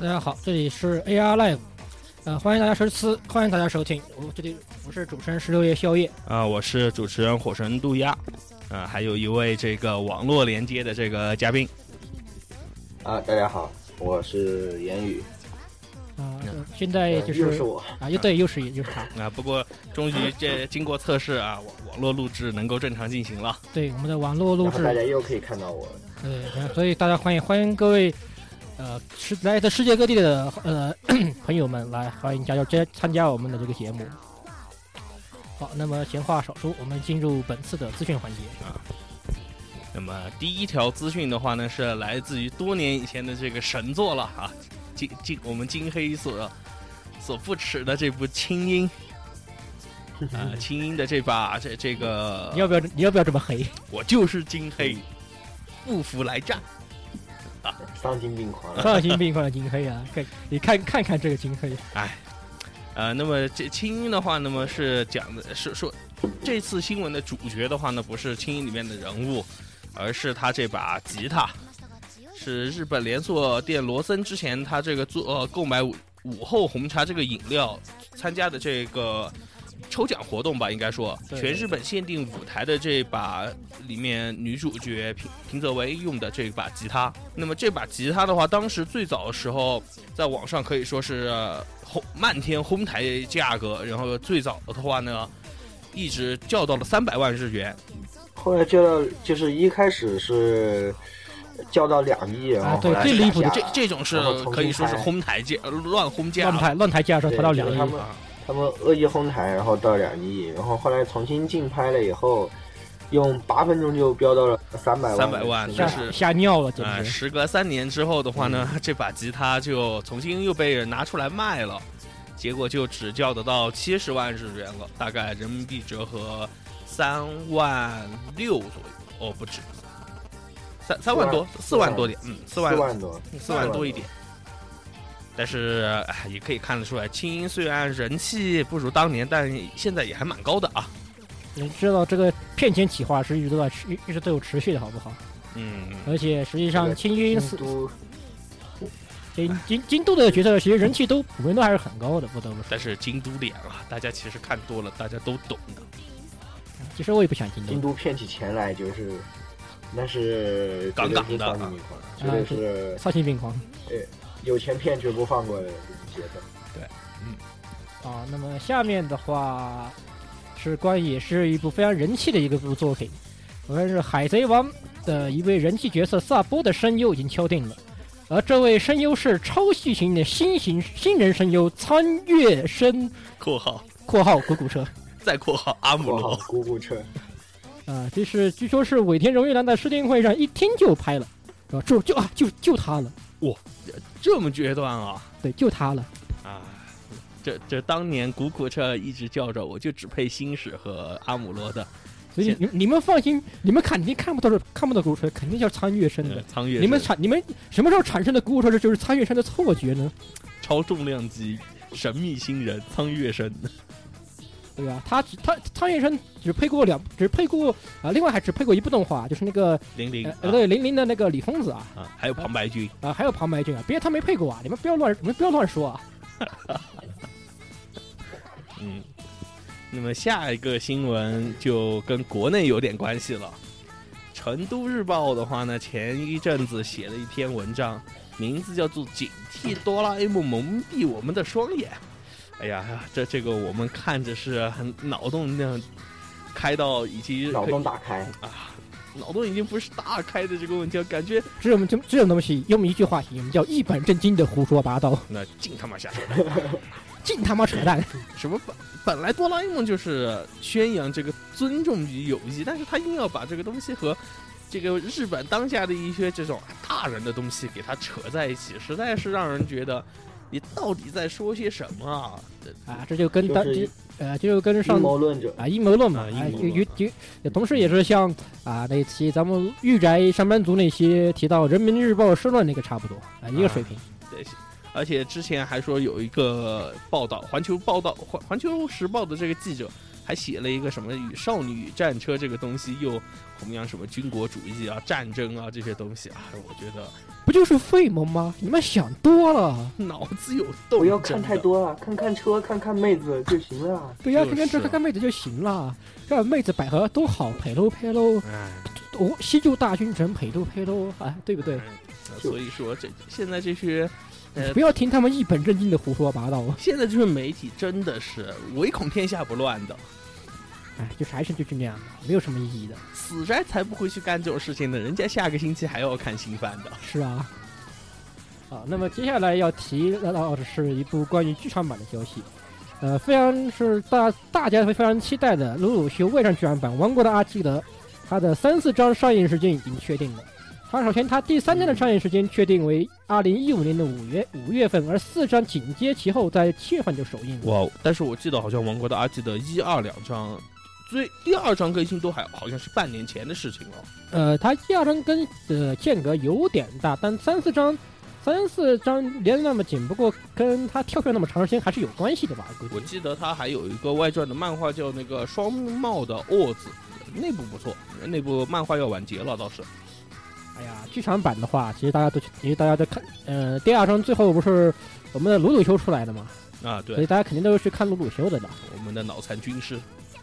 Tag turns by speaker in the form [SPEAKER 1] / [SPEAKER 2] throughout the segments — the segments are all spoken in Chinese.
[SPEAKER 1] 家好，这里是 AR Live，呃，欢迎大家收听，欢迎大家收听，我这里我是主持人十六夜宵夜，
[SPEAKER 2] 啊、我是主持人火神杜亚，啊，还有一位这个网络连接的这个嘉宾，
[SPEAKER 3] 啊，大家好，我是言语，
[SPEAKER 1] 啊、
[SPEAKER 2] 嗯
[SPEAKER 1] 呃现在
[SPEAKER 3] 呃
[SPEAKER 1] 就
[SPEAKER 3] 又
[SPEAKER 1] 是
[SPEAKER 3] 是我，
[SPEAKER 1] 啊，又对，又是又是他，
[SPEAKER 2] 啊，不过终于这经过测试啊，网网络录制能够正常进行了，
[SPEAKER 1] 对我们的网络录
[SPEAKER 3] 然后
[SPEAKER 1] 制，
[SPEAKER 3] 大家又可以看到我了，
[SPEAKER 1] 对，然后所以大家欢迎欢迎各位，呃，是来自世界各地的呃 朋友们来欢迎加入参参加我们的这个节目。好，那么闲话少说，我们进入本次的资讯环节。
[SPEAKER 2] 那么第一条资讯的话呢，是来自于多年以前的这个神作了啊，金金我们金黑所所不耻的这部《青音》啊，《青音》的这把这这个
[SPEAKER 3] 呃
[SPEAKER 1] 你要不要你要不要这么黑？
[SPEAKER 2] 我就是金黑，不服来战。
[SPEAKER 3] 丧心病狂了。
[SPEAKER 1] 丧心病狂的金黑啊！看你看看看这个金 黑，啊
[SPEAKER 2] 呃，那么这青音的话，那么是讲的是说，这次新闻的主角的话呢，不是青音里面的人物，而是他这把吉他，是日本连锁店罗森之前他这个做、呃、购买午午后红茶这个饮料参加的这个抽奖活动吧，应该说
[SPEAKER 1] 对
[SPEAKER 2] 全日本限定舞台的这把里面女主角平平泽唯用的这把吉他。那么这把吉他的话，当时最早的时候在网上可以说是呃轰漫天哄抬价格，然后最早的话呢，一直叫到了三百万日元。
[SPEAKER 3] 后来叫到就是一开始是叫到两亿，然后
[SPEAKER 1] 啊对
[SPEAKER 3] 后来
[SPEAKER 1] 最离谱的
[SPEAKER 3] 打
[SPEAKER 2] 这
[SPEAKER 3] 架
[SPEAKER 2] 这种是
[SPEAKER 3] 然后重新
[SPEAKER 2] 可以说是
[SPEAKER 3] 拍
[SPEAKER 2] 哄抬价，呃乱哄价哎
[SPEAKER 1] 乱
[SPEAKER 2] 了。
[SPEAKER 1] 抬乱抬价的时候
[SPEAKER 3] 对
[SPEAKER 1] 抬到
[SPEAKER 3] 就
[SPEAKER 1] 两
[SPEAKER 3] 是
[SPEAKER 1] 亿
[SPEAKER 3] 他，们他们恶意哄抬，然后到两亿，然后后来重新竞拍了以后，用八分钟就飙到了三百万，
[SPEAKER 2] 300万
[SPEAKER 3] 是
[SPEAKER 1] 吓
[SPEAKER 2] 但
[SPEAKER 3] 吧
[SPEAKER 2] 是
[SPEAKER 1] 吓尿了，简
[SPEAKER 2] 啊、
[SPEAKER 1] 直！
[SPEAKER 2] 时隔三年之后的话呢， 这把吉他就重新又被人拿出来卖了，结果就只叫得到七十万日元了，大概人民币折合三万六左右，哦不止，三三万多，四
[SPEAKER 3] 四
[SPEAKER 2] 万
[SPEAKER 3] 万
[SPEAKER 2] 多点，嗯，四
[SPEAKER 3] 四
[SPEAKER 2] 万
[SPEAKER 3] 万多，
[SPEAKER 2] 四万多一点。但是哎也可以看得出来，轻音虽然人气不如当年，但现在也还蛮高的啊。
[SPEAKER 1] 你知道这个骗钱企划是一直都在持一直都有持续的好不好？
[SPEAKER 2] 嗯，
[SPEAKER 1] 而且实际
[SPEAKER 3] 这
[SPEAKER 1] 上
[SPEAKER 3] 个
[SPEAKER 1] 清军
[SPEAKER 3] 京
[SPEAKER 1] 四
[SPEAKER 3] 都
[SPEAKER 1] 京京京都的角色其实人气都普遍都还是很高的，不得不说
[SPEAKER 2] 但。是京都脸啊，大家其实看多了，大家都懂的。
[SPEAKER 1] 其实我也不想京
[SPEAKER 3] 京
[SPEAKER 1] 都，
[SPEAKER 3] 都骗起钱来就是，那是
[SPEAKER 2] 杠杠的啊
[SPEAKER 3] 绝对是丧心病
[SPEAKER 1] 啊
[SPEAKER 3] 狂，绝对是
[SPEAKER 1] 丧心病狂
[SPEAKER 3] 有钱骗绝不放过的这种角色。
[SPEAKER 1] 啊。那么下面的话是关于也是一部非常人气的一个部作品，我们是《海贼王》的一位人气角色萨波的声优已经敲定了，而这位声优是超细型的新型新人声优苍月生
[SPEAKER 2] （括号
[SPEAKER 1] （括号鼓鼓车）。
[SPEAKER 2] 再括号阿姆
[SPEAKER 3] 括号
[SPEAKER 2] 罗，
[SPEAKER 3] 姑姑车，
[SPEAKER 1] 啊，这是据说是尾田荣一郎在试听会上一听就拍了，啊，就就啊就就他了，
[SPEAKER 2] 这么决断啊
[SPEAKER 1] 对，就他了。
[SPEAKER 2] 啊！这这当年古古车一直叫着，我就只配星矢和阿姆罗的
[SPEAKER 1] 所以你你们放心，你们肯定看不到这看不到鼓车，肯定叫苍月生
[SPEAKER 2] 呃
[SPEAKER 1] 的。
[SPEAKER 2] 苍月神，
[SPEAKER 1] 你们产你们什么时候产生的鼓车这就是苍月生的错觉呢？
[SPEAKER 2] 超重量级神秘新人苍月神，
[SPEAKER 1] 对吧？他只他苍月生只配过两，只配过啊、另外还只配过一部动画，就是那个
[SPEAKER 2] 零零
[SPEAKER 1] 呃
[SPEAKER 2] 啊
[SPEAKER 1] 呃对零零的那个李疯子啊
[SPEAKER 2] 啊，还有旁白君
[SPEAKER 1] 啊、还有旁白君啊，别他没配过啊，你们不要乱你们不要乱说啊。
[SPEAKER 2] 嗯，那么下一个新闻就跟国内有点关系了。《成都日报》的话呢，前一阵子写了一篇文章，名字叫做《警惕哆啦 A 梦蒙蔽我们的双眼》。哎呀，这这个我们看着是很脑洞那样开到已经啊
[SPEAKER 3] 脑洞打开，
[SPEAKER 2] 脑洞已经不是大开的这个问题了，感觉
[SPEAKER 1] 这种这这种东西，用一句话形容叫一本正经的胡说八道，
[SPEAKER 2] 那净他妈瞎说。
[SPEAKER 1] 净他妈扯淡。
[SPEAKER 2] 什么本本来哆啦 A 梦就是宣扬这个尊重与友谊，但是啊他硬要把这个东西和这个日本当下的一些这种大人的东西给它扯在一起，实在是让人觉得你到底在说些什么啊？
[SPEAKER 1] 啊，这就跟当
[SPEAKER 3] 就是
[SPEAKER 1] 这呃，这就跟
[SPEAKER 3] 阴
[SPEAKER 1] 上
[SPEAKER 3] 谋论者，
[SPEAKER 1] 啊阴谋论嘛，
[SPEAKER 2] 啊
[SPEAKER 1] 啊
[SPEAKER 2] 阴谋
[SPEAKER 1] 有
[SPEAKER 2] 论
[SPEAKER 1] 有有，有同时也是像啊那期咱们御宅上班族那期提到《人民日报》社论那个差不多啊一个水平。
[SPEAKER 2] 对，而且之前还说有一个报道，《环球报道》环《环球时报》的这个记者，还写了一个什么与少女与战车这个东西又弘扬什么军国主义啊、战争啊这些东西啊，我觉得
[SPEAKER 1] 不就是费蒙吗？你们想多了。
[SPEAKER 2] 脑子有洞。
[SPEAKER 3] 不要看
[SPEAKER 2] 真的
[SPEAKER 3] 太，多了，看看车，看看妹子就行了。
[SPEAKER 1] 对呀、
[SPEAKER 2] 就
[SPEAKER 1] 天天吃
[SPEAKER 2] 是啊
[SPEAKER 1] 看看妹子就行了，让妹子百合都好，陪喽陪喽，
[SPEAKER 2] 哎，
[SPEAKER 1] 哦，西旧大军臣陪喽陪喽，哎，对不对？
[SPEAKER 2] 呃所以说这现在这些。呃
[SPEAKER 1] 不要听他们一本正经的胡说八道，
[SPEAKER 2] 现在这些媒体真的是唯恐天下不乱的，
[SPEAKER 1] 哎，就是还是就是那样的，没有什么意义的。
[SPEAKER 2] 死宅才不会去干这种事情呢。人家下个星期还要看新番的。
[SPEAKER 1] 是啊，啊，那么接下来要提到的是一部关于剧场版的消息，呃，非常是大大家会非常期待的《鲁鲁修未上剧场版《王国的阿基德》，它的三四章上映时间已经确定了。它首先，它第三章的上映时间确定为二零一五年的五月五月份，而四章紧接其后，在七月份就首映了。
[SPEAKER 2] 哇！但是我记得好像《王国的阿基》的一二两章，最第二章更新都还好像是半年前的事情了。
[SPEAKER 1] 呃，它一二章跟呃间隔有点大，但三四章。三四章连得那么紧，不过跟它跳票那么长时间还是有关系的吧？估计
[SPEAKER 2] 我记得他还有一个外传的漫画叫那个《双帽的沃子》，那部不错，那部漫画要完结了倒是。
[SPEAKER 1] 哎呀，剧场版的话，其实大家都其实大家都看，呃，第二章最后不是我们的鲁鲁修出来的嘛，
[SPEAKER 2] 啊，
[SPEAKER 1] 所以
[SPEAKER 2] 对，
[SPEAKER 1] 大家肯定都是去看鲁鲁修的了。
[SPEAKER 2] 我们的脑残军师，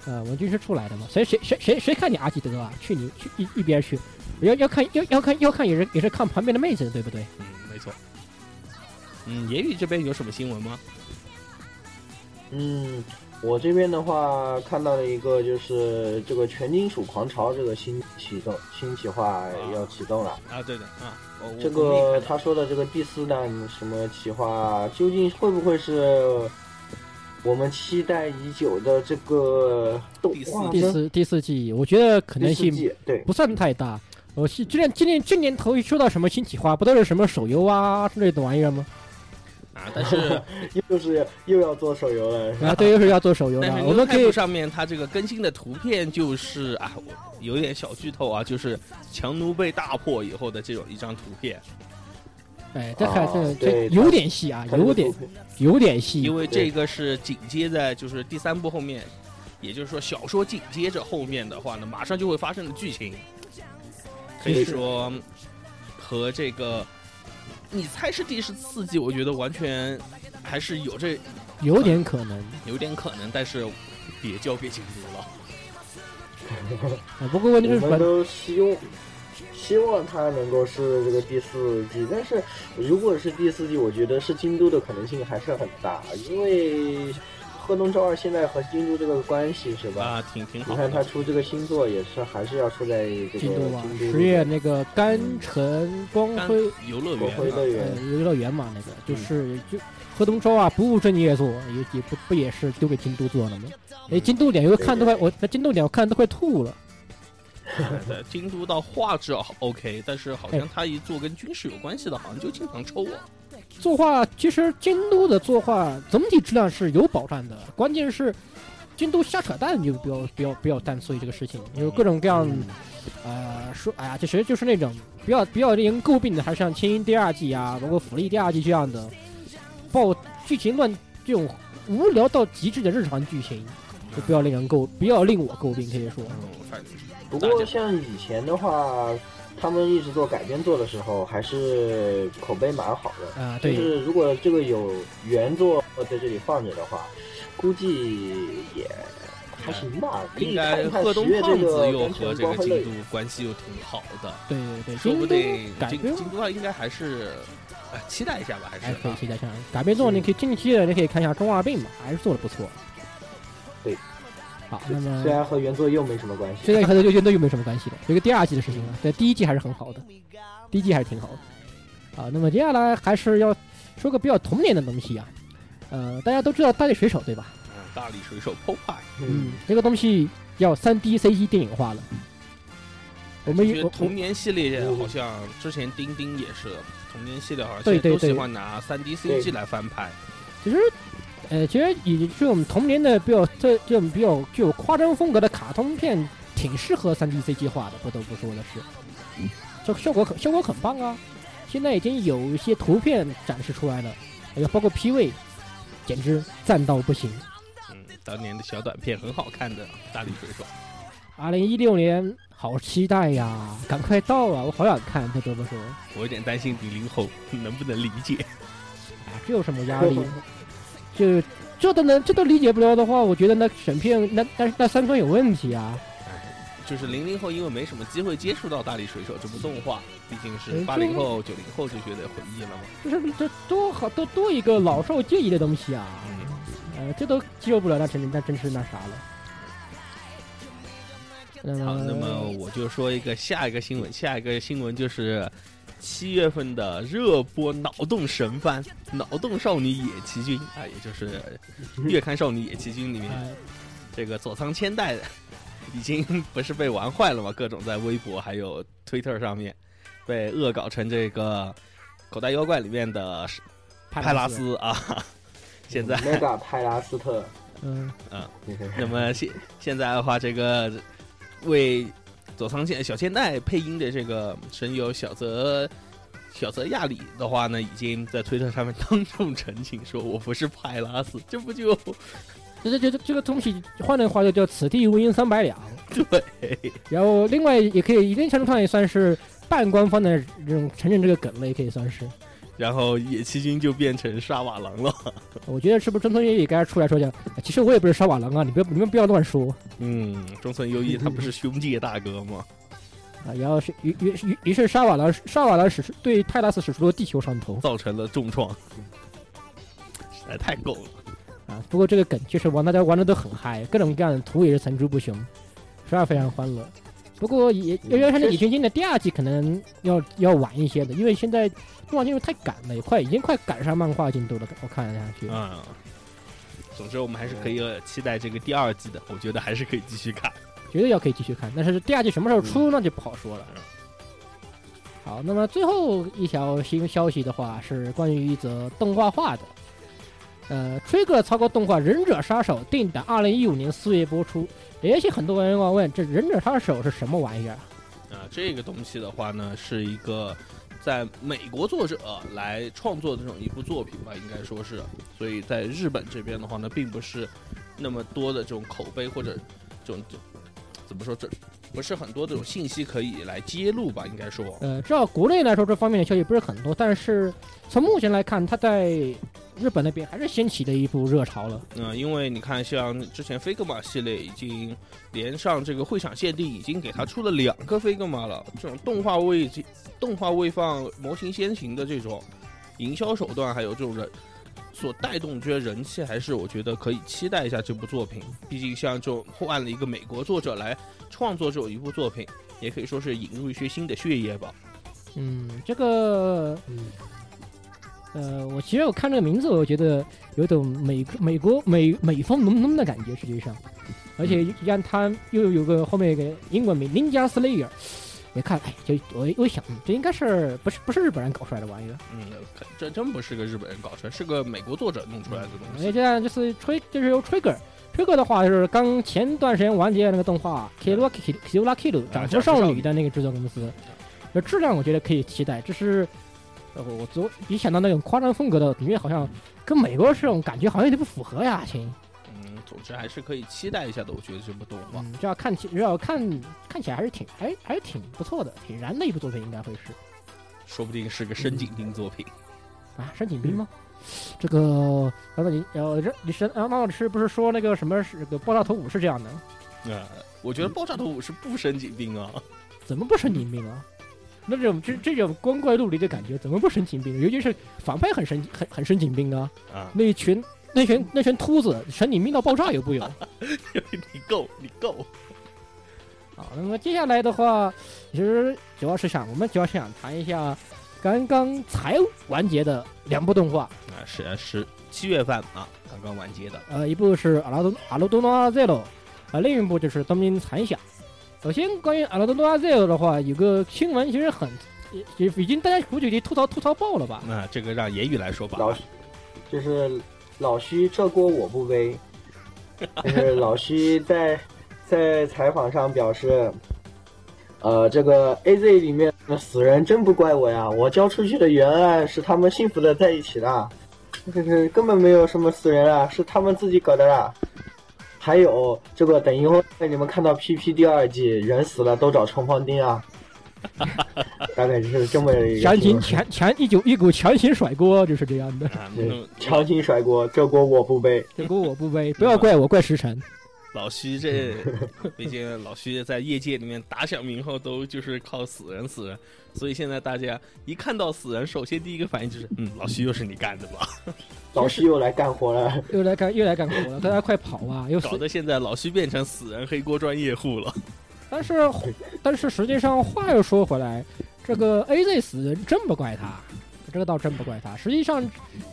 [SPEAKER 1] 呃，文军是出来的嘛，谁谁谁谁谁看你阿基德啊？去你去一一边去！要要看要要看要看也是也是看旁边的妹子的，对不对？
[SPEAKER 2] 嗯，没错。嗯，言语这边有什么新闻吗？
[SPEAKER 3] 嗯，我这边的话看到了一个，就是这个全金属狂潮这个新启动新企划要启动了。
[SPEAKER 2] 啊，对的啊，我我我
[SPEAKER 3] 这
[SPEAKER 2] 没
[SPEAKER 3] 个
[SPEAKER 2] 看到
[SPEAKER 3] 他说的这个第四弹什么企划，究竟会不会是我们期待已久的这个动
[SPEAKER 2] 第四
[SPEAKER 3] 画
[SPEAKER 2] 好
[SPEAKER 1] 第
[SPEAKER 3] 片
[SPEAKER 1] 四第四季，我觉得可能
[SPEAKER 3] 第四
[SPEAKER 1] 性
[SPEAKER 3] 季？对，
[SPEAKER 1] 不算太大。我是今年今年今年头一说到什么新企划，不都是什么手游啊之类的玩意儿吗？
[SPEAKER 2] 啊，但是
[SPEAKER 3] 又是又要做手游了。
[SPEAKER 1] 啊，对，又是要做手游
[SPEAKER 2] 但是
[SPEAKER 1] 了，我们可以
[SPEAKER 2] Notepad 上面它这个更新的图片就是啊，我有点小剧透啊，就是强奴被大破以后的这种一张图片，
[SPEAKER 1] 哎，这还这
[SPEAKER 3] 啊
[SPEAKER 1] 这
[SPEAKER 3] 对
[SPEAKER 1] 有点戏啊，
[SPEAKER 3] 看这个
[SPEAKER 1] 有点
[SPEAKER 3] 图片
[SPEAKER 1] 有点戏
[SPEAKER 2] 因。为这个是紧接在就是第三部后面，也就是说小说紧接着后面的话呢，马上就会发生的剧情，可以说和这个你猜是第十四季，我觉得完全还是有这
[SPEAKER 1] 有点可能。
[SPEAKER 2] 有点可能，但是别交给警局了。
[SPEAKER 1] 啊不过问题是
[SPEAKER 3] 我们
[SPEAKER 1] 本，
[SPEAKER 3] 都希望希望它能够是这个第四季，但是如果是第四季，我觉得是京都的可能性还是很大，啊因为贺东昭二现在和京都这个关系是吧？
[SPEAKER 2] 啊，挺挺好
[SPEAKER 3] 你看他
[SPEAKER 2] 的。
[SPEAKER 3] 出这个新作也是还是要出在这个
[SPEAKER 1] 京
[SPEAKER 3] 京
[SPEAKER 1] 都
[SPEAKER 3] 都
[SPEAKER 1] 啊，
[SPEAKER 3] 这个
[SPEAKER 1] 十月那个甘城光
[SPEAKER 2] 刚
[SPEAKER 1] 辉
[SPEAKER 2] 游乐
[SPEAKER 3] 国
[SPEAKER 2] 园、
[SPEAKER 3] 徽乐
[SPEAKER 2] 啊，
[SPEAKER 1] 呃
[SPEAKER 3] 园。
[SPEAKER 1] 游乐园嘛，那个就是就河东州啊，不务正业做，也也不不也是丢给京都做了吗？哎，京都脸又看都快我那京都脸我看都快吐了。
[SPEAKER 2] 对，京都到画质好 OK，但是好
[SPEAKER 1] 哎
[SPEAKER 2] 像他一做跟军事有关系的，好像就经常抽我。
[SPEAKER 1] 作画其实京都的作画总体质量是有保障的，关键是京都瞎扯淡，你就不要不要不要淡碎这个事情，有各种各样，
[SPEAKER 2] 嗯
[SPEAKER 1] 呃，说哎呀，其实就是那种比较比较令人诟病的，还是像《青音》第二季啊，包括《福利》第二季这样的，爆剧情乱这种无聊到极致的日常剧情，就比较令人诟，比较令我诟病，可以说。
[SPEAKER 2] 嗯，反正
[SPEAKER 3] 不
[SPEAKER 2] 大
[SPEAKER 3] 过
[SPEAKER 2] 家
[SPEAKER 3] 像以前的话，他们一直做改编作的时候，还是口碑蛮好的。
[SPEAKER 1] 啊、
[SPEAKER 3] 就
[SPEAKER 1] 对，
[SPEAKER 3] 是如果这个有原作在这里放着的话，估计也还行吧。可
[SPEAKER 2] 应
[SPEAKER 3] 以看
[SPEAKER 2] 该
[SPEAKER 3] 一看
[SPEAKER 2] 贺
[SPEAKER 3] 十
[SPEAKER 2] 东
[SPEAKER 3] 月
[SPEAKER 2] 胖
[SPEAKER 3] 这
[SPEAKER 2] 子
[SPEAKER 3] 个
[SPEAKER 2] 又
[SPEAKER 3] 跟
[SPEAKER 2] 和
[SPEAKER 3] 陈
[SPEAKER 2] 这
[SPEAKER 3] 光
[SPEAKER 2] 个
[SPEAKER 3] 辉
[SPEAKER 2] 京
[SPEAKER 3] 类，
[SPEAKER 2] 都关系又挺好的，
[SPEAKER 1] 对对对，
[SPEAKER 2] 说不
[SPEAKER 1] 京
[SPEAKER 2] 定
[SPEAKER 1] 都改
[SPEAKER 2] 京
[SPEAKER 1] 编
[SPEAKER 2] 京都啊应该还是，呃期待一下吧，还
[SPEAKER 1] 哎，
[SPEAKER 2] 是
[SPEAKER 1] 可以
[SPEAKER 2] 啊
[SPEAKER 1] 期待一下。改编作你可以近期的，你可以看一下《中二病》嘛，还是做的不错。
[SPEAKER 3] 对。
[SPEAKER 1] 好，那么
[SPEAKER 2] 啊
[SPEAKER 3] 虽然和原作又没什么关系
[SPEAKER 1] 现。在和这就跟都又没什么关系了，这个第二季的事情了。对，第一季还是很好的，第一季还是挺好的。啊，那么接下来还是要说个比较童年的东西啊。呃，大家都知道《大力水手》对吧？
[SPEAKER 2] 嗯大力水手 Popeye，
[SPEAKER 3] 嗯，，
[SPEAKER 1] 这个东西要三 D CG 电影化了。我们
[SPEAKER 2] 我觉得
[SPEAKER 1] 我
[SPEAKER 2] 童年系列
[SPEAKER 3] 我
[SPEAKER 2] 好像之前丁丁也是童年系列，好像
[SPEAKER 1] 对
[SPEAKER 2] 现在
[SPEAKER 1] 对
[SPEAKER 2] 都喜
[SPEAKER 1] 对
[SPEAKER 2] 欢拿三 D CG
[SPEAKER 3] 对
[SPEAKER 2] 来翻拍。
[SPEAKER 1] 其实，呃，其实以这种童年的比较这这种比较具有夸张风格的卡通片，挺适合三 D CG 化的，不得不说的是，这效果可效果很棒啊！现在已经有一些图片展示出来了，哎呀，包括 PV，简直赞到不行。
[SPEAKER 2] 嗯，当年的小短片很好看的，大力水手。
[SPEAKER 1] 二零一六年好期待呀，赶快到啊！我好想看，不得不说，
[SPEAKER 2] 我有点担心零零后 能不能理解。
[SPEAKER 1] 啊，这有什么 压力？就这都能这都理解不了的话，我觉得那审片那那那三观有问题啊！
[SPEAKER 2] 就是零零后因为没什么机会接触到《大力水手》这部动画，毕竟是
[SPEAKER 1] 嗯
[SPEAKER 2] 八零后、九零后就觉得回忆了嘛。
[SPEAKER 1] 就是这多好多多一个老少皆宜的东西啊！
[SPEAKER 2] 嗯，
[SPEAKER 1] 呃，这都救不了，那真那真是那啥了。那
[SPEAKER 2] 好，那么我就说一个下一个新闻，下一个新闻就是七月份的热播脑洞神番《脑洞少女野崎君》啊，也就是《月刊少女野崎君》里面
[SPEAKER 1] 呃
[SPEAKER 2] 这个佐仓千代的， 已经不是被玩坏了吗？各种在微博还有推特上面被恶搞成这个口袋妖怪里面的派拉，斯 啊。现在，
[SPEAKER 3] mega 派拉斯特，
[SPEAKER 1] 嗯，
[SPEAKER 2] 那么现现在的话，这个为佐仓千小千代配音的这个声优小泽小泽亚里的话呢，已经在推特上面 当众澄清说：“我不是派拉斯，这不就
[SPEAKER 1] 这这这这个东西，换句话就叫此地无银三百两。
[SPEAKER 2] 对
[SPEAKER 1] 然后另外也可以一定程度上也算是半官方的这种承认这个梗了，也可以算是。？”
[SPEAKER 2] 然后野崎君就变成沙瓦狼了。
[SPEAKER 1] 我觉得是不是中村优也该出来说讲，哎其实我也不是烧瓦郎啊，你不要你们不要乱说
[SPEAKER 2] 嗯，中村优一他不是胸界大哥吗？
[SPEAKER 1] 啊。然后是于于于于是沙瓦郎沙瓦郎使出对泰拉斯使出了地球上头
[SPEAKER 2] 造成了重创，实在太狗了。
[SPEAKER 1] 啊。不过这个梗确实玩大家玩的都很嗨，各种各样的图也是层出不穷，实在非常欢乐。不过也《
[SPEAKER 3] 嗯
[SPEAKER 1] 月圆山的
[SPEAKER 3] 确
[SPEAKER 1] 野群星》的第二季可能要要晚一些的，因为现在动画进度太赶了，也快已经快赶上漫画进度了。我看了下去，
[SPEAKER 2] 嗯，总之我们还是可以呃期待这个第二季的，我觉得还是可以继续看。
[SPEAKER 1] 绝对要可以继续看。但是第二季什么时候出，那就不好说了。好，那么最后一条新消息的话，是关于一则动画化的。呃，Trigger 操作动画《忍者杀手》定档二零一五年四月播出。也许很多人要问，这《忍者杀手》是什么玩意儿？
[SPEAKER 2] 啊、这个东西的话呢，是一个在美国作者来创作的这种一部作品吧，应该说是。所以在日本这边的话呢，并不是那么多的这种口碑或者这种怎么说这。不是很多这种信息可以来揭露吧，应该说，
[SPEAKER 1] 呃，至少国内来说，这方面的消息不是很多，但是从目前来看，它在日本那边还是掀起了一股热潮了。
[SPEAKER 2] 嗯，因为你看，像之前 Figma 系列已经连上这个会场限定，已经给它出了两个 Figma 了。这种动画位置、动画位放模型先行的这种营销手段，还有这种人所带动这些人气，还是我觉得可以期待一下这部作品。毕竟像这种换了一个美国作者来创作这种一部作品，也可以说是引入一些新的血液吧。
[SPEAKER 1] 嗯，这个
[SPEAKER 3] 嗯，
[SPEAKER 1] 呃，我其实我看这个名字，我觉得有种美美国美美风浓浓的感觉，实际上，而且让他又有个后面一个英文名 Ninja Slayer，也看，哎，就我我一想，嗯这应该是不是不是日本人搞出来的玩意儿？
[SPEAKER 2] 嗯，可这真不是个日本人搞出来，是个美国作者弄出来的东
[SPEAKER 1] 嗯而且
[SPEAKER 2] 西。
[SPEAKER 1] 这样就是吹，就是由 Trigger。Trigger 的话就是刚前段时间完结的那个动画《Kira Kira Kira Kira》
[SPEAKER 2] 啊
[SPEAKER 1] 长
[SPEAKER 2] 长
[SPEAKER 1] 头
[SPEAKER 2] 头少
[SPEAKER 1] 少嗯
[SPEAKER 2] 女
[SPEAKER 1] 女的那个制作公司，那质量我觉得可以期待。这是呃，我我昨一想到那种夸张风格的，里面好像跟美国这种感觉好像有点不符合呀，亲。
[SPEAKER 2] 嗯，总之还是可以期待一下的。我觉得这部动画。
[SPEAKER 1] 嗯，这要看起，这要看看起来还是挺，还还是挺不错的，挺燃的一部作品，应该会是
[SPEAKER 2] 说不定是个深井町作品。
[SPEAKER 1] 啊，申请兵吗？这个，然后你，呃，这你是，然后那老师不是说那个什么是这个爆炸头武士这样的，
[SPEAKER 2] 呃，我觉得爆炸头武士不深井町啊。
[SPEAKER 1] 怎么不申请兵啊？那这种这这种光怪陆离的感觉，怎么不申请兵？尤其是反派很申很很申请兵啊，
[SPEAKER 2] 啊，
[SPEAKER 1] 那一群那群那群秃子，申请兵到爆炸有不有？
[SPEAKER 2] 你够，你够。
[SPEAKER 1] 好，啊那么接下来的话，其实主要是想我们主要是想谈一下刚刚才完结的两部动画，
[SPEAKER 2] 啊，是啊，是七月份啊，刚刚完结的。
[SPEAKER 1] 呃，一部是《阿拉多阿拉多诺阿 Zero》，啊，另一部就是《东京残响》。首先，关于《阿拉多诺阿 Zero》的话，有个新闻其实很，也也已经大家估计已经吐槽吐槽爆了吧？
[SPEAKER 2] 那这个让言语来说吧。
[SPEAKER 3] 老徐就是老徐这锅我不背，就是老徐在在采访上表示，呃，这个 A Z 里面的死人真不怪我呀，我交出去的原案是他们幸福的在一起的，就是根本没有什么死人啊，是他们自己搞的啦。还有这个，等以后你们看到 PP 第二季人死了都找冲锋钉啊，大概就是这么一个
[SPEAKER 1] 强
[SPEAKER 3] 新
[SPEAKER 1] 行
[SPEAKER 3] 闻
[SPEAKER 1] 强强一股一股强行甩锅，就是这样的。
[SPEAKER 2] 啊，那
[SPEAKER 3] 对
[SPEAKER 2] 么，
[SPEAKER 3] 强行甩锅，这锅我不背。
[SPEAKER 1] 这锅我不背，不要怪我，怪石沉。
[SPEAKER 2] 老徐这， 毕竟老徐在业界里面打响名后都就是靠死人死人，所以现在大家一看到死人，首先第一个反应就是，嗯，老徐又是你干的 吧？
[SPEAKER 3] 老徐又来干活了，
[SPEAKER 1] 又来干又来干活了，大家快跑啊！又死
[SPEAKER 2] 搞得现在老徐变成死人黑锅专业户了。
[SPEAKER 1] 但是，但是实际上话又说回来，这个 AZ 死人真不怪他，这个倒真不怪他。实际上，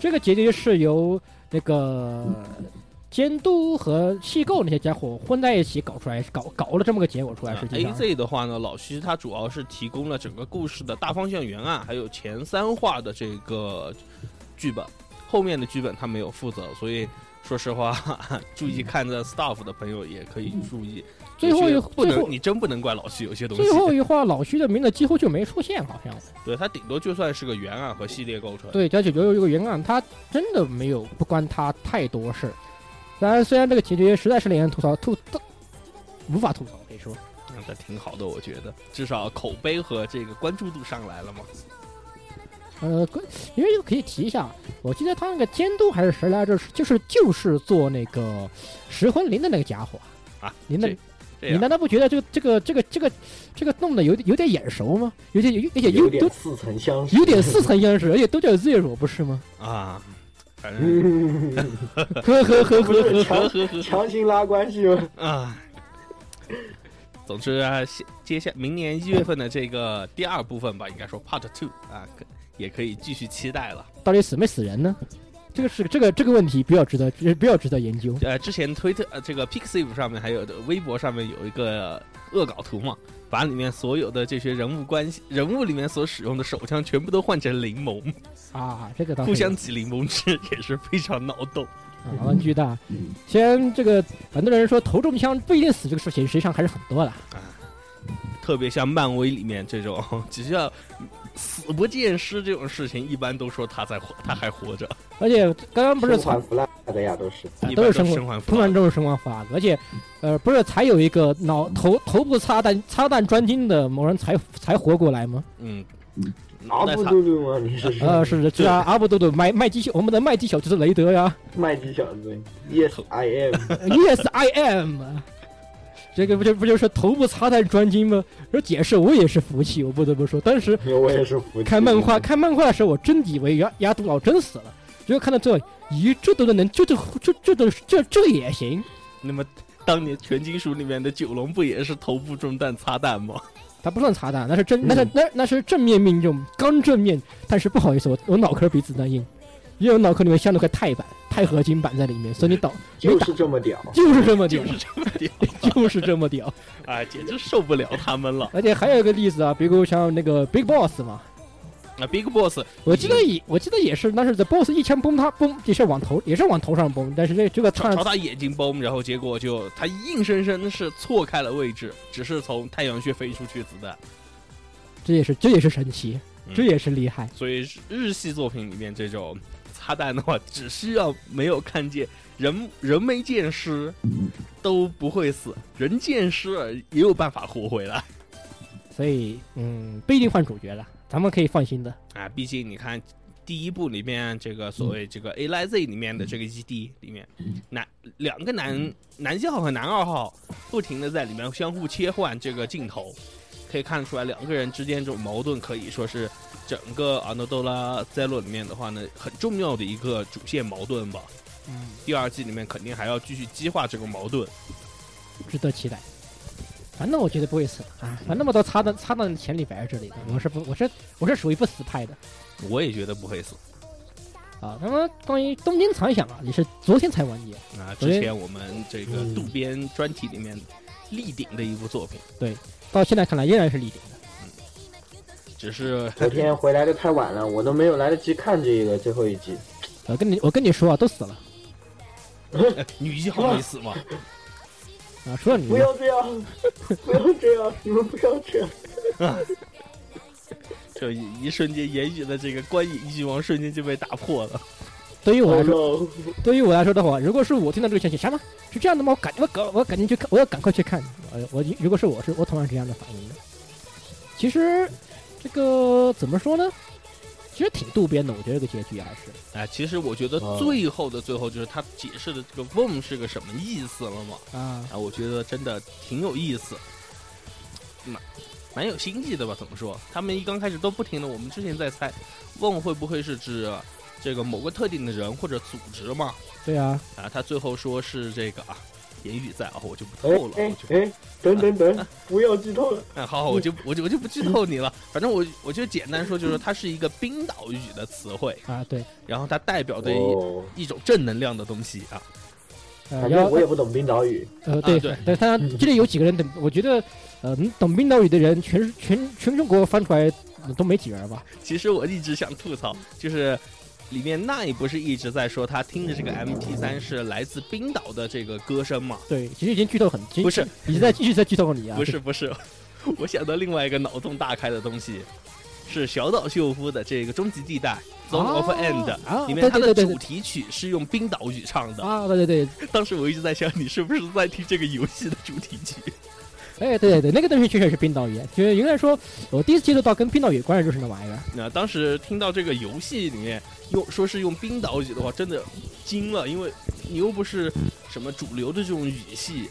[SPEAKER 1] 这个结局是由那个监督和机构那些家伙混在一起搞出来，搞搞了这么个结果出
[SPEAKER 2] 啊
[SPEAKER 1] 来。实际上，
[SPEAKER 2] AZ 的话呢，老徐他主要是提供了整个故事的大方向原案，还有前三话的这个剧本，后面的剧本他没有负责，所以说实话， 哈哈注意看这 staff 的朋友也可以注意。
[SPEAKER 1] 最后一
[SPEAKER 2] 有些不
[SPEAKER 1] 最后
[SPEAKER 2] 能，你真不能怪老徐，有些东西
[SPEAKER 1] 最，后一话，老徐的名字几乎就没出现，好像。
[SPEAKER 2] 对他顶多就算是个原案和系列构成。
[SPEAKER 1] 对，加九九有一个原案，他真的没有不关他太多事。当然，虽然这个结局实在是令人吐槽，吐都无法吐槽，可以说。
[SPEAKER 2] 嗯，这挺好的，我觉得，至少口碑和这个关注度上来了嘛。
[SPEAKER 1] 呃，关因为可以提一下，我记得他那个监督还是谁来着，是就是就是做那个石魂灵的那个家伙
[SPEAKER 2] 啊。
[SPEAKER 1] 您的
[SPEAKER 2] 这这
[SPEAKER 1] 你
[SPEAKER 2] 样
[SPEAKER 1] 难道不觉得这个这个这个这个这个弄得有点有点眼熟吗？有点有有点
[SPEAKER 3] 有
[SPEAKER 1] 有
[SPEAKER 3] 点
[SPEAKER 1] 都
[SPEAKER 3] 似曾相识，
[SPEAKER 1] 有点似曾相识，而且都叫 Zero 不是 吗？
[SPEAKER 2] 啊，反 正
[SPEAKER 3] 嗯。
[SPEAKER 1] 呵呵呵呵
[SPEAKER 3] 不是
[SPEAKER 1] 呵，
[SPEAKER 2] 呵
[SPEAKER 3] 强
[SPEAKER 2] 呵呵
[SPEAKER 3] 强行拉关系吗？
[SPEAKER 2] 啊。总之啊，下接下明年一月份的这个第二部分吧，应该说 Part Two 啊，可也可以继续期待了。
[SPEAKER 1] 到底死没死人呢？这个是这个这个问题比较值得比较值得研究。
[SPEAKER 2] 呃，之前推特呃这个 Pixiv 上面还有的微博上面有一个恶搞图嘛，把里面所有的这些人物关系人物里面所使用的手枪全部都换成柠檬，
[SPEAKER 1] 啊，这个倒是
[SPEAKER 2] 互相挤柠檬汁也是非常脑洞。
[SPEAKER 1] 啊玩具大。虽然这个很多人说头中枪不一定死这个事情，实际上还是很多的。
[SPEAKER 2] 特别像漫威里面这种，只要死不见尸这种事情，一般都说他在活，他还活着，
[SPEAKER 1] 而且刚刚不是才
[SPEAKER 3] 传 flag 呀，都是。
[SPEAKER 1] 啊
[SPEAKER 2] 一
[SPEAKER 1] 都
[SPEAKER 2] 般
[SPEAKER 1] 是
[SPEAKER 2] 都
[SPEAKER 1] 生活
[SPEAKER 2] 生还
[SPEAKER 1] 突
[SPEAKER 2] 复
[SPEAKER 1] 然
[SPEAKER 2] 活。
[SPEAKER 1] 这种生光法，而且呃不是才有一个脑头头部擦弹擦弹专精的某人才才活过来吗？
[SPEAKER 2] 嗯，
[SPEAKER 3] 阿
[SPEAKER 2] 脑袋
[SPEAKER 3] 布
[SPEAKER 2] 擦
[SPEAKER 3] 嘟嘟吗？你是
[SPEAKER 1] 呃是的，是啊，阿布都的麦麦基小我们的麦基小就是雷德呀
[SPEAKER 3] 麦基小子？Yes, I am。
[SPEAKER 1] ，Yes I am。这个不就不就是头部擦弹专精吗？这解释我也是服气，我不得不说，当时
[SPEAKER 3] 我也是服气。
[SPEAKER 1] 看漫画，看漫画的时候，我真以为牙牙毒老真死了，结果看到最后，咦，这都能，这这这这都这这也行。
[SPEAKER 2] 那么当年全金属里面的九龙不也是头部中弹擦弹吗？
[SPEAKER 1] 他不算擦弹，那是
[SPEAKER 2] 嗯
[SPEAKER 1] 正，那是那那是正面命中，刚正面。但是不好意思，我我脑壳比子弹硬，因为我脑壳里面镶了块钛板、钛合金板在里面，所以你倒没
[SPEAKER 3] 就
[SPEAKER 1] 打
[SPEAKER 3] 是这么屌。
[SPEAKER 1] 就是这么屌
[SPEAKER 2] 就，是这么点
[SPEAKER 1] 就是这么屌。
[SPEAKER 2] 啊， 简直受不了他们了。
[SPEAKER 1] 而且还有一个例子啊，比如像那个 Big Boss 嘛，
[SPEAKER 2] 那啊 Big Boss
[SPEAKER 1] 我记得
[SPEAKER 2] 嗯
[SPEAKER 1] 也我记得也是，但是 The Boss 一枪崩他崩也是往头也是往头上崩，但是这这个
[SPEAKER 2] 朝
[SPEAKER 1] 他
[SPEAKER 2] 朝他眼睛崩，然后结果就他硬生生是错开了位置，只是从太阳穴飞出去子弹。
[SPEAKER 1] 这也是这也是神奇，
[SPEAKER 2] 嗯
[SPEAKER 1] 这也是厉害。
[SPEAKER 2] 所以日系作品里面这种擦弹的话，只需要没有看见人人没见尸都不会死，人见尸了也有办法活回来。
[SPEAKER 1] 所以嗯，不一定换主角了，咱们可以放心的。
[SPEAKER 2] 啊，毕竟你看第一部里面这个所谓这个 A 来 Z 里面的这个 ED 里面，男两个男男一号和男二号不停的在里面相互切换这个镜头，可以看出来两个人之间这种矛盾可以说是整个《阿诺多拉塞洛》里面的话呢，很重要的一个主线矛盾吧。
[SPEAKER 1] 嗯，
[SPEAKER 2] 第二季里面肯定还要继续激化这个矛盾。
[SPEAKER 1] 值得期待。反正我觉得不会死的啊，反正我都插到插到钱里摆在这里的，我是不我是我是属于不死派的
[SPEAKER 2] 我也觉得不会死
[SPEAKER 1] 啊。那么关于东京残响啊，也是昨天才完结，
[SPEAKER 2] 啊！
[SPEAKER 1] 昨
[SPEAKER 2] 之
[SPEAKER 1] 天
[SPEAKER 2] 前我们这个
[SPEAKER 3] 嗯
[SPEAKER 2] 渡边专题里面力顶的一部作品，
[SPEAKER 1] 到现在看来依然是立顶的。
[SPEAKER 2] 只是
[SPEAKER 3] 昨天回来的太晚了，我都没有来得及看这个最后一集。
[SPEAKER 1] 我跟你我跟你说啊，都死了
[SPEAKER 2] 呃 女一号没死嘛，
[SPEAKER 1] 啊，除了你
[SPEAKER 3] 不要这样， 不要这样， 你们不要这样。
[SPEAKER 2] 这一瞬间言语的这个观影欲望瞬间就被打破了。
[SPEAKER 1] 对于我来
[SPEAKER 3] Oh
[SPEAKER 1] 说，
[SPEAKER 3] no！
[SPEAKER 1] 对于我来说的话，如果是我听到这个消息，什么是这样的吗？我赶我赶我赶紧去看，我要赶快去看。呃，我如果是我是我同样是这样的反应的。其实这个怎么说呢？其实挺渡边的，我觉得这个结局还是
[SPEAKER 2] 哎，其实我觉得
[SPEAKER 3] 哦
[SPEAKER 2] 最后的最后，就是他解释的这个 “wom” 是个什么意思了嘛？
[SPEAKER 1] 啊，
[SPEAKER 2] 啊，我觉得真的挺有意思，蛮蛮有心计的吧？怎么说？他们一刚开始都不停的，我们之前在猜，“wom” 会不会是指这个某个特定的人或者组织嘛？
[SPEAKER 1] 对啊，
[SPEAKER 2] 啊，他最后说是这个啊，言语在啊，我就不
[SPEAKER 3] 哎
[SPEAKER 2] 透了，我
[SPEAKER 3] 哎
[SPEAKER 2] 就
[SPEAKER 3] 哎，等等等，不要剧透了。
[SPEAKER 2] 哎，好好，我
[SPEAKER 1] 嗯
[SPEAKER 2] 就我就我就不剧透你了。反正我我就简单说，就是它是一个冰岛语的词汇，
[SPEAKER 1] 啊对，
[SPEAKER 2] 然后它代表的一
[SPEAKER 3] 哦，
[SPEAKER 2] 一种正能量的东西啊。
[SPEAKER 1] 呃，然
[SPEAKER 3] 反正
[SPEAKER 1] 后
[SPEAKER 3] 我也不懂冰岛语。
[SPEAKER 1] 呃对
[SPEAKER 2] 对
[SPEAKER 1] 但他这里有几个人等，我觉得呃懂冰岛语的人，全全全中国翻出来呃都没几人吧？
[SPEAKER 2] 其实我一直想吐槽，就是里面奈不是一直在说他听的这个 MT 三是来自冰岛的这个歌声吗？
[SPEAKER 1] 对，其实已经剧透很，其实
[SPEAKER 2] 不是，
[SPEAKER 1] 已经在一直在剧透你啊，
[SPEAKER 2] 不是不是， 我想到另外一个脑洞大开的东西，是小岛秀夫的这个《终极地带》（Zone of
[SPEAKER 1] 啊
[SPEAKER 2] End）。
[SPEAKER 1] 啊，
[SPEAKER 2] 里
[SPEAKER 1] 对
[SPEAKER 2] 面它
[SPEAKER 1] 对
[SPEAKER 2] 的
[SPEAKER 1] 对
[SPEAKER 2] 主
[SPEAKER 1] 对
[SPEAKER 2] 题曲是用冰岛语唱的，
[SPEAKER 1] 啊，对对对，
[SPEAKER 2] 当时我一直在想，你是不是在听这个游戏的主题曲？
[SPEAKER 1] 哎，对对对，那个东西确实是冰岛语言，就是应该说，我第一次接触到跟冰岛有关的就是那玩意儿。
[SPEAKER 2] 那当时听到这个游戏里面用说是用冰岛语的话，真的惊了，因为你又不是什么主流的这种语系，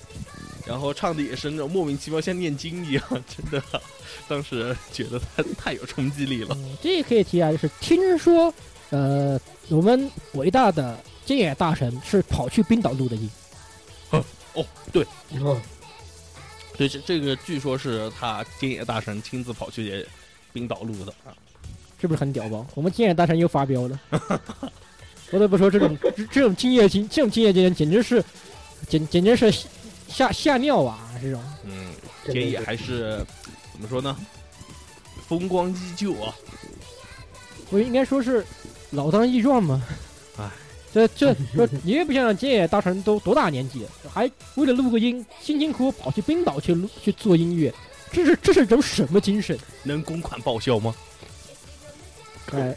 [SPEAKER 2] 然后唱的也是那种莫名其妙像念经一样，真的，当时觉得它太有冲击力 了。
[SPEAKER 1] 嗯，这也可以提啊，就是听说，呃，我们伟大的菅野大神是跑去冰岛录的音，
[SPEAKER 2] 哦，对
[SPEAKER 3] 哦
[SPEAKER 2] 对，这这个据说是他菅野大神亲自跑去冰岛录的啊。
[SPEAKER 1] 是不是很屌吧？我们菅野大神又发飙了。不得不说，这种这这种敬业精，这种敬业精神简直是，简简直是吓吓尿啊！这种
[SPEAKER 2] 嗯，
[SPEAKER 3] 真的
[SPEAKER 2] 菅
[SPEAKER 1] 啊
[SPEAKER 2] 野
[SPEAKER 3] 是
[SPEAKER 2] 还是怎么说呢？风光依旧啊。
[SPEAKER 1] 我应该说是老当益壮嘛。哎
[SPEAKER 2] 唉，
[SPEAKER 1] 这这说你也不想想，菅野大神都多大年纪了，还为了录个音，辛辛苦苦跑去冰岛去录去做音乐，这是这是种什么精神？
[SPEAKER 2] 能公款报销吗？
[SPEAKER 1] 哎，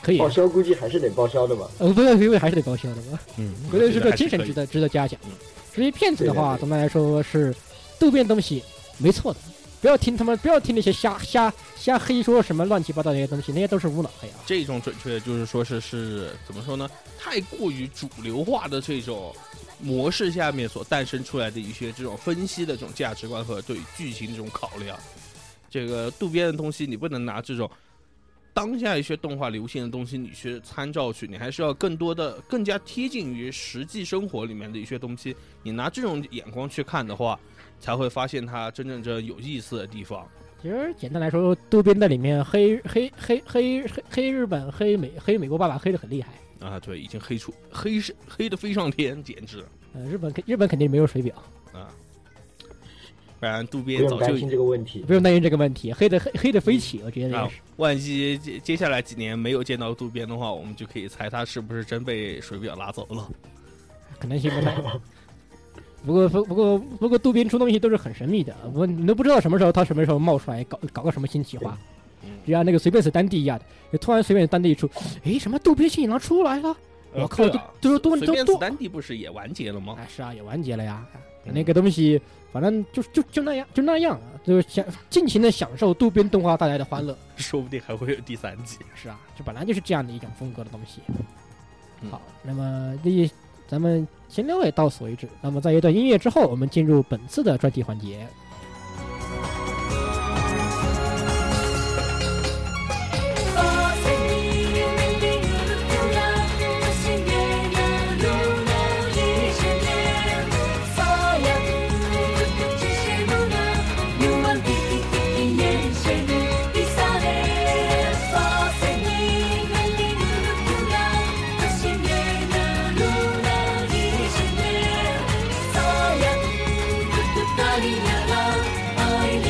[SPEAKER 1] 可以
[SPEAKER 3] 报，销估计还是得报销的吧？
[SPEAKER 1] 呃，不对，不对，还是得报销的吧？
[SPEAKER 2] 嗯，
[SPEAKER 1] 觉得是个精神值
[SPEAKER 2] 值得。
[SPEAKER 1] 得值得嘉奖
[SPEAKER 2] 嗯。
[SPEAKER 1] 至于骗子的话，
[SPEAKER 3] 对对对
[SPEAKER 1] 总的来说是逗变东西没错的，不要听他们，不要听那些瞎瞎瞎黑说什么乱七八糟的那些东西，那些都是无脑黑啊。
[SPEAKER 2] 这种准确就是说是是怎么说呢？太过于主流化的这种模式下面所诞生出来的一些这种分析的这种价值观和对剧情这种考量，这个渡边的东西你不能拿这种当下一些动画流行的东西你去参照去，你还是要更多的更加贴近于实际生活里面的一些东西。你拿这种眼光去看的话，才会发现它真正这有意思的地方。
[SPEAKER 1] 其实简单来说，渡边在里面黑黑黑黑黑黑日本、黑美黑美国爸爸黑的很厉害。
[SPEAKER 2] 啊，对，已经黑出黑是黑的飞上天，简直
[SPEAKER 1] 呃，日本日本肯定没有水表，
[SPEAKER 2] 啊！不然渡
[SPEAKER 3] 不
[SPEAKER 2] 边
[SPEAKER 3] 用
[SPEAKER 2] 早
[SPEAKER 3] 担
[SPEAKER 2] 就
[SPEAKER 3] 心这个问题。
[SPEAKER 1] 不用担心这个问题，黑的黑黑的飞起，我觉得也
[SPEAKER 2] 啊
[SPEAKER 1] 是。，
[SPEAKER 2] 万一接接下来几年没有见到渡边的话，我们就可以猜他是不是真被水表拉走了。
[SPEAKER 1] 可能性不太。不过不过不过，渡边出东西都是很神秘的，我你都不知道什么时候他什么时候冒出来搞搞个什么新企划，
[SPEAKER 2] 嗯，
[SPEAKER 1] 就像那个随便死丹帝一样的，就突然随便单地一出，诶，什么渡边信一郎出来了？我靠，
[SPEAKER 2] 对
[SPEAKER 1] 这
[SPEAKER 2] 啊
[SPEAKER 1] 这都
[SPEAKER 2] 随
[SPEAKER 1] 都
[SPEAKER 2] 便子
[SPEAKER 1] 都，
[SPEAKER 2] 丹帝不是也完结了吗？
[SPEAKER 1] 哎，是啊，也完结了呀。
[SPEAKER 2] 嗯
[SPEAKER 1] 哎那个东西，反正就就就那样，就那样，啊就是享尽情的享受渡边动画带来的欢乐。
[SPEAKER 2] 说不定还会有第三季。
[SPEAKER 1] 是啊，这本来就是这样的一种风格的东西。
[SPEAKER 2] 嗯
[SPEAKER 1] 好，那么这一咱们闲聊也到此为止。那么在一段音乐之后，我们进入本次的专题环节。
[SPEAKER 4] 「大さに夢見るから不思議なののいいしね」「そうやって口しぶな夢はききききねしね」「いされ大さに夢見るから不思議なののいいしね」「そうやって二人なら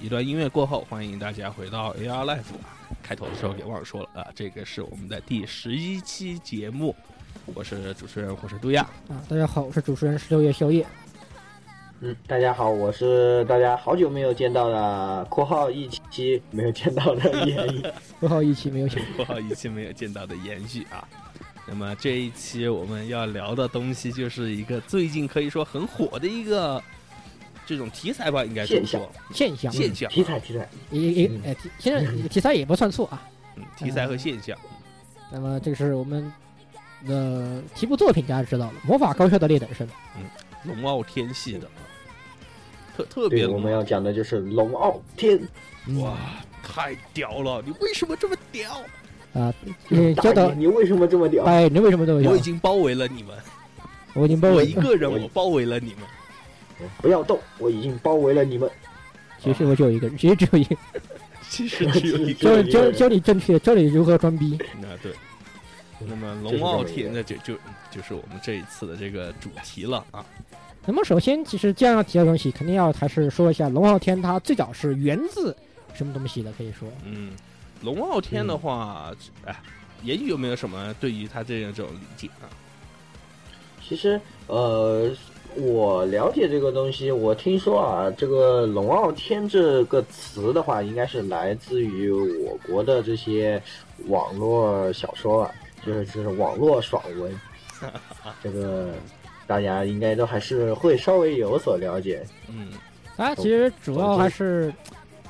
[SPEAKER 2] 一段音乐过后，欢迎大家回到 AR Life 啊。开头的时候给忘说了啊，这个是我们的第十一期节目，我是主持人火神杜亚。
[SPEAKER 1] 啊，大家好，我是主持人十六夜宵夜。
[SPEAKER 3] 嗯，大家好，我是大家好久没有见到 的（括号一期没有见到的演绎
[SPEAKER 1] 不好一期没有想，
[SPEAKER 2] 不好一期没有见到的延续啊。 那么这一期我们要聊的东西就是一个最近可以说很火的一个这种题材吧，应该这么说
[SPEAKER 1] 现象
[SPEAKER 2] 现象啊、
[SPEAKER 3] 嗯题材题材，
[SPEAKER 1] 也也
[SPEAKER 3] 嗯
[SPEAKER 1] 呃，题现在题材也不算错啊。
[SPEAKER 2] 嗯题材和现象。
[SPEAKER 1] 那么这个是我们的题目作品，大家知道了，《魔法高校的劣等生》
[SPEAKER 2] 龙傲天系的，特特别
[SPEAKER 3] 对，我
[SPEAKER 2] 龙
[SPEAKER 3] 们
[SPEAKER 2] 傲
[SPEAKER 3] 要讲的就是龙傲天，
[SPEAKER 1] 嗯
[SPEAKER 2] 哇，太屌了！你为什么这么屌？
[SPEAKER 1] 啊，嗯教
[SPEAKER 3] 大
[SPEAKER 1] 导
[SPEAKER 3] 爷，你为什么这么屌？
[SPEAKER 1] 哎，你为什么这么
[SPEAKER 2] 我已
[SPEAKER 1] 想？
[SPEAKER 2] 经包围了你们，
[SPEAKER 1] 我已经被
[SPEAKER 2] 我一个人
[SPEAKER 3] 我
[SPEAKER 2] 我包围了你们。
[SPEAKER 3] 不要动，我已经包围了你们。
[SPEAKER 1] 其实我只有一个人， 其实只有一个人，
[SPEAKER 2] 其实 只有一个
[SPEAKER 3] 只
[SPEAKER 1] 教
[SPEAKER 3] 有一个
[SPEAKER 1] 教
[SPEAKER 3] 人
[SPEAKER 1] 教你正确，教你如何装逼。
[SPEAKER 2] 啊，对。
[SPEAKER 3] 嗯
[SPEAKER 2] 那么
[SPEAKER 3] 就是
[SPEAKER 2] 龙
[SPEAKER 3] 这
[SPEAKER 2] 傲
[SPEAKER 3] 么一
[SPEAKER 2] 天
[SPEAKER 3] 个
[SPEAKER 2] 那就就就是我们这一次的这个主题了啊。
[SPEAKER 1] 那么首先，其实这样要提到东西，肯定要还是说一下龙傲天，它最早是源自什么东西的？可以说，
[SPEAKER 2] 嗯，龙傲天的话，哎，言语有没有什么对于他这样这种理解啊？
[SPEAKER 3] 其实，呃，我了解这个东西，我听说啊，这个“龙傲天”这个词的话，应该是来自于我国的这些网络小说啊，就是就是网络爽文，这个大家应该都还是会稍微有所了解。
[SPEAKER 2] 嗯，
[SPEAKER 1] 它啊其实主要还是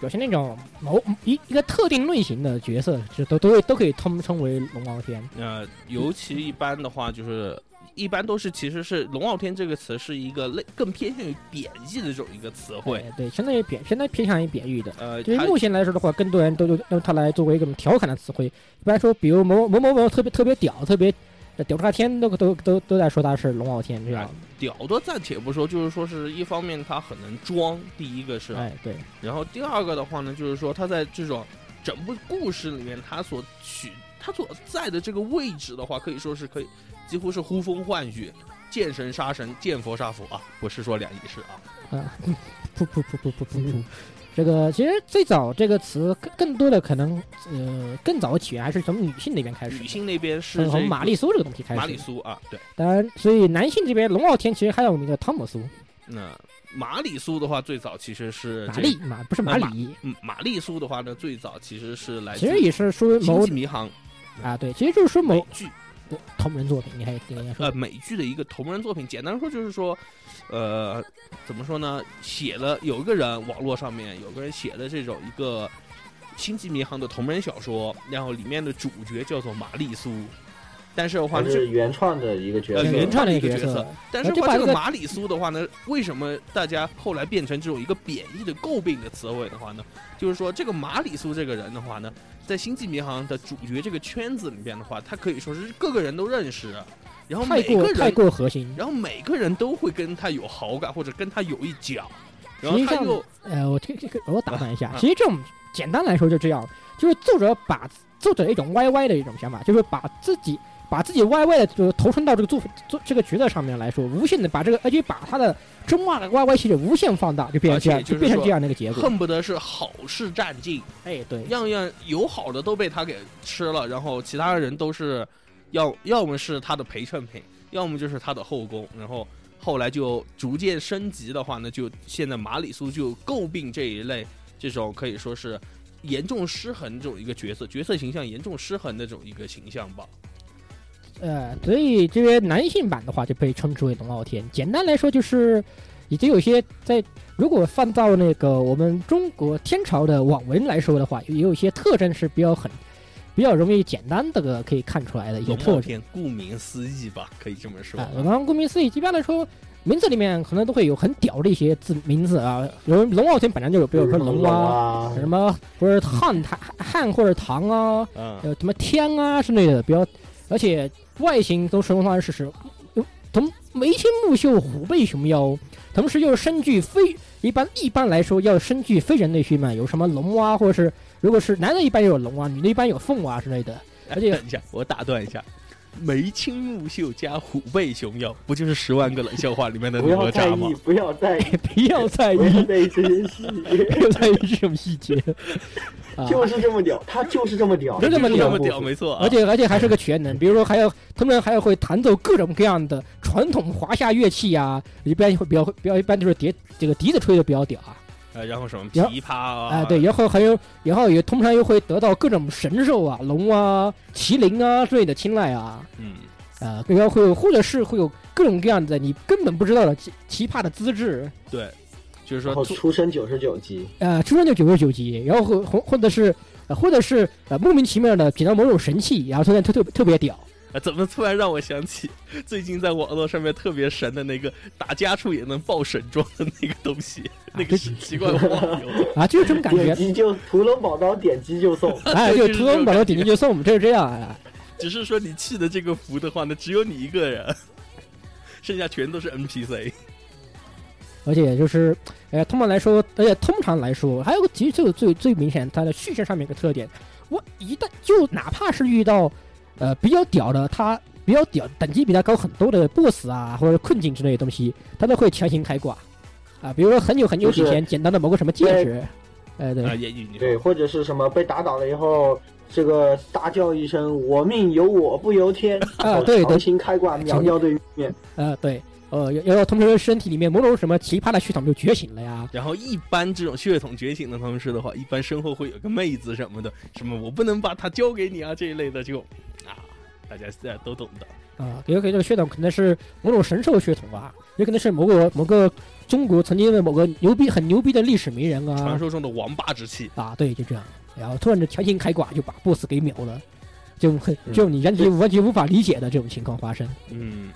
[SPEAKER 1] 表现那种某一一个特定类型的角色，就都都会都可以通称为龙傲天。
[SPEAKER 2] 呃，尤其一般的话，就是一般都是其实是“龙傲天”这个词是一个类更偏向于贬义的这种一个词汇。
[SPEAKER 1] 哎对，相当于贬，相当于偏向于贬义的。
[SPEAKER 2] 呃，
[SPEAKER 1] 对于
[SPEAKER 2] 它
[SPEAKER 1] 目前来说的话，更多人都用用它来作为一种调侃的词汇。一般说，比如某某某某特别特别屌，特别呃屌炸天，都都都都在说他是龙傲天这样。
[SPEAKER 2] 屌的暂且不说，就是说是一方面他很能装，第一个是，
[SPEAKER 1] 哎，对，
[SPEAKER 2] 然后第二个的话呢，就是说他在这种整部故事里面，他所取他所在的这个位置的话，可以说是可以几乎是呼风唤雨，见神杀神，见佛杀佛啊，不是说两仪式啊，
[SPEAKER 1] 啊，噗噗噗噗噗噗噗。这个其实最早这个词更更多的可能，呃，更早起源还是从女性那边开始的，
[SPEAKER 2] 女性那边是
[SPEAKER 1] 嗯
[SPEAKER 2] 这
[SPEAKER 1] 从玛
[SPEAKER 2] 个
[SPEAKER 1] 丽苏这个东西开始的。
[SPEAKER 2] 玛丽苏啊，对，
[SPEAKER 1] 当然，所以男性这边龙傲天其实还有我们的汤姆苏，
[SPEAKER 2] 那玛丽苏的话，最早其实是
[SPEAKER 1] 玛
[SPEAKER 2] 呃这
[SPEAKER 1] 丽，马不是马
[SPEAKER 2] 啊马
[SPEAKER 1] 里，
[SPEAKER 2] 嗯，玛丽苏的话呢，最早其实是来自
[SPEAKER 1] 其实也是说
[SPEAKER 2] 星
[SPEAKER 1] 某
[SPEAKER 2] 际迷航
[SPEAKER 1] 啊，对，其实就是说
[SPEAKER 2] 美
[SPEAKER 1] 某
[SPEAKER 2] 剧。
[SPEAKER 1] 同人作品，你还跟人家说
[SPEAKER 2] 哎呃美剧的一个同人作品。简单说就是说，呃，怎么说呢？写了有一个人，网络上面有个人写的这种一个《星际迷航》的同人小说，然后里面的主角叫做玛丽苏，但是的话
[SPEAKER 3] 它
[SPEAKER 2] 呢
[SPEAKER 3] 是
[SPEAKER 2] 是。
[SPEAKER 3] 原创的一个角
[SPEAKER 2] 呃
[SPEAKER 3] 色，
[SPEAKER 2] 原
[SPEAKER 1] 创的一
[SPEAKER 2] 的一个
[SPEAKER 1] 角
[SPEAKER 2] 角色，但是
[SPEAKER 1] 呃
[SPEAKER 2] 的
[SPEAKER 1] 就把
[SPEAKER 2] 话，这
[SPEAKER 1] 这个
[SPEAKER 2] 个玛丽苏的话呢，为什么大家后来变成这种一个贬义的诟病的词汇的话呢？就是说，这个玛丽苏这个人的话呢，在《星际迷航》的主角这个圈子里面的话，他可以说是各个人都认识，然后
[SPEAKER 1] 太
[SPEAKER 2] 每个
[SPEAKER 1] 过太
[SPEAKER 2] 人
[SPEAKER 1] 过核心。
[SPEAKER 2] 然后每个人都会跟他有好感或者跟他有一脚，然后
[SPEAKER 1] 实际
[SPEAKER 2] 他
[SPEAKER 1] 上
[SPEAKER 2] 又
[SPEAKER 1] 呃，我这这个我打断一下
[SPEAKER 2] 啊，
[SPEAKER 1] 其实这种简单来说就这样，就是作者把作者一种歪歪的一种想法，就是把自己把自己歪歪的就是投身到这个作作这个角色上面来说，无限的把这个，而且把他的中二的歪歪气质无限放大，就变成这
[SPEAKER 2] 而
[SPEAKER 1] 样，
[SPEAKER 2] 且就是
[SPEAKER 1] 就变成
[SPEAKER 2] 说
[SPEAKER 1] 这样的一个结果。
[SPEAKER 2] 恨不得是好事占尽，
[SPEAKER 1] 哎，对，
[SPEAKER 2] 样样有好的都被他给吃了，然后其他人都是要要么是他的陪衬品，要么就是他的后宫，然后后来就逐渐升级的话呢，就现在马里苏就诟病这一类这种可以说是严重失衡这种一个角色，角色形象严重失衡的这种一个形象吧。
[SPEAKER 1] 呃，所以这些男性版的话就被称之为龙傲天。简单来说就是，已经有些在如果放到那个我们中国天朝的网文来说的话，也有一些特征是比较很 比较容易简单的个可以看出来的一些
[SPEAKER 2] 龙
[SPEAKER 1] 特
[SPEAKER 2] 傲
[SPEAKER 1] 征
[SPEAKER 2] 天，顾名思义吧，可以这么说。
[SPEAKER 1] 啊。然后顾名思义，一般来说。呃名字里面可能都会有很屌的一些字名字啊，有人龙傲天本来就有，比
[SPEAKER 3] 比
[SPEAKER 1] 如说
[SPEAKER 3] 龙
[SPEAKER 1] 龙啊，
[SPEAKER 3] 啊，
[SPEAKER 1] 什么不是汉唐汉或者唐啊，
[SPEAKER 2] 嗯，
[SPEAKER 1] 呃，什么天啊之类的，比较，而且外形都神龙化事实，有同眉清目秀，虎背熊腰，同时又身具非一般一般来说要身具非人类虚嘛，有什么龙蛙或者啊 是如果是男的一般有龙蛙，女的一般有凤蛙之类的，而且
[SPEAKER 2] 等一下，我打断一下，眉清目秀加虎背熊腰，不就是《十万个冷笑话》里面的
[SPEAKER 3] 不
[SPEAKER 2] 哪
[SPEAKER 3] 要在
[SPEAKER 2] 吒吗
[SPEAKER 3] 意，？不要在意，
[SPEAKER 1] 不要 在意
[SPEAKER 3] 不，要在意这些细节，
[SPEAKER 1] 不要在意这种细节啊！
[SPEAKER 3] 就是这么屌，他就是这么屌，
[SPEAKER 1] 就这么
[SPEAKER 2] 就这么
[SPEAKER 3] 屌
[SPEAKER 2] 屌，，没错啊。
[SPEAKER 1] 而且而且还是个全能，比如说还有他们还有会弹奏各种各样的传统华夏乐器啊，一般会比较比较一般就是笛这个笛子吹的比较屌啊，
[SPEAKER 2] 呃然后什么
[SPEAKER 1] 然后
[SPEAKER 2] 琵琶啊，
[SPEAKER 3] 哎
[SPEAKER 1] 啊、对，然后还有然后也通常又会得到各种神兽啊、龙啊、麒麟啊之类的青睐啊，
[SPEAKER 2] 嗯，
[SPEAKER 1] 啊、然后会有或者是会有各种各样的你根本不知道的奇奇葩的资质，
[SPEAKER 2] 对，就是说
[SPEAKER 3] 然后
[SPEAKER 2] 做
[SPEAKER 3] 出生九十九级，
[SPEAKER 1] 呃，出生就九十九级，然后或或或者是呃或者是呃莫名其妙的捡到某种神器，然后突然特特特别屌。
[SPEAKER 2] 啊，怎么突然让我想起最近在网络上面特别神的那个打家畜也能爆神装的那个东 西，
[SPEAKER 3] 啊
[SPEAKER 2] 那个
[SPEAKER 1] 这
[SPEAKER 2] 是 奇怪的网游。
[SPEAKER 1] 啊，就是这种感觉
[SPEAKER 3] 点击就屠龙宝刀，点击 就送。
[SPEAKER 1] 哎，
[SPEAKER 2] 对
[SPEAKER 1] 就
[SPEAKER 2] 就
[SPEAKER 1] 屠
[SPEAKER 2] 是这
[SPEAKER 1] 龙
[SPEAKER 2] 种
[SPEAKER 1] 宝刀
[SPEAKER 2] 感
[SPEAKER 1] 点击
[SPEAKER 2] 觉
[SPEAKER 1] 就送，我们就是这样啊。
[SPEAKER 2] 只是说你气的这个服的话呢，只有你一个人，剩下全都是 NPC。
[SPEAKER 1] 而且就是，呃，通常来说，而且通常来说，还有个其实最最最明显，它的叙事上面一个特点，我一旦就哪怕是遇到，呃，比较屌的，他比较屌，等级比他高很多的 BOSS 啊，或者困境之类的东西，他都会强行开挂，啊，比如说很久很久以
[SPEAKER 3] 就是
[SPEAKER 1] 前捡到的某个什么戒指，哎，对
[SPEAKER 2] 啊，，言语你
[SPEAKER 3] 对，
[SPEAKER 2] 说
[SPEAKER 3] 或者是什么被打倒了以后，这个大叫一声“我命由我不由天”，
[SPEAKER 1] 啊
[SPEAKER 3] 然后
[SPEAKER 1] 对
[SPEAKER 3] 强行开挂秒掉对面。
[SPEAKER 1] 呃，对，呃，然后同时身体里面某种什么奇葩的系统就觉醒了呀，
[SPEAKER 2] 然后一般这种血统觉醒的同事的话，一般身后会有个妹子什么的，什么我不能把它交给你啊这一类的就啊，大家现在都懂的。
[SPEAKER 1] 啊，也有可能这个血统可能是某种神兽血统啊，也可能是某个某个中国曾经的某个牛逼很牛逼的历史名人
[SPEAKER 2] 传
[SPEAKER 1] 啊
[SPEAKER 2] 说中的王霸之气，
[SPEAKER 1] 啊，对，就这样，然后突然就强行开挂就把 BOSS 给秒了，就很就你完全完全无法理解的这种情况发生。
[SPEAKER 2] 嗯，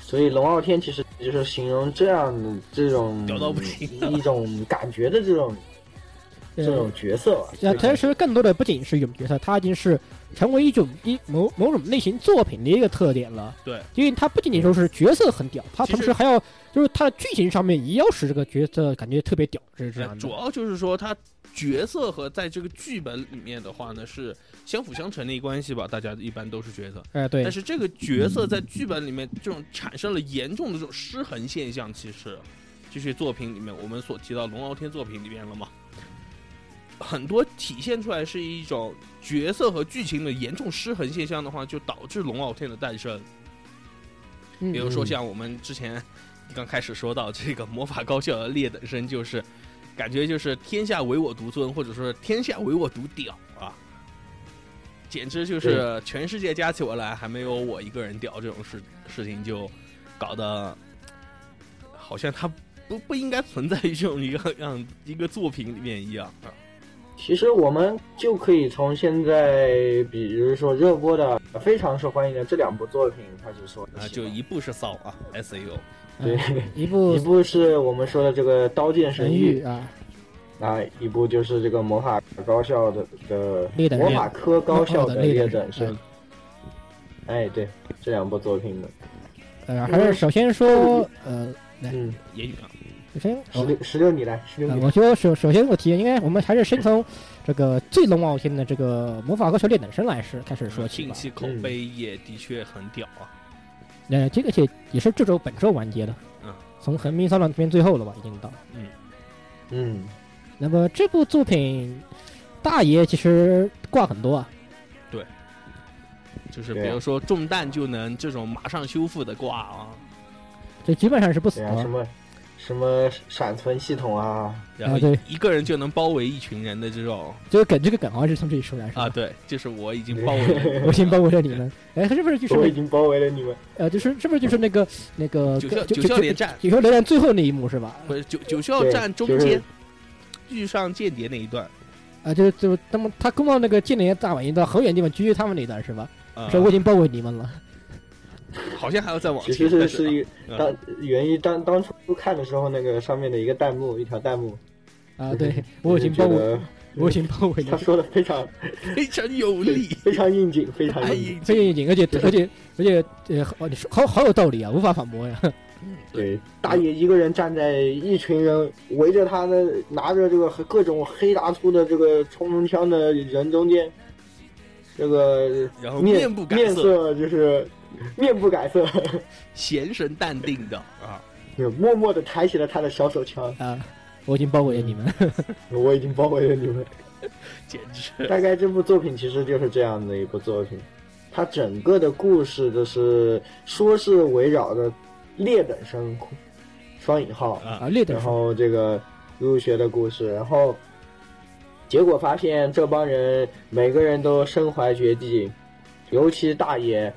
[SPEAKER 3] 所以龙傲天其实就是形容这样的这种
[SPEAKER 2] 屌到不行啊
[SPEAKER 3] 一种感觉的这种这
[SPEAKER 1] 呃
[SPEAKER 3] 种角色吧。
[SPEAKER 1] 那
[SPEAKER 3] 这
[SPEAKER 1] 其
[SPEAKER 3] 种
[SPEAKER 1] 实更多的不仅是一种角色，它已经是成为一种一某某种类型作品的一个特点了。
[SPEAKER 2] 对，
[SPEAKER 1] 因为它不仅仅说是角色很屌，它
[SPEAKER 2] 其实
[SPEAKER 1] 同时还要就是它的剧情上面也要使这个角色感觉特别屌，是这样
[SPEAKER 2] 呃
[SPEAKER 1] 的。
[SPEAKER 2] 主要就是说，他角色和在这个剧本里面的话呢，是相辅相成的一关系吧。大家一般都是角色，
[SPEAKER 1] 哎、对，
[SPEAKER 2] 但是这个角色在剧本里面这种产生了严重的这种失衡现象，其实就是作品里面我们所提到龙傲天作品里面了嘛，很多体现出来是一种角色和剧情的严重失衡现象的话，就导致龙傲天的诞生。
[SPEAKER 1] 嗯
[SPEAKER 2] 比如说像我们之前 刚开始说到这个魔法高校的劣等生，就是感觉就是天下唯我独尊，或者说天下唯我独屌啊，简直就是全世界加起我来还没有我一个人屌这种事事情就搞得好像他不不应该存在于这种一个样一个作品里面一样啊。
[SPEAKER 3] 其实我们就可以从现在，比如说热播的非常受欢迎的这两部作品开始说
[SPEAKER 2] 啊，
[SPEAKER 3] 起
[SPEAKER 2] 就
[SPEAKER 3] 吧
[SPEAKER 2] 一部是骚啊，S A O，
[SPEAKER 1] 嗯
[SPEAKER 3] 对，
[SPEAKER 1] 一部
[SPEAKER 3] 一部是我们说的这个《刀剑神
[SPEAKER 1] 神
[SPEAKER 3] 域
[SPEAKER 1] 域》，啊，
[SPEAKER 3] 啊，一部就是这个魔法高校的的
[SPEAKER 1] 劣等
[SPEAKER 3] 魔
[SPEAKER 1] 生
[SPEAKER 3] 法科高校的劣等
[SPEAKER 1] 嗯
[SPEAKER 3] 生。哎，对，这两部作品的，
[SPEAKER 1] 呃，还是首先说，呃，
[SPEAKER 3] 嗯，
[SPEAKER 2] 言语啊，
[SPEAKER 1] 首先，
[SPEAKER 3] 十
[SPEAKER 1] 我
[SPEAKER 3] 六十六你来，十六
[SPEAKER 1] 呃
[SPEAKER 3] 你
[SPEAKER 1] 我觉得首首先我提，应该我们还是先从这个最龙傲天的这个魔法高校劣等生来是开始说起
[SPEAKER 2] 近
[SPEAKER 1] 吧。嗯
[SPEAKER 2] 期口碑也的确很屌啊。
[SPEAKER 1] 呃，这个且也是这周本周完结的，
[SPEAKER 2] 嗯，
[SPEAKER 1] 从横滨骚浪这边最后了吧，已经到。
[SPEAKER 3] 嗯，
[SPEAKER 1] 那么这部作品，大爷其实挂很多啊，
[SPEAKER 2] 就是比
[SPEAKER 3] 对
[SPEAKER 2] 如说中弹就能这种马上修复的挂啊，
[SPEAKER 1] 这基本上是不死
[SPEAKER 3] 对
[SPEAKER 1] 的
[SPEAKER 3] 啊，什么什么闪存系统啊，
[SPEAKER 2] 然后
[SPEAKER 1] 啊对
[SPEAKER 2] 一个人就能包围一群人的这 种
[SPEAKER 1] 这个梗，这个梗好像是从这里出来是吧？
[SPEAKER 2] 啊，对，就是我已经包 围了你，
[SPEAKER 1] 我先包围了你们，哎，是不 是就是
[SPEAKER 3] 我已经包围了你们。
[SPEAKER 1] 呃，就是是不是就是那个那个
[SPEAKER 2] 九校
[SPEAKER 1] 就
[SPEAKER 2] 九
[SPEAKER 1] 就
[SPEAKER 2] 校联战，
[SPEAKER 1] 九霄雷战最后那一幕是吧？
[SPEAKER 2] 不是九九校
[SPEAKER 3] 对
[SPEAKER 2] 站中
[SPEAKER 3] 就是
[SPEAKER 2] 间遇上间谍那一段
[SPEAKER 1] 啊，就是就是他们他攻到那个建联大本营到很远地方狙击他们那一段是吧？
[SPEAKER 2] 啊，
[SPEAKER 1] 说我已经包围你们了，
[SPEAKER 2] 好像还要再往
[SPEAKER 3] 其
[SPEAKER 2] 前
[SPEAKER 3] 实，
[SPEAKER 2] 但
[SPEAKER 3] 是
[SPEAKER 2] 是
[SPEAKER 3] 是一
[SPEAKER 2] 啊
[SPEAKER 3] 当源于当当初看的时候，那个上面的一个弹幕，一条弹幕，
[SPEAKER 1] 啊，
[SPEAKER 3] 嗯
[SPEAKER 1] 对我已经包
[SPEAKER 3] 觉
[SPEAKER 1] 围，
[SPEAKER 3] 得
[SPEAKER 1] 我已经包围你
[SPEAKER 3] 他
[SPEAKER 1] 们。
[SPEAKER 3] 说的非常
[SPEAKER 2] 啊非常有 力，
[SPEAKER 3] 非常应景，非常
[SPEAKER 2] 哎
[SPEAKER 3] 应景。，
[SPEAKER 1] 非常应景，而且
[SPEAKER 3] 就是
[SPEAKER 1] 而且而且呃，好你说好好有道理啊，无法反驳呀。
[SPEAKER 3] 对，大爷一个人站在一群人围着他的，拿着这个各种黑大粗的这个冲锋枪的人中间，这个
[SPEAKER 2] 然后
[SPEAKER 3] 面
[SPEAKER 2] 哦面不改
[SPEAKER 3] 面
[SPEAKER 2] 色，
[SPEAKER 3] 色就是 面不改色，
[SPEAKER 2] 闲神淡定的啊，
[SPEAKER 3] 就默默的抬起了他的小手枪。
[SPEAKER 1] 啊，我已经包围
[SPEAKER 3] 嗯
[SPEAKER 1] 了你们。
[SPEAKER 3] 我已经包围了 你们。
[SPEAKER 2] 简直
[SPEAKER 3] 大概这部作品其实就是这样的一部作品，它整个的故事就是说是围绕着劣等生（双引号
[SPEAKER 2] 啊
[SPEAKER 1] 啊，略等
[SPEAKER 3] 然
[SPEAKER 1] 说，
[SPEAKER 3] 后这个入学的故事，然后结果发现这帮人每个人都身怀绝技，尤其大爷，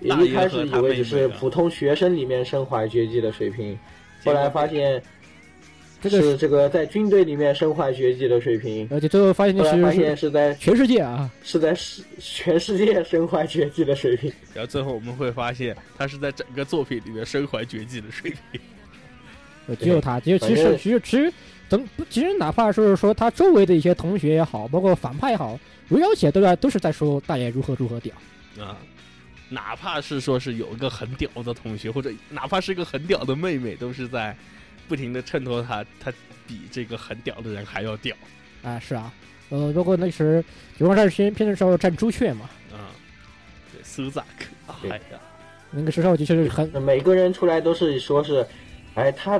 [SPEAKER 3] 也
[SPEAKER 2] 大爷
[SPEAKER 3] 一开始以为只
[SPEAKER 2] 和他妹妹
[SPEAKER 3] 是
[SPEAKER 2] 的
[SPEAKER 3] 普通学生里面身怀绝技的水平， 后来发现
[SPEAKER 1] 这个
[SPEAKER 3] 是
[SPEAKER 1] 是，
[SPEAKER 3] 这个在军队里面身怀绝技的水平，
[SPEAKER 1] 而且最后发现
[SPEAKER 3] 后
[SPEAKER 1] 这
[SPEAKER 3] 来
[SPEAKER 1] 其
[SPEAKER 3] 发
[SPEAKER 1] 实
[SPEAKER 3] 现
[SPEAKER 1] 是
[SPEAKER 3] 是在
[SPEAKER 1] 全世界啊，
[SPEAKER 3] 是在世全世界身怀绝技的水平，
[SPEAKER 2] 然后最后我们会发现，他是在整个作品里面身怀绝技的水平。
[SPEAKER 1] 呃只有他，只有
[SPEAKER 3] 反
[SPEAKER 1] 其实
[SPEAKER 3] 正
[SPEAKER 1] 其实其实怎么不其实哪怕说是说他周围的一些同学也好，包括反派也好，围绕起来都在都是在说大爷如何如何屌。
[SPEAKER 2] 啊，哪怕是说是有一个很屌的同学，或者哪怕是一个很屌的妹妹，都是在不停的衬托他，他比这个很屌的人还要屌
[SPEAKER 1] 啊，是啊，呃，包括那时《九皇战士》片片的时候战朱雀嘛，
[SPEAKER 2] 啊。对，苏萨克，
[SPEAKER 3] 对
[SPEAKER 2] 哎呀，
[SPEAKER 1] 那个时候的确是很
[SPEAKER 3] 那每个人出来都是说是，哎，他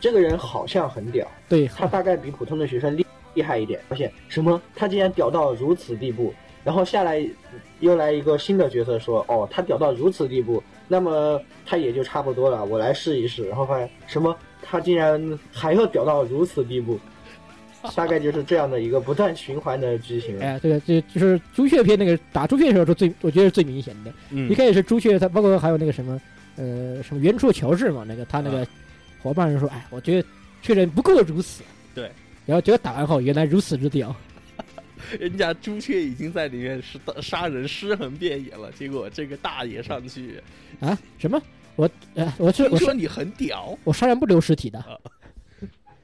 [SPEAKER 3] 这个人好像很屌。
[SPEAKER 1] 对，
[SPEAKER 3] 他大概比普通的学生厉厉害一点，而且什么他竟然屌到如此地步，然后下来又来一个新的角色说，哦，他屌到如此地步，那么他也就差不多了，我来试一试，然后发现什么他竟然还要屌到如此地步，大概就是这样的一个不断循环的剧情。
[SPEAKER 1] 哎，对，这就是朱雀篇那个打朱雀的时候是最，我觉得是最明显的。
[SPEAKER 2] 嗯
[SPEAKER 1] 一，开始是朱雀，他包括还有那个什么，呃，什么原初乔治嘛，那个他那个伙伴就说，哎，我觉得确人不过如此。
[SPEAKER 2] 对。
[SPEAKER 1] 然后结果打完后，原来如此之屌。
[SPEAKER 2] 嗯人家朱雀已经在里面是杀人尸横遍野了，结果这个大爷上去，
[SPEAKER 1] 啊？什么？我呃，我是
[SPEAKER 2] 听
[SPEAKER 1] 我
[SPEAKER 2] 说
[SPEAKER 1] 是
[SPEAKER 2] 你很屌，
[SPEAKER 1] 我杀人不留尸体的
[SPEAKER 2] 啊。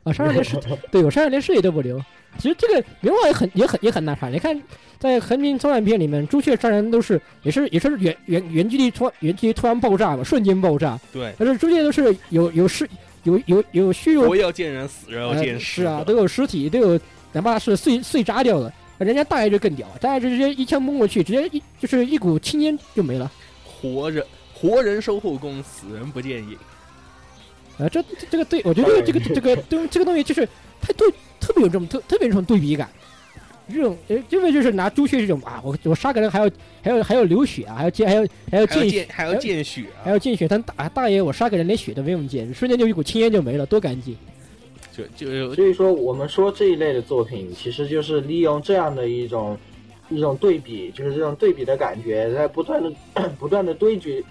[SPEAKER 1] 啊，杀人连尸，对我杀人连尸体都不留。其实这个名望也很也很也很那啥。你看，在横滨作战片里面，朱雀杀人都是也是也是远远远距离突远距离突然爆炸嘛，瞬间爆炸。
[SPEAKER 2] 对，
[SPEAKER 1] 但是朱雀都是有有尸有有有血肉
[SPEAKER 2] 活要见人，死要
[SPEAKER 1] 呃
[SPEAKER 2] 见尸
[SPEAKER 1] 是啊，都有尸体，都有哪怕是碎碎渣掉了。人家大爷就更屌，大爷就直接一枪崩过去，直接一就是一股青烟就没了。
[SPEAKER 2] 活人活人收后宫，死人不见影。
[SPEAKER 1] 啊，这这这个对我觉得这个这个这
[SPEAKER 3] 哎
[SPEAKER 1] 个东这个东西就是它对特别有这种特特别有这种对比感，这种呃，因为就是拿朱雀这种啊，我我杀个人还要还要还要流血啊，还要见还要还要
[SPEAKER 2] 还要
[SPEAKER 1] 见
[SPEAKER 2] 见还要见血
[SPEAKER 1] 还
[SPEAKER 2] 啊！
[SPEAKER 1] 要见血，但大大爷我杀个人连血都没用见，瞬间就一股青烟就没了，多干净！
[SPEAKER 2] 就就
[SPEAKER 3] 所以说，我们说这一类的作品，其实就是利用这样的一种一种对比，就是这种对比的感觉，在不断的 不断的堆积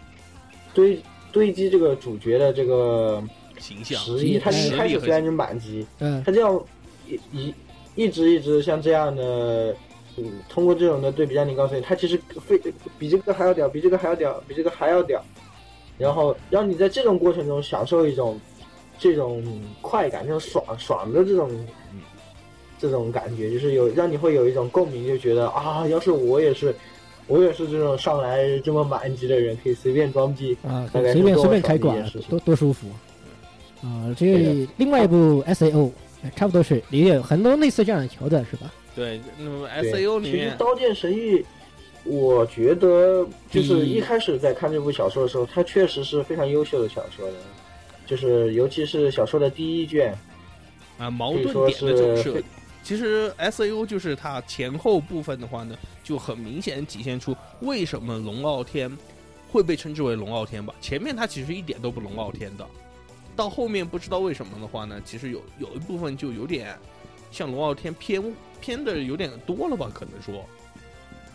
[SPEAKER 3] 堆堆积这个主角的这个
[SPEAKER 2] 形象
[SPEAKER 3] 实力。他一
[SPEAKER 1] 实
[SPEAKER 3] 开
[SPEAKER 2] 力
[SPEAKER 3] 始
[SPEAKER 2] 和
[SPEAKER 3] 虽然是满级，
[SPEAKER 1] 嗯，
[SPEAKER 3] 他这样一一一直一直像这样的。嗯，通过这种的对比，让你告诉你，他其实非比这个还要屌，比这个还要屌，比这个还要屌，然后让你在这种过程中享受一种这种快感，这种爽爽的这种这种感觉，就是有让你会有一种共鸣，就觉得啊，要是我也是，我也是这种上来这么满级的人，可以随便装逼。
[SPEAKER 1] 啊，
[SPEAKER 3] 大概
[SPEAKER 1] 随便
[SPEAKER 3] 是
[SPEAKER 1] 随便
[SPEAKER 3] 多
[SPEAKER 1] 开
[SPEAKER 3] 爽的
[SPEAKER 1] 挂
[SPEAKER 3] 一件事，情
[SPEAKER 1] 多多舒服。啊，这
[SPEAKER 3] 对
[SPEAKER 1] 另外一部 S A O 哎差不多是也有很多类似这样的桥段是吧？
[SPEAKER 2] 对，那么
[SPEAKER 3] 对
[SPEAKER 2] S A O 里
[SPEAKER 3] 其实《
[SPEAKER 2] 面
[SPEAKER 3] 刀剑神域》，我觉得
[SPEAKER 2] 嗯
[SPEAKER 3] 就是
[SPEAKER 1] 比
[SPEAKER 3] 一开始在看这部小说的时候，它确实是非常优秀的小说的，就是尤其是小说的第一卷，
[SPEAKER 2] 啊矛
[SPEAKER 3] 可以
[SPEAKER 2] 盾
[SPEAKER 3] 说
[SPEAKER 2] 点的折
[SPEAKER 3] 是
[SPEAKER 2] 射，其实 S A O 就是它前后部分的话呢，就很明显体现出为什么龙傲天会被称之为龙傲天吧。前面它其实一点都不龙傲天的，到后面不知道为什么的话呢，其实有有一部分就有点像龙傲天偏偏的有点多了吧，可能说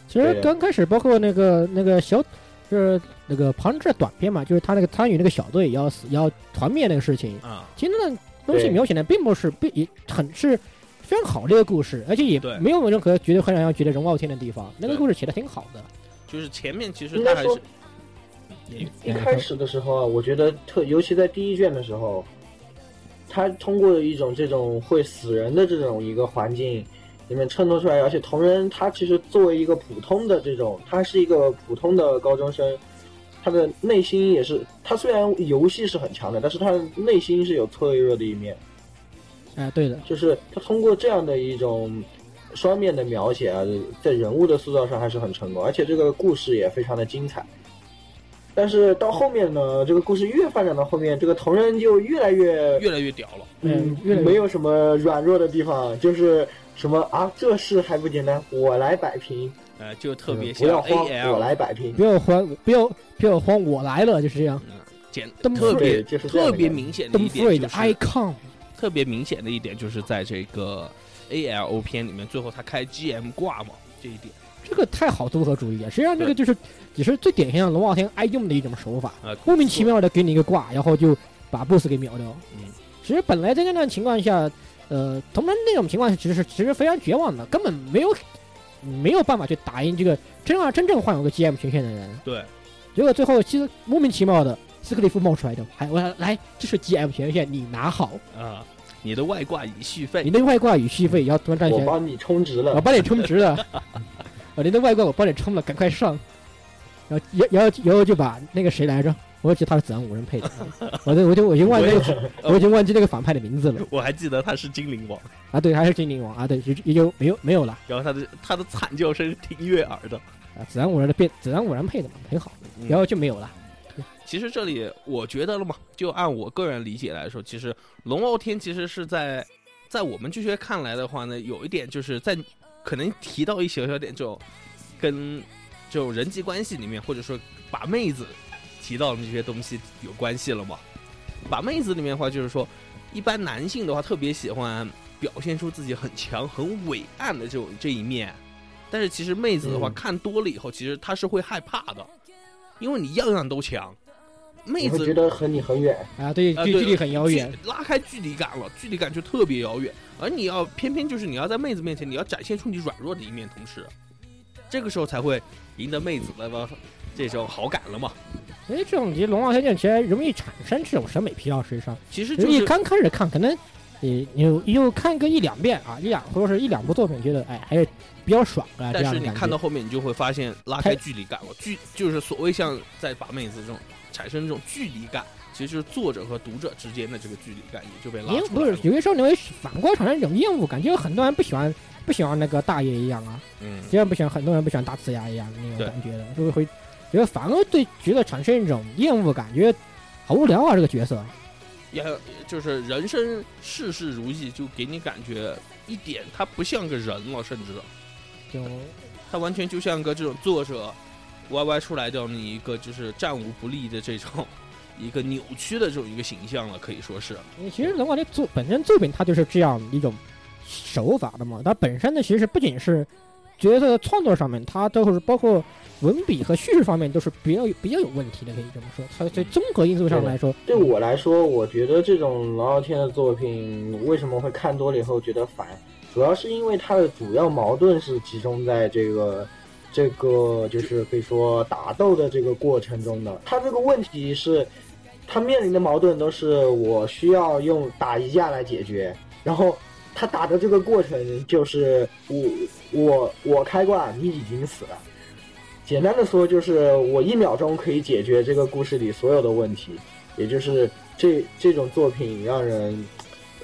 [SPEAKER 1] 其实
[SPEAKER 3] 对
[SPEAKER 1] 刚开始，包括那个那个小，就是那个庞志短片嘛，就是他那个参与那个小队也要死也要团灭那个事
[SPEAKER 3] 嗯
[SPEAKER 1] 情，
[SPEAKER 2] 啊，
[SPEAKER 1] 其实那个东西
[SPEAKER 3] 对
[SPEAKER 1] 描写的并不是并也很是非常好的一个故事，而且也
[SPEAKER 2] 对
[SPEAKER 1] 没有任何觉得会让人觉得人傲天的地方，那个
[SPEAKER 2] 对
[SPEAKER 1] 故事写的挺好的。
[SPEAKER 2] 就是前面其实
[SPEAKER 3] 应
[SPEAKER 2] 它
[SPEAKER 3] 该
[SPEAKER 2] 还
[SPEAKER 3] 说
[SPEAKER 2] 是也
[SPEAKER 3] 一开始的时候啊，我觉得特，尤其在第一卷的时候，他通过一种这种会死人的这种一个环境里面衬托出来，而且同人他其实作为一个普通的这种，他是一个普通的高中生，他的内心也是，他虽然游戏是很强的，但是他的内心是有脆弱的一面，
[SPEAKER 1] 哎，对的，
[SPEAKER 3] 就是他通过这样的一种双面的描写啊，在人物的塑造上还是很成功，而且这个故事也非常的精彩。但是到后面呢，这个故事越发展到后面，这个同人就越来越
[SPEAKER 2] 越来越屌了。
[SPEAKER 3] 嗯
[SPEAKER 1] 嗯越来越
[SPEAKER 3] 没有什么软弱的地方，就是什么啊，这事还不简单，我来摆平，
[SPEAKER 2] 呃，就特别
[SPEAKER 3] 嗯不要
[SPEAKER 2] 像
[SPEAKER 3] 慌，我
[SPEAKER 2] AL，
[SPEAKER 3] 来摆平。
[SPEAKER 1] 不要慌，不要不要慌，我来了，就是这样。
[SPEAKER 2] 嗯，简
[SPEAKER 1] 邓
[SPEAKER 2] 特别
[SPEAKER 3] 对就是这样
[SPEAKER 2] 特
[SPEAKER 3] 的
[SPEAKER 2] 别明显的
[SPEAKER 1] Tom
[SPEAKER 2] 一点
[SPEAKER 1] Freud
[SPEAKER 2] 就
[SPEAKER 1] 的
[SPEAKER 2] 是
[SPEAKER 1] icon，
[SPEAKER 2] 特别明显的一点就是在这个 ALO 片里面，最后他开 GM 挂嘛这一点
[SPEAKER 1] 这个太好综合主义了。啊实际上，这个就是也是最典型的龙傲天爱用的一种手法，
[SPEAKER 2] 啊，
[SPEAKER 1] 莫名其妙的给你一个挂，然后就把 BOSS 给秒掉。
[SPEAKER 2] 嗯，
[SPEAKER 1] 其实本来在那种情况下，呃，同门那种情况下，其实是其实非常绝望的，根本没有没有办法去打赢这个真让真正患有个 GM 权限的人。
[SPEAKER 2] 对，
[SPEAKER 1] 结果最后其实莫名其妙的，斯克利夫冒出来的，还我来，这是 GM 权限，你拿好，
[SPEAKER 2] 啊，你的外挂已续
[SPEAKER 1] 你
[SPEAKER 2] 费，
[SPEAKER 1] 那外挂与续费也要突然站起
[SPEAKER 3] 我
[SPEAKER 1] 来，
[SPEAKER 3] 帮你充值
[SPEAKER 1] 我
[SPEAKER 3] 了，
[SPEAKER 1] 帮你充 值了，我您的外挂我帮你充了，赶快上。然后，然后，然后就把那个谁来着，我也记得他是紫阳五人 配的，我都我就我已经忘记那个， 我已经忘记那个反派的名字了
[SPEAKER 2] 我还记得他是精灵王，
[SPEAKER 1] 啊，对，还是精灵王啊，对，也就也就没有没有了
[SPEAKER 2] 然后他的他的惨叫声是挺悦耳的。
[SPEAKER 1] 啊，紫阳五人的变紫阳五人配的嘛，很好，
[SPEAKER 2] 嗯
[SPEAKER 1] 然后就没有了，
[SPEAKER 2] 其实这里我觉得了嘛，就按我个人理解来说，其实龙傲天其实是在在我们剧学看来的话呢，有一点就是在可能提到一小小点这种跟这种人际关系里面，或者说把妹子提到的这些东西有关系了嘛。把妹子里面的话，就是说一般男性的话特别喜欢表现出自己很强、很伟岸的这种这一面，但是其实妹子的话、
[SPEAKER 3] 嗯
[SPEAKER 2] 看多了以后，其实她是会害怕的，因为你样样都强。妹
[SPEAKER 3] 我会
[SPEAKER 2] 子
[SPEAKER 3] 觉得和你很远。
[SPEAKER 1] 啊，对，
[SPEAKER 2] 啊
[SPEAKER 1] 距
[SPEAKER 2] 对
[SPEAKER 1] 距离很遥远，
[SPEAKER 2] 距拉开距离感了，距离感就特别遥远。而你要偏偏就是你要在妹子面前，你要展现出你软弱的一面，同时，这个时候才会赢得妹子的这种好感了嘛。
[SPEAKER 1] 所以哎这种级龙王条件其实容易产生这种审美疲劳，实际上，
[SPEAKER 2] 其实
[SPEAKER 1] 就
[SPEAKER 2] 就是是
[SPEAKER 1] 你刚开始看，可能你你就看个一两遍啊，一两或者是一两部作品，觉得哎还是比较爽啊，这
[SPEAKER 2] 但
[SPEAKER 1] 样
[SPEAKER 2] 是
[SPEAKER 1] 的
[SPEAKER 2] 你
[SPEAKER 1] 感
[SPEAKER 2] 看到
[SPEAKER 1] 觉。
[SPEAKER 2] 后面，你就会发现拉开距离感了，距就是所谓像在把妹子这种产生这种距离感，其实就是作者和读者之间的这个距离感也就被拉
[SPEAKER 1] 因为
[SPEAKER 2] 出
[SPEAKER 1] 不
[SPEAKER 2] 来
[SPEAKER 1] 是
[SPEAKER 2] 了。
[SPEAKER 1] 有些时候你会反过来产生一种厌恶感，就有很多人不喜欢不喜欢那个大爷一样啊，
[SPEAKER 2] 嗯，
[SPEAKER 1] 就像不喜欢很多人不喜欢大呲牙一样那
[SPEAKER 2] 对
[SPEAKER 1] 种感觉的，就会会觉得反而对角色产生一种厌恶感，觉得好无聊啊这个角色。
[SPEAKER 2] 也就是人生世事如意，就给你感觉一点他不像个人了，甚至。
[SPEAKER 1] 就
[SPEAKER 2] 他完全就像个这种作者歪歪出来这样的一个就是战无不利的这种一个扭曲的这种一个形象了，可以说是。
[SPEAKER 1] 因为其实龙王的作本身作品它就是这样一种手法的嘛，它本身呢其实不仅是角色的创作上面，它都是包括文笔和叙事方面都是比较有比较有问题的，可以这么说。它
[SPEAKER 2] 嗯
[SPEAKER 1] 所以综合因素上来说，
[SPEAKER 3] 对我来说，我觉得这种龙傲天的作品为什么会看多了以后觉得烦，主要是因为它的主要矛盾是集中在这个。这个就是可以说打斗的这个过程中的，他这个问题是，他面临的矛盾都是我需要用打一架来解决，然后他打的这个过程就是我我我开挂，你已经死了。简单的说就是我一秒钟可以解决这个故事里所有的问题，也就是这这种作品让人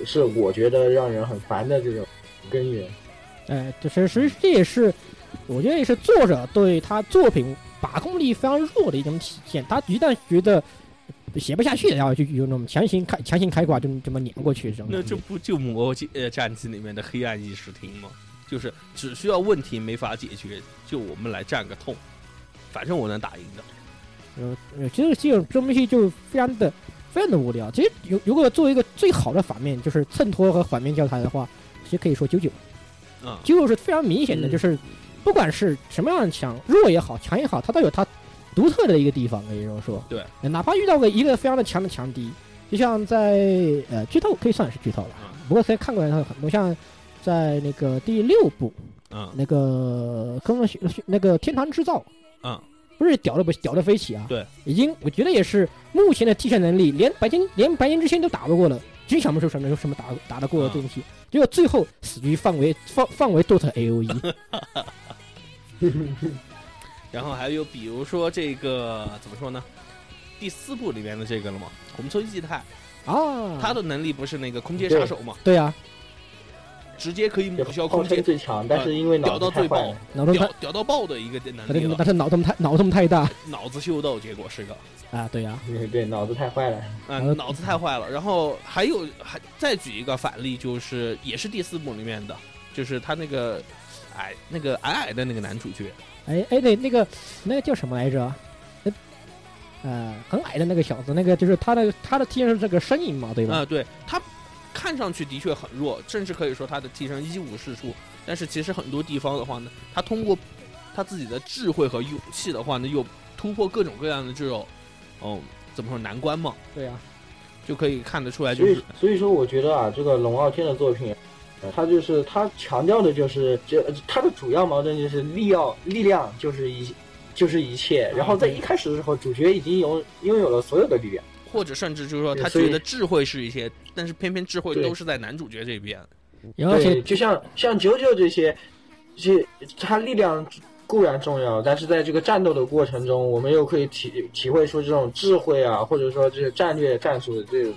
[SPEAKER 3] 是我觉得让人很烦的这种根源。
[SPEAKER 1] 呃，就是实际这也是我觉得也是作者对他作品把控力非常弱的一种体现。他一旦觉得写不下去，然后就有那种强行开强行开挂，就这么碾过去这种感觉。
[SPEAKER 2] 那这不就《魔偶呃战记》里面的黑暗议事厅吗？就是只需要问题没法解决，就我们来占个痛，反正我能打赢的。
[SPEAKER 1] 呃，呃其实这种这种东西就非常的非常的无聊。其实如如果作为一个最好的反面，就是衬托和反面教材的话，其实可以说九九，
[SPEAKER 2] 啊、
[SPEAKER 1] 九九是非常明显的，
[SPEAKER 3] 嗯
[SPEAKER 1] 就是不管是什么样的强，弱也好，强也好，它都有它独特的一个地方，可以这么说。
[SPEAKER 2] 对
[SPEAKER 1] 呃，哪怕遇到个一个非常的强的强敌，就像在呃剧透可以算是剧透吧，
[SPEAKER 2] 啊
[SPEAKER 1] 不过可以看过来的很多像。在那个第六部，
[SPEAKER 2] 啊
[SPEAKER 1] 那个《跟那个《天堂制造》
[SPEAKER 2] 啊！
[SPEAKER 1] 不是屌的不屌的飞起啊！
[SPEAKER 2] 对，
[SPEAKER 1] 已经我觉得也是目前的替身能力，连白金连白金之星都打不过了，真想不出什么什么打打得
[SPEAKER 2] 嗯
[SPEAKER 1] 过的东西。结果最后死局范围范范围 DOTA A O E，
[SPEAKER 2] 然后还有比如说这个怎么说呢？第四部里面的这个了嘛，红村纪太，
[SPEAKER 1] 啊，
[SPEAKER 2] 嗯他的能力不是那个空间杀手嘛？
[SPEAKER 1] 对啊，
[SPEAKER 2] 直接可以
[SPEAKER 3] 就
[SPEAKER 2] 抹消嗯
[SPEAKER 3] 号
[SPEAKER 2] 空
[SPEAKER 3] 称
[SPEAKER 2] 间，
[SPEAKER 3] 最强，但是因为
[SPEAKER 2] 屌
[SPEAKER 3] 脑子
[SPEAKER 2] 到
[SPEAKER 3] 太
[SPEAKER 2] 最
[SPEAKER 3] 坏
[SPEAKER 2] 爆
[SPEAKER 3] 了，，
[SPEAKER 1] 脑洞太
[SPEAKER 2] 屌，屌到爆的一个能
[SPEAKER 1] 他
[SPEAKER 2] 力
[SPEAKER 1] 这
[SPEAKER 2] 了
[SPEAKER 1] 他，这脑洞太脑洞太大
[SPEAKER 2] 脑子秀逗，结果是个。
[SPEAKER 1] 啊！对啊，
[SPEAKER 3] 嗯对，脑子太坏了。
[SPEAKER 2] 啊、
[SPEAKER 1] 然后
[SPEAKER 2] 脑子太坏了。然后还有还再举一个反例，就是也是第四部里面的，就是他那个矮那个矮矮的那个男主角，
[SPEAKER 1] 哎哎，那那个那个叫什么来着？那呃，很矮的那个小子，那个就是他的他的替身是这个身影嘛，对吧？
[SPEAKER 2] 啊、对他看上去的确很弱，甚至可以说他的替身一无是处。但是其实很多地方的话呢，他通过他自己的智慧和勇气的话呢，又突破各种各样的这种，哦，怎么说难关嘛，
[SPEAKER 1] 对啊，
[SPEAKER 2] 就可以看得出来，就
[SPEAKER 3] 所以
[SPEAKER 2] 是，
[SPEAKER 3] 所以说，我觉得啊，这个龙傲天的作品，呃他就是他强调的就是，这他的主要矛盾就是力要力量就是一就是一切。
[SPEAKER 2] 嗯
[SPEAKER 3] 然后在一开始的时候，主角已经拥拥有了所有的力量。
[SPEAKER 2] 或者甚至就是说，
[SPEAKER 3] 对
[SPEAKER 2] 他
[SPEAKER 3] 所以
[SPEAKER 2] 觉得智慧是一些，但是偏偏智慧
[SPEAKER 3] 对
[SPEAKER 2] 都是在男主角这边。
[SPEAKER 1] 然后而且
[SPEAKER 3] 对，就像像九九这些，这些他力量固然重要，但是在这个战斗的过程中，我们又可以体体会出这种智慧啊，或者说这个战略战术的这种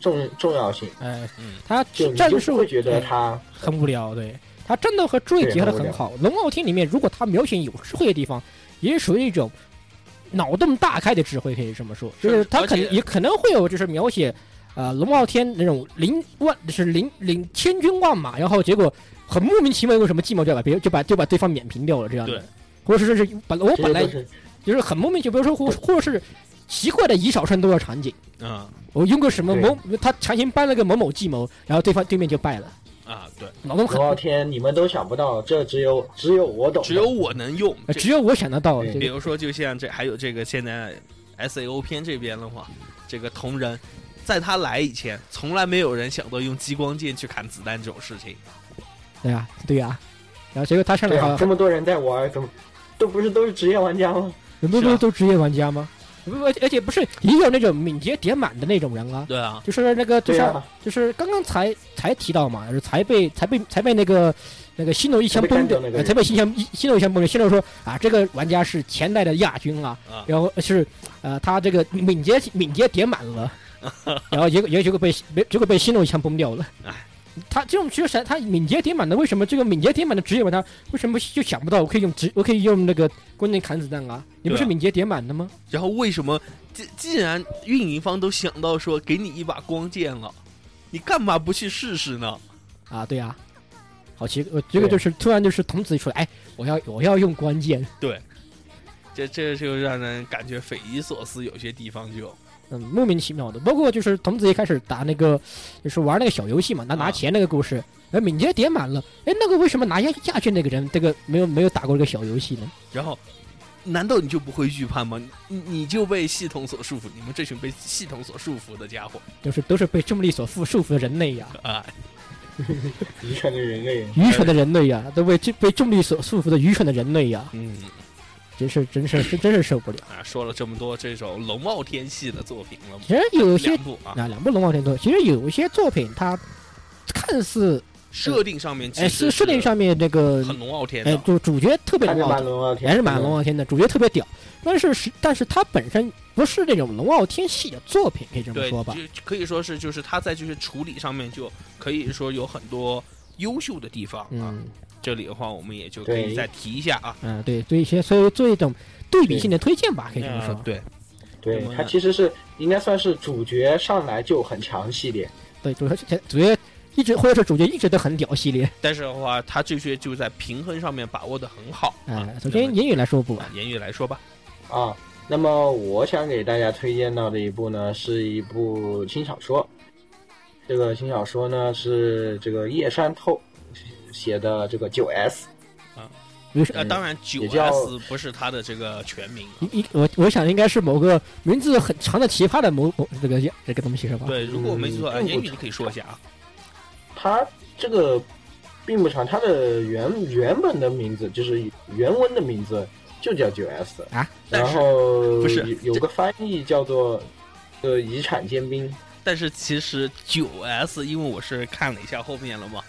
[SPEAKER 3] 重重要性。
[SPEAKER 1] 呃
[SPEAKER 2] 嗯，
[SPEAKER 1] 他
[SPEAKER 3] 就你
[SPEAKER 1] 战
[SPEAKER 3] 就
[SPEAKER 1] 术
[SPEAKER 3] 不会觉得
[SPEAKER 1] 哎
[SPEAKER 3] 他
[SPEAKER 1] 很无聊，对他战斗和智慧
[SPEAKER 3] 对
[SPEAKER 1] 结合的
[SPEAKER 3] 很无
[SPEAKER 1] 很
[SPEAKER 3] 聊
[SPEAKER 1] 好。龙傲天里面，如果他描写有智慧的地方，也是属于一种脑洞大开的智慧，可以这么说，就是是他
[SPEAKER 2] 而
[SPEAKER 1] 可
[SPEAKER 2] 且
[SPEAKER 1] 能也可能会有就是描写，呃，龙傲天那种零万就是零零千军万马，然后结果很莫名其妙用什么计谋就把别就把就把对方免平掉了这样
[SPEAKER 2] 对
[SPEAKER 1] 的，或者是是本我
[SPEAKER 3] 这
[SPEAKER 1] 本
[SPEAKER 3] 些
[SPEAKER 1] 来
[SPEAKER 3] 都是
[SPEAKER 1] 就是很莫名其妙，比如说或或者是奇怪的以少胜多的场景，
[SPEAKER 2] 啊、
[SPEAKER 1] 我用个什么某他强行搬了个某某计谋，然后对方对面就败了，
[SPEAKER 2] 啊，对。
[SPEAKER 1] 脑洞很
[SPEAKER 3] 龙傲天，你们都想不到，这只有只有我懂。啊
[SPEAKER 2] 只有我能用。
[SPEAKER 1] 呃
[SPEAKER 2] 这
[SPEAKER 1] 只有我想得到
[SPEAKER 3] 对
[SPEAKER 1] 这
[SPEAKER 2] 比
[SPEAKER 1] 个，
[SPEAKER 2] 如说，就像这还有这个现在 S A O 片这边的话，这个同人，在他来以前，从来没有人想到用激光剑去砍子弹这种事情。
[SPEAKER 1] 对呀、对呀、然后结果他上
[SPEAKER 3] 对
[SPEAKER 1] 来好
[SPEAKER 3] 啊，这
[SPEAKER 1] 像
[SPEAKER 3] 么多人在玩，怎么都不是都是职业玩家吗？
[SPEAKER 1] 很多
[SPEAKER 2] 是啊
[SPEAKER 1] 都都职业玩家吗？不不，而且不是也有那种敏捷点满的那种人啊，
[SPEAKER 2] 对啊，
[SPEAKER 1] 就是那个就
[SPEAKER 3] 对
[SPEAKER 1] 像、
[SPEAKER 3] 啊，
[SPEAKER 1] 就是刚刚才才提到嘛，就是才被才被才被那个那个新楼一枪崩
[SPEAKER 3] 才被干掉
[SPEAKER 1] 的
[SPEAKER 3] 那个，人
[SPEAKER 1] 呃才被新枪新楼一枪崩的。新楼说啊，这个玩家是前代的亚军啊，
[SPEAKER 2] 啊
[SPEAKER 1] 然后是呃他这个敏捷敏捷点满 了，然后结果也结果被没结果被新楼一枪崩掉了
[SPEAKER 2] 哎。
[SPEAKER 1] 他这种其实他敏捷点满的，为什么这个敏捷点满的职业玩家为什么就想不到我可以用直我可以用那个弓箭砍子弹啊？你不
[SPEAKER 2] 对啊
[SPEAKER 1] 是敏捷点满的吗？
[SPEAKER 2] 然后为什么既既然运营方都想到说给你一把光剑了，你干嘛不去试试呢？
[SPEAKER 1] 啊，对啊，好奇，呃这个就是突然就是童子一出来，哎，我要我要用关键，
[SPEAKER 2] 这这就让人感觉匪夷所思，有些地方就
[SPEAKER 1] 嗯，莫名其妙的。包括就是童子一开始打那个，就是玩那个小游戏嘛，拿
[SPEAKER 2] 啊
[SPEAKER 1] 拿钱那个故事，哎，敏捷点满了，哎，那个为什么拿下下去那个人，这个没有没有打过这个小游戏呢？
[SPEAKER 2] 然后。难道你就不会预判吗？你你就被系统所束缚，你们这群被系统所束缚的家 伙
[SPEAKER 1] 都是都是被重力所缚束缚的人类呀，
[SPEAKER 2] 啊！
[SPEAKER 3] 愚蠢的人类。
[SPEAKER 1] 愚蠢的人类呀，都被被重力所束缚的愚蠢的人类呀，
[SPEAKER 2] 嗯，
[SPEAKER 1] 真是真是真真是受不了。
[SPEAKER 2] 啊，说了这么多这种龙傲天系的作品了，
[SPEAKER 1] 其实有些
[SPEAKER 2] 两部啊，
[SPEAKER 1] 啊，两部龙王天作，其实有一些作品它看似
[SPEAKER 2] 设定上面其
[SPEAKER 1] 哎是
[SPEAKER 2] 实
[SPEAKER 1] 设定上面这个
[SPEAKER 2] 很龙傲天
[SPEAKER 1] 哎
[SPEAKER 2] 的，
[SPEAKER 1] 就主角特别
[SPEAKER 3] 看着
[SPEAKER 1] 龙傲
[SPEAKER 3] 蛮
[SPEAKER 1] 天，
[SPEAKER 3] 龙傲天，
[SPEAKER 1] 还是嗯蛮龙傲天的，主角特别屌，但是是但是他本身不是那种龙傲天系的作品，可以这么
[SPEAKER 2] 对，
[SPEAKER 1] 说吧？
[SPEAKER 2] 就可以说是就是他在就是处理上面就可以说有很多优秀的地方啊。
[SPEAKER 1] 嗯
[SPEAKER 2] 这里的话，我们也就可以
[SPEAKER 3] 对
[SPEAKER 2] 再提一下啊。
[SPEAKER 1] 嗯，对，做一些所以做一种对比性的推荐吧，可以这么说
[SPEAKER 2] 嗯。对，
[SPEAKER 3] 对他其实是应该算是主角上来就很强系列，
[SPEAKER 1] 对，主角主角一直或者是主角一直都很屌系列，
[SPEAKER 2] 但是的话，他这些就在平衡上面把握的很好啊
[SPEAKER 1] 哎，。首
[SPEAKER 2] 那
[SPEAKER 1] 先
[SPEAKER 2] 么
[SPEAKER 1] 言语来说不吧，
[SPEAKER 2] 啊言语来说吧，
[SPEAKER 3] 啊。那么我想给大家推荐到的一部呢，是一部轻小说。这个轻小说呢是这个叶山透写的这个九 S，
[SPEAKER 1] 为什
[SPEAKER 2] 呃，
[SPEAKER 1] 么？
[SPEAKER 2] 当然九
[SPEAKER 3] 也叫
[SPEAKER 2] S 不是他的这个全名啊。
[SPEAKER 1] 一一我我想应该是某个名字很长的奇葩的某某这个这个东西是吧？
[SPEAKER 2] 对，如果我没记错，
[SPEAKER 3] 嗯
[SPEAKER 2] 呃
[SPEAKER 3] 并
[SPEAKER 2] 言
[SPEAKER 3] 不
[SPEAKER 2] 语你可以说一下啊。
[SPEAKER 3] 它这个并不长，它的原原本的名字就是原文的名字就叫九 S
[SPEAKER 1] 啊，
[SPEAKER 2] 但
[SPEAKER 3] 然
[SPEAKER 2] 是
[SPEAKER 3] 后
[SPEAKER 2] 不是
[SPEAKER 3] 有有个翻译叫做呃遗产尖兵，
[SPEAKER 2] 但是其实九 S，因为我是看了一下后面了嘛，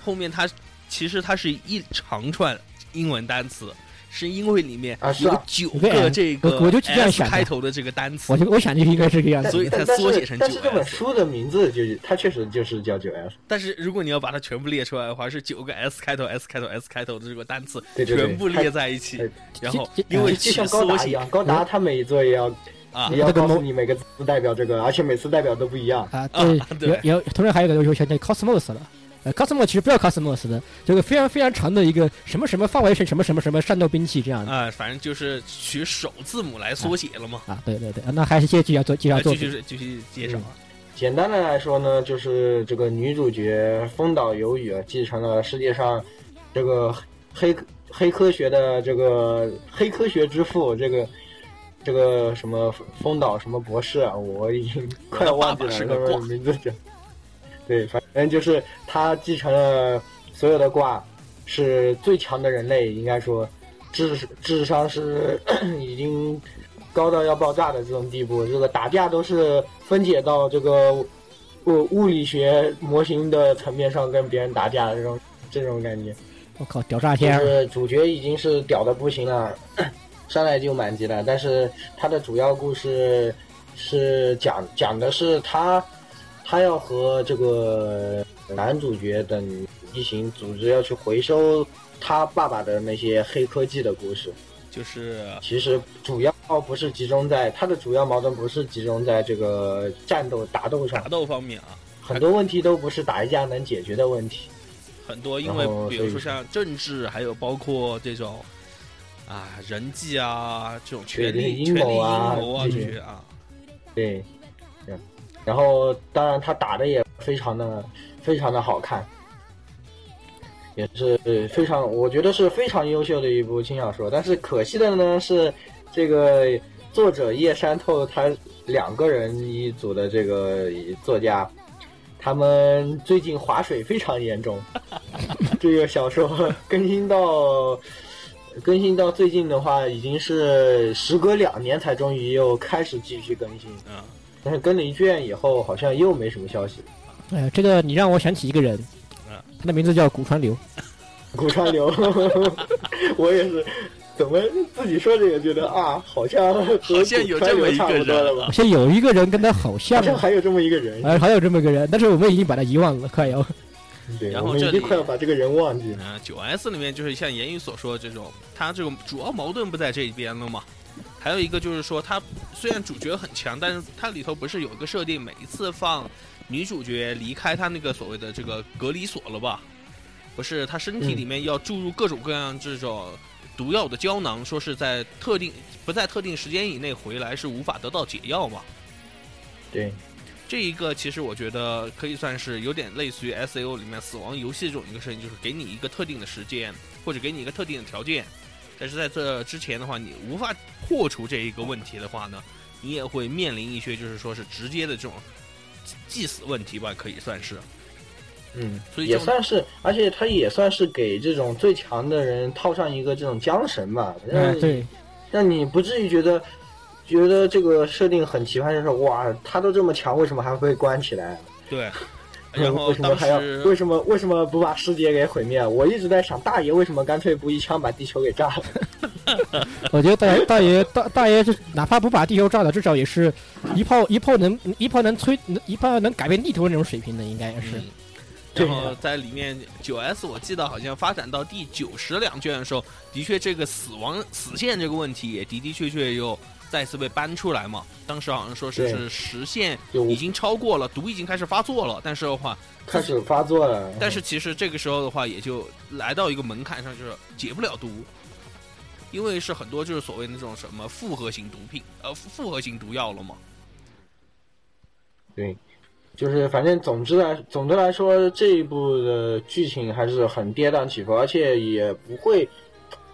[SPEAKER 2] 后面它其实它是一长串英文单词，是因为里面
[SPEAKER 3] 啊是啊
[SPEAKER 2] 有九
[SPEAKER 1] 对
[SPEAKER 2] 个这个
[SPEAKER 1] 我我就这样
[SPEAKER 2] S
[SPEAKER 1] 想的
[SPEAKER 2] 开头的这个单词
[SPEAKER 1] 我。就我想就应该是这个样
[SPEAKER 3] 但
[SPEAKER 1] 子。
[SPEAKER 2] 所以它
[SPEAKER 3] 但
[SPEAKER 2] 缩写
[SPEAKER 3] 但是
[SPEAKER 2] 成
[SPEAKER 3] 但是
[SPEAKER 2] 9S
[SPEAKER 3] 这本书的名字就是它确实就是叫九 S，
[SPEAKER 2] 但是如果你要把它全部列出来的话，是九个 S 开头、S 开头、S 开头的这个单词
[SPEAKER 3] 对对对
[SPEAKER 2] 全部列在一起
[SPEAKER 3] 它它，
[SPEAKER 2] 然后
[SPEAKER 1] 这这
[SPEAKER 2] 因为
[SPEAKER 3] 就
[SPEAKER 2] 取
[SPEAKER 3] 像高
[SPEAKER 2] 缩
[SPEAKER 3] 达一
[SPEAKER 2] 写
[SPEAKER 3] 样，高达他每一座也要
[SPEAKER 2] 嗯啊
[SPEAKER 3] 也要
[SPEAKER 1] 那个
[SPEAKER 3] 告诉
[SPEAKER 1] 某
[SPEAKER 3] 你每个字代表这个，而且每次代表都不一样。
[SPEAKER 1] 啊，
[SPEAKER 2] 啊
[SPEAKER 1] 对，
[SPEAKER 2] 对
[SPEAKER 1] 有有，同时还有一个就是叫 Cosmos 了。呃，Cosmos 其实不叫 Cosmos 的，这个非常非常长的一个什么什么范围是什么什么什么战斗兵器这样的
[SPEAKER 2] 啊，反正就是取首字母来缩写了嘛。
[SPEAKER 1] 啊，对对对，啊那还是继续要做继续要
[SPEAKER 2] 啊，
[SPEAKER 1] 做
[SPEAKER 2] 继，续继续介绍啊，
[SPEAKER 3] 简单的来说呢，就是这个女主角丰岛由宇啊，继承了世界上这个黑黑科学的这个黑科学之父，这个这个什么丰岛什么博士啊，我已经快忘记
[SPEAKER 2] 我的爸
[SPEAKER 3] 了
[SPEAKER 2] 爸是
[SPEAKER 3] 他
[SPEAKER 2] 个
[SPEAKER 3] 们的
[SPEAKER 2] 挂
[SPEAKER 3] 名字叫。对，反正就是他继承了所有的卦，是最强的人类，应该说智智商是已经高到要爆炸的这种地步，这个打架都是分解到这个物物理学模型的层面上跟别人打架的这种这种感觉，
[SPEAKER 1] 我靠，屌炸
[SPEAKER 3] 就
[SPEAKER 1] 天！啊
[SPEAKER 3] 是主角已经是屌的不行了， 上来就满级了，但是他的主要故事是讲讲的是他他要和这个男主角等一行组织要去回收他爸爸的那些黑科技的故事。
[SPEAKER 2] 就是
[SPEAKER 3] 其实主要不是集中在它的主要矛盾不是集中在这个战斗打斗上
[SPEAKER 2] 打，斗方面啊，
[SPEAKER 3] 很多问题都不是打一架能解决的问题。
[SPEAKER 2] 很多，因为
[SPEAKER 3] 然后
[SPEAKER 2] 比如说
[SPEAKER 3] 所以
[SPEAKER 2] 像政治，还有包括这种啊人际啊这种权
[SPEAKER 3] 对
[SPEAKER 2] 力、
[SPEAKER 3] 阴
[SPEAKER 2] 权力阴
[SPEAKER 3] 谋啊
[SPEAKER 2] 谋啊
[SPEAKER 1] 嗯
[SPEAKER 2] 这些啊，
[SPEAKER 3] 对，嗯然后当然他打的也非常的非常的好看，也是非常我觉得是非常优秀的一部轻小说。但是可惜的呢是，这个作者叶山透他两个人一组的这个作家，他们最近划水非常严重。这个小说更新到更新到最近的话，已经是时隔两年才终于又开始继续更新。
[SPEAKER 2] 嗯，
[SPEAKER 3] 但是跟了一卷以后，好像又没什么消息。
[SPEAKER 1] 哎，这个你让我想起一个人
[SPEAKER 2] 嗯，
[SPEAKER 1] 他的名字叫古川流，
[SPEAKER 2] 啊
[SPEAKER 3] 古 川流，我也是，怎么自己说着也觉得啊，好像和
[SPEAKER 2] 好像有
[SPEAKER 3] 古川
[SPEAKER 2] 这么
[SPEAKER 3] 流
[SPEAKER 2] 一
[SPEAKER 3] 差
[SPEAKER 2] 个
[SPEAKER 3] 不多了
[SPEAKER 2] 人
[SPEAKER 3] 吧？
[SPEAKER 2] 啊
[SPEAKER 1] 好，像有一个人跟他好像
[SPEAKER 3] 好，像还有这么一个 人，
[SPEAKER 1] 呃，还有这么一个人，但是我们已经把他遗忘了，快要。
[SPEAKER 3] 对，
[SPEAKER 2] 然后
[SPEAKER 3] 我们
[SPEAKER 2] 这
[SPEAKER 3] 已
[SPEAKER 2] 里
[SPEAKER 3] 经快要把这个人忘记了。
[SPEAKER 2] 嗯，九 S 里面就是像言语所说的这种，它这种主要矛盾不在这一边了嘛。还有一个就是说，它虽然主角很强，但是它里头不是有一个设定，每一次放女主角离开她那个所谓的这个隔离所了吧？不是，她身体里面要注入各种各样这种毒药的胶囊，说是在特定不在特定时间以内回来是无法得到解药嘛？
[SPEAKER 3] 对，
[SPEAKER 2] 这一个其实我觉得可以算是有点类似于 S A O 里面死亡游戏这种一个事情，就是给你一个特定的时间，或者给你一个特定的条件，但是在这之前的话，你无法破除这一个问题的话呢，你也会面临一些就是说是直接的这种祭祭死问题吧，可以算是。
[SPEAKER 3] 嗯，
[SPEAKER 2] 所以
[SPEAKER 3] 也
[SPEAKER 2] 就
[SPEAKER 3] 算是，而且他也算是给这种最强的人套上一个这种缰绳吧，让
[SPEAKER 1] 嗯，
[SPEAKER 3] 你
[SPEAKER 1] 对，
[SPEAKER 3] 让你不至于觉得觉得这个设定很奇葩，就是哇，他都这么强，为什么还会关起来？
[SPEAKER 2] 对，然后
[SPEAKER 3] 为什么
[SPEAKER 2] 当
[SPEAKER 3] 还要为
[SPEAKER 2] 时
[SPEAKER 3] 什么为什么不把世界给毁灭？我一直在想，大爷为什么干脆不一枪把地球给炸了？
[SPEAKER 1] 我觉得大爷大爷大大爷，就是哪怕不把地球炸了，至少也是一炮一炮能一炮能摧一炮能改变地球那种水平的，应该也是。
[SPEAKER 2] 嗯
[SPEAKER 3] 对
[SPEAKER 2] 然后在里面九 S，我记得好像发展到第九十两卷的时候，的确这个死亡死线这个问题也的的确确又再次被搬出来嘛。当时好像说是
[SPEAKER 3] 对
[SPEAKER 2] 是时限
[SPEAKER 3] 就
[SPEAKER 2] 已经超过了，毒已经开始发作了，但是的话，
[SPEAKER 3] 开始发作了。
[SPEAKER 2] 但是其实这个时候的话，也就来到一个门槛上，就是解不了毒，因为是很多就是所谓的那种什么复合型毒品，呃，复复合型毒药了嘛。
[SPEAKER 3] 对，就是反正总之来总的来说，这一部的剧情还是很跌宕起伏，而且也不会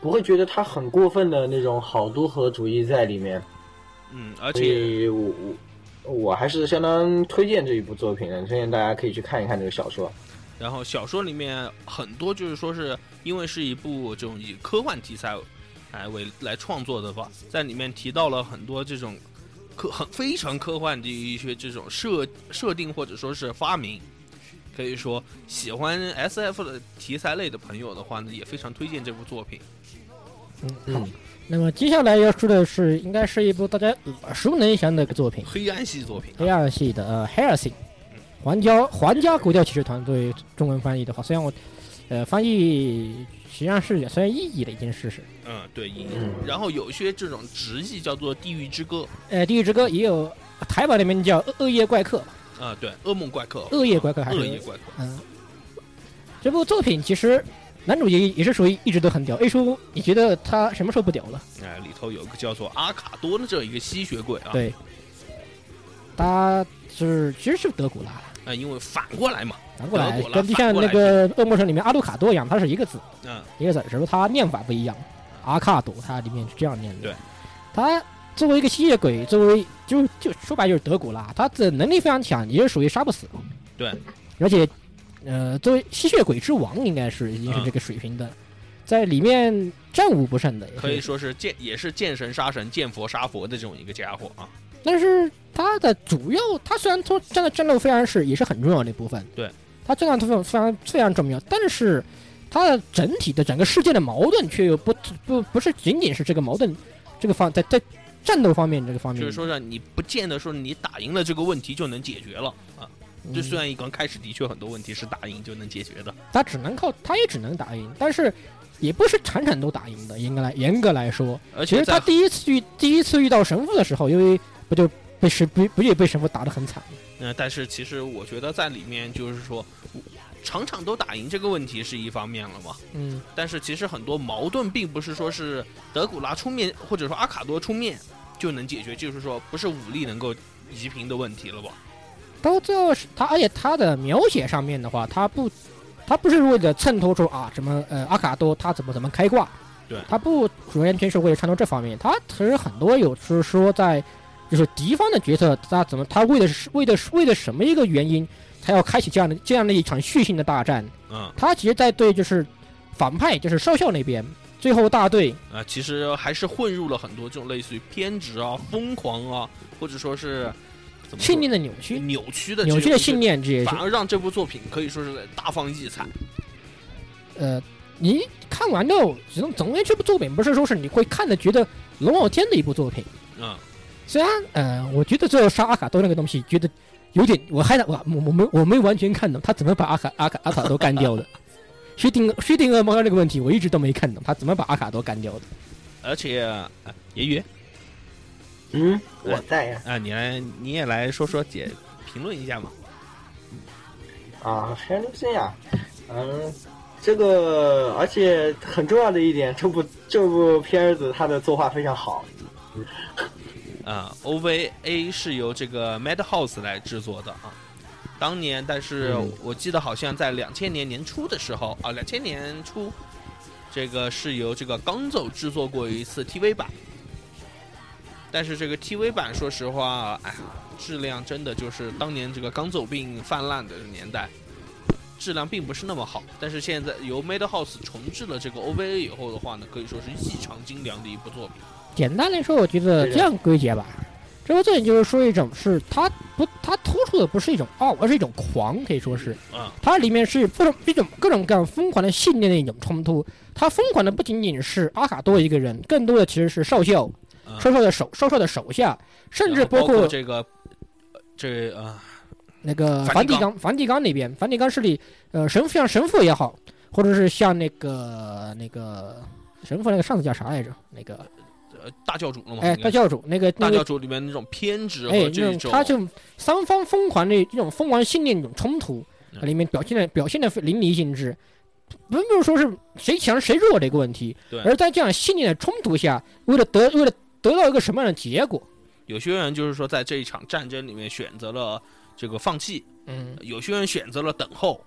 [SPEAKER 3] 不会觉得它很过分的那种好都合主义在里面。
[SPEAKER 2] 嗯，而
[SPEAKER 3] 所
[SPEAKER 2] 且
[SPEAKER 3] 以我我我还是相当推荐这一部作品的，推荐大家可以去看一看这个小说。
[SPEAKER 2] 然后小说里面很多就是说是因为是一部这种以科幻题材来为来创作的吧，在里面提到了很多这种科很非常科幻的一些这种设设定或者说是发明。可以说，喜欢 S F 的题材类的朋友的话呢，也非常推荐这部作品。
[SPEAKER 3] 嗯，
[SPEAKER 1] 那么接下来要说的是，应该是一部大家耳熟能详的一个作品，
[SPEAKER 2] 黑暗系作品
[SPEAKER 1] 黑
[SPEAKER 2] 啊，
[SPEAKER 1] 暗系的呃《h e r s i n 皇家皇家国教骑士团队中文翻译的话，虽然我呃翻译实际上是有存在意义的一件事实。
[SPEAKER 2] 嗯，对。一
[SPEAKER 3] 嗯
[SPEAKER 2] 然后有一些这种直译叫做《地狱之歌》
[SPEAKER 1] 呃，《地狱之歌》也有台版里面叫《恶恶夜怪客》吧，
[SPEAKER 2] 啊，对，噩梦怪客，
[SPEAKER 1] 恶夜怪客还是
[SPEAKER 2] 恶夜怪客，
[SPEAKER 1] 嗯，这部作品其实男主也也是属于一直都很屌。A 叔，你觉得他什么时候不屌了？
[SPEAKER 2] 哎，里头有一个叫做阿卡多的这样一个吸血鬼啊，
[SPEAKER 1] 对，他是其实是德古拉了，
[SPEAKER 2] 啊，因为反过来嘛，
[SPEAKER 1] 反过来
[SPEAKER 2] 德古拉
[SPEAKER 1] 跟就像那个《恶魔城》里面阿鲁卡多一样，它是一个字
[SPEAKER 2] 嗯，
[SPEAKER 1] 一个字，只不过它念法不一样。阿卡多，它里面是这样念的。
[SPEAKER 2] 对，
[SPEAKER 1] 他作为一个吸血鬼，作为就就说白就是德古拉，他的能力非常强，也是属于杀不死。
[SPEAKER 2] 对，
[SPEAKER 1] 而且，呃，作为吸血鬼之王，应该是已
[SPEAKER 2] 嗯
[SPEAKER 1] 经是这个水平的，在里面战无不胜的，
[SPEAKER 2] 可以。说是见也是见神杀神，见佛杀佛的这种一个家伙啊，
[SPEAKER 1] 但是他的主要，他虽然说站在战斗非常是也是很重要的一部分，
[SPEAKER 2] 对，
[SPEAKER 1] 他战斗非常非常非常重要，但是他的整体的整个世界的矛盾却又不不不是仅仅是这个矛盾这个方在在战斗方面这个方面，
[SPEAKER 2] 就是说呢，你不见得说你打赢了这个问题就能解决了啊。
[SPEAKER 1] 嗯
[SPEAKER 2] 这虽然刚开始的确很多问题是打赢就能解决的，
[SPEAKER 1] 他只能靠他也只能打赢，但是也不是场场都打赢的，应该来严格来说，
[SPEAKER 2] 而
[SPEAKER 1] 其
[SPEAKER 2] 且
[SPEAKER 1] 实他
[SPEAKER 2] 在
[SPEAKER 1] 第一次遇第一次遇到神父的时候，因为不就被神不不也被神父打得很惨，
[SPEAKER 2] 嗯、但是其实我觉得在里面就是说，场场都打赢这个问题是一方面了嘛，
[SPEAKER 1] 嗯，
[SPEAKER 2] 但是其实很多矛盾并不是说是德古拉出面或者说阿卡多出面就能解决，就是说不是武力能够移平的问题了吧？
[SPEAKER 1] 到最后是他，而且他的描写上面的话，他不，他不是为了衬托出啊什么呃阿卡多他怎么怎么开挂，
[SPEAKER 2] 对
[SPEAKER 1] 他不完全是为了衬托这方面，他其实很多有是说在就是敌方的角色他怎么他为的是为的是为了什么一个原因，他要开启这样的这样的一场血腥的大战，
[SPEAKER 2] 嗯
[SPEAKER 1] 他其实在对就是反派就是少校那边最后大队
[SPEAKER 2] 啊、其实还是混入了很多这种类似于偏执啊、疯狂啊，或者说是怎么说
[SPEAKER 1] 信念的扭曲。
[SPEAKER 2] 扭曲的
[SPEAKER 1] 扭曲的信
[SPEAKER 2] 念，
[SPEAKER 1] 念，这也是
[SPEAKER 2] 反而让这部作品可以说是大放异彩。
[SPEAKER 1] 呃，你看完之后，总总而言之，这部作品不是说是你会看的觉得龙傲天的一部作品。
[SPEAKER 2] 嗯，
[SPEAKER 1] 虽然呃，我觉得最后杀阿卡多那个东西，觉得有点，我还我我我没我没完全看懂他怎么把阿卡阿卡阿卡多干掉的。薛定薛定谔猫那个问题，我一直都没看懂他怎么把阿卡多干掉的。
[SPEAKER 2] 而且，呃爷爷
[SPEAKER 3] 嗯，我在呀、
[SPEAKER 2] 啊，你来，你也来说说姐，评论一下嘛。
[SPEAKER 3] 啊，还能这样，嗯，这个而且很重要的一点，这部这部片子它的作画非常好，
[SPEAKER 2] 啊、o v a 是由这个 Madhouse 来制作的啊。当年，但是
[SPEAKER 3] 嗯
[SPEAKER 2] 我记得好像在两千年年初的时候啊，两千年初，这个是由这个刚走制作过一次 TV 版。但是这个 TV 版，说实话，哎呀，质量真的就是当年这个刚走病泛滥的年代，质量并不是那么好。但是现在由 Madhouse 重制了这个 OVA 以后的话呢，可以说是异常精良的一部作品。
[SPEAKER 1] 简单来说，我觉得这样归结吧，这部作品就是说一种是它不它突出的不是一种傲，而是一种狂，可以说是。
[SPEAKER 2] 啊、
[SPEAKER 1] 它里面是各种一种各种各样疯狂的信念的一种冲突。它疯狂的不仅仅是阿卡多一个人，更多的其实是少校、
[SPEAKER 2] 嗯
[SPEAKER 1] 少校的手、少校的手下，甚至
[SPEAKER 2] 然啊后包
[SPEAKER 1] 括
[SPEAKER 2] 这个，呃这啊、
[SPEAKER 1] 那个
[SPEAKER 2] 梵
[SPEAKER 1] 梵
[SPEAKER 2] 蒂
[SPEAKER 1] 蒂
[SPEAKER 2] 冈
[SPEAKER 1] 冈、梵蒂冈那边，梵蒂冈势力，呃，神父像神父也好，或者是像那个那个神父那个上次叫啥来着？那个
[SPEAKER 2] 呃大教主了嘛？
[SPEAKER 1] 哎，
[SPEAKER 2] 应该
[SPEAKER 1] 大教主那个
[SPEAKER 2] 大
[SPEAKER 1] 那
[SPEAKER 2] 教
[SPEAKER 1] 个
[SPEAKER 2] 主里面那种偏执
[SPEAKER 1] 哎
[SPEAKER 2] 和，
[SPEAKER 1] 那
[SPEAKER 2] 这
[SPEAKER 1] 种他
[SPEAKER 2] 种
[SPEAKER 1] 就三方疯狂的这种疯狂信念一种冲突，啊
[SPEAKER 2] 嗯
[SPEAKER 1] 里面表现的表现的淋漓尽致，不不是说是谁强谁弱的一个问题
[SPEAKER 2] 对，
[SPEAKER 1] 而在这样信念的冲突下，为了得为了得到一个什么样的结果，
[SPEAKER 2] 有些人就是说在这一场战争里面选择了这个放弃，
[SPEAKER 1] 嗯，
[SPEAKER 2] 有些人选择了等候，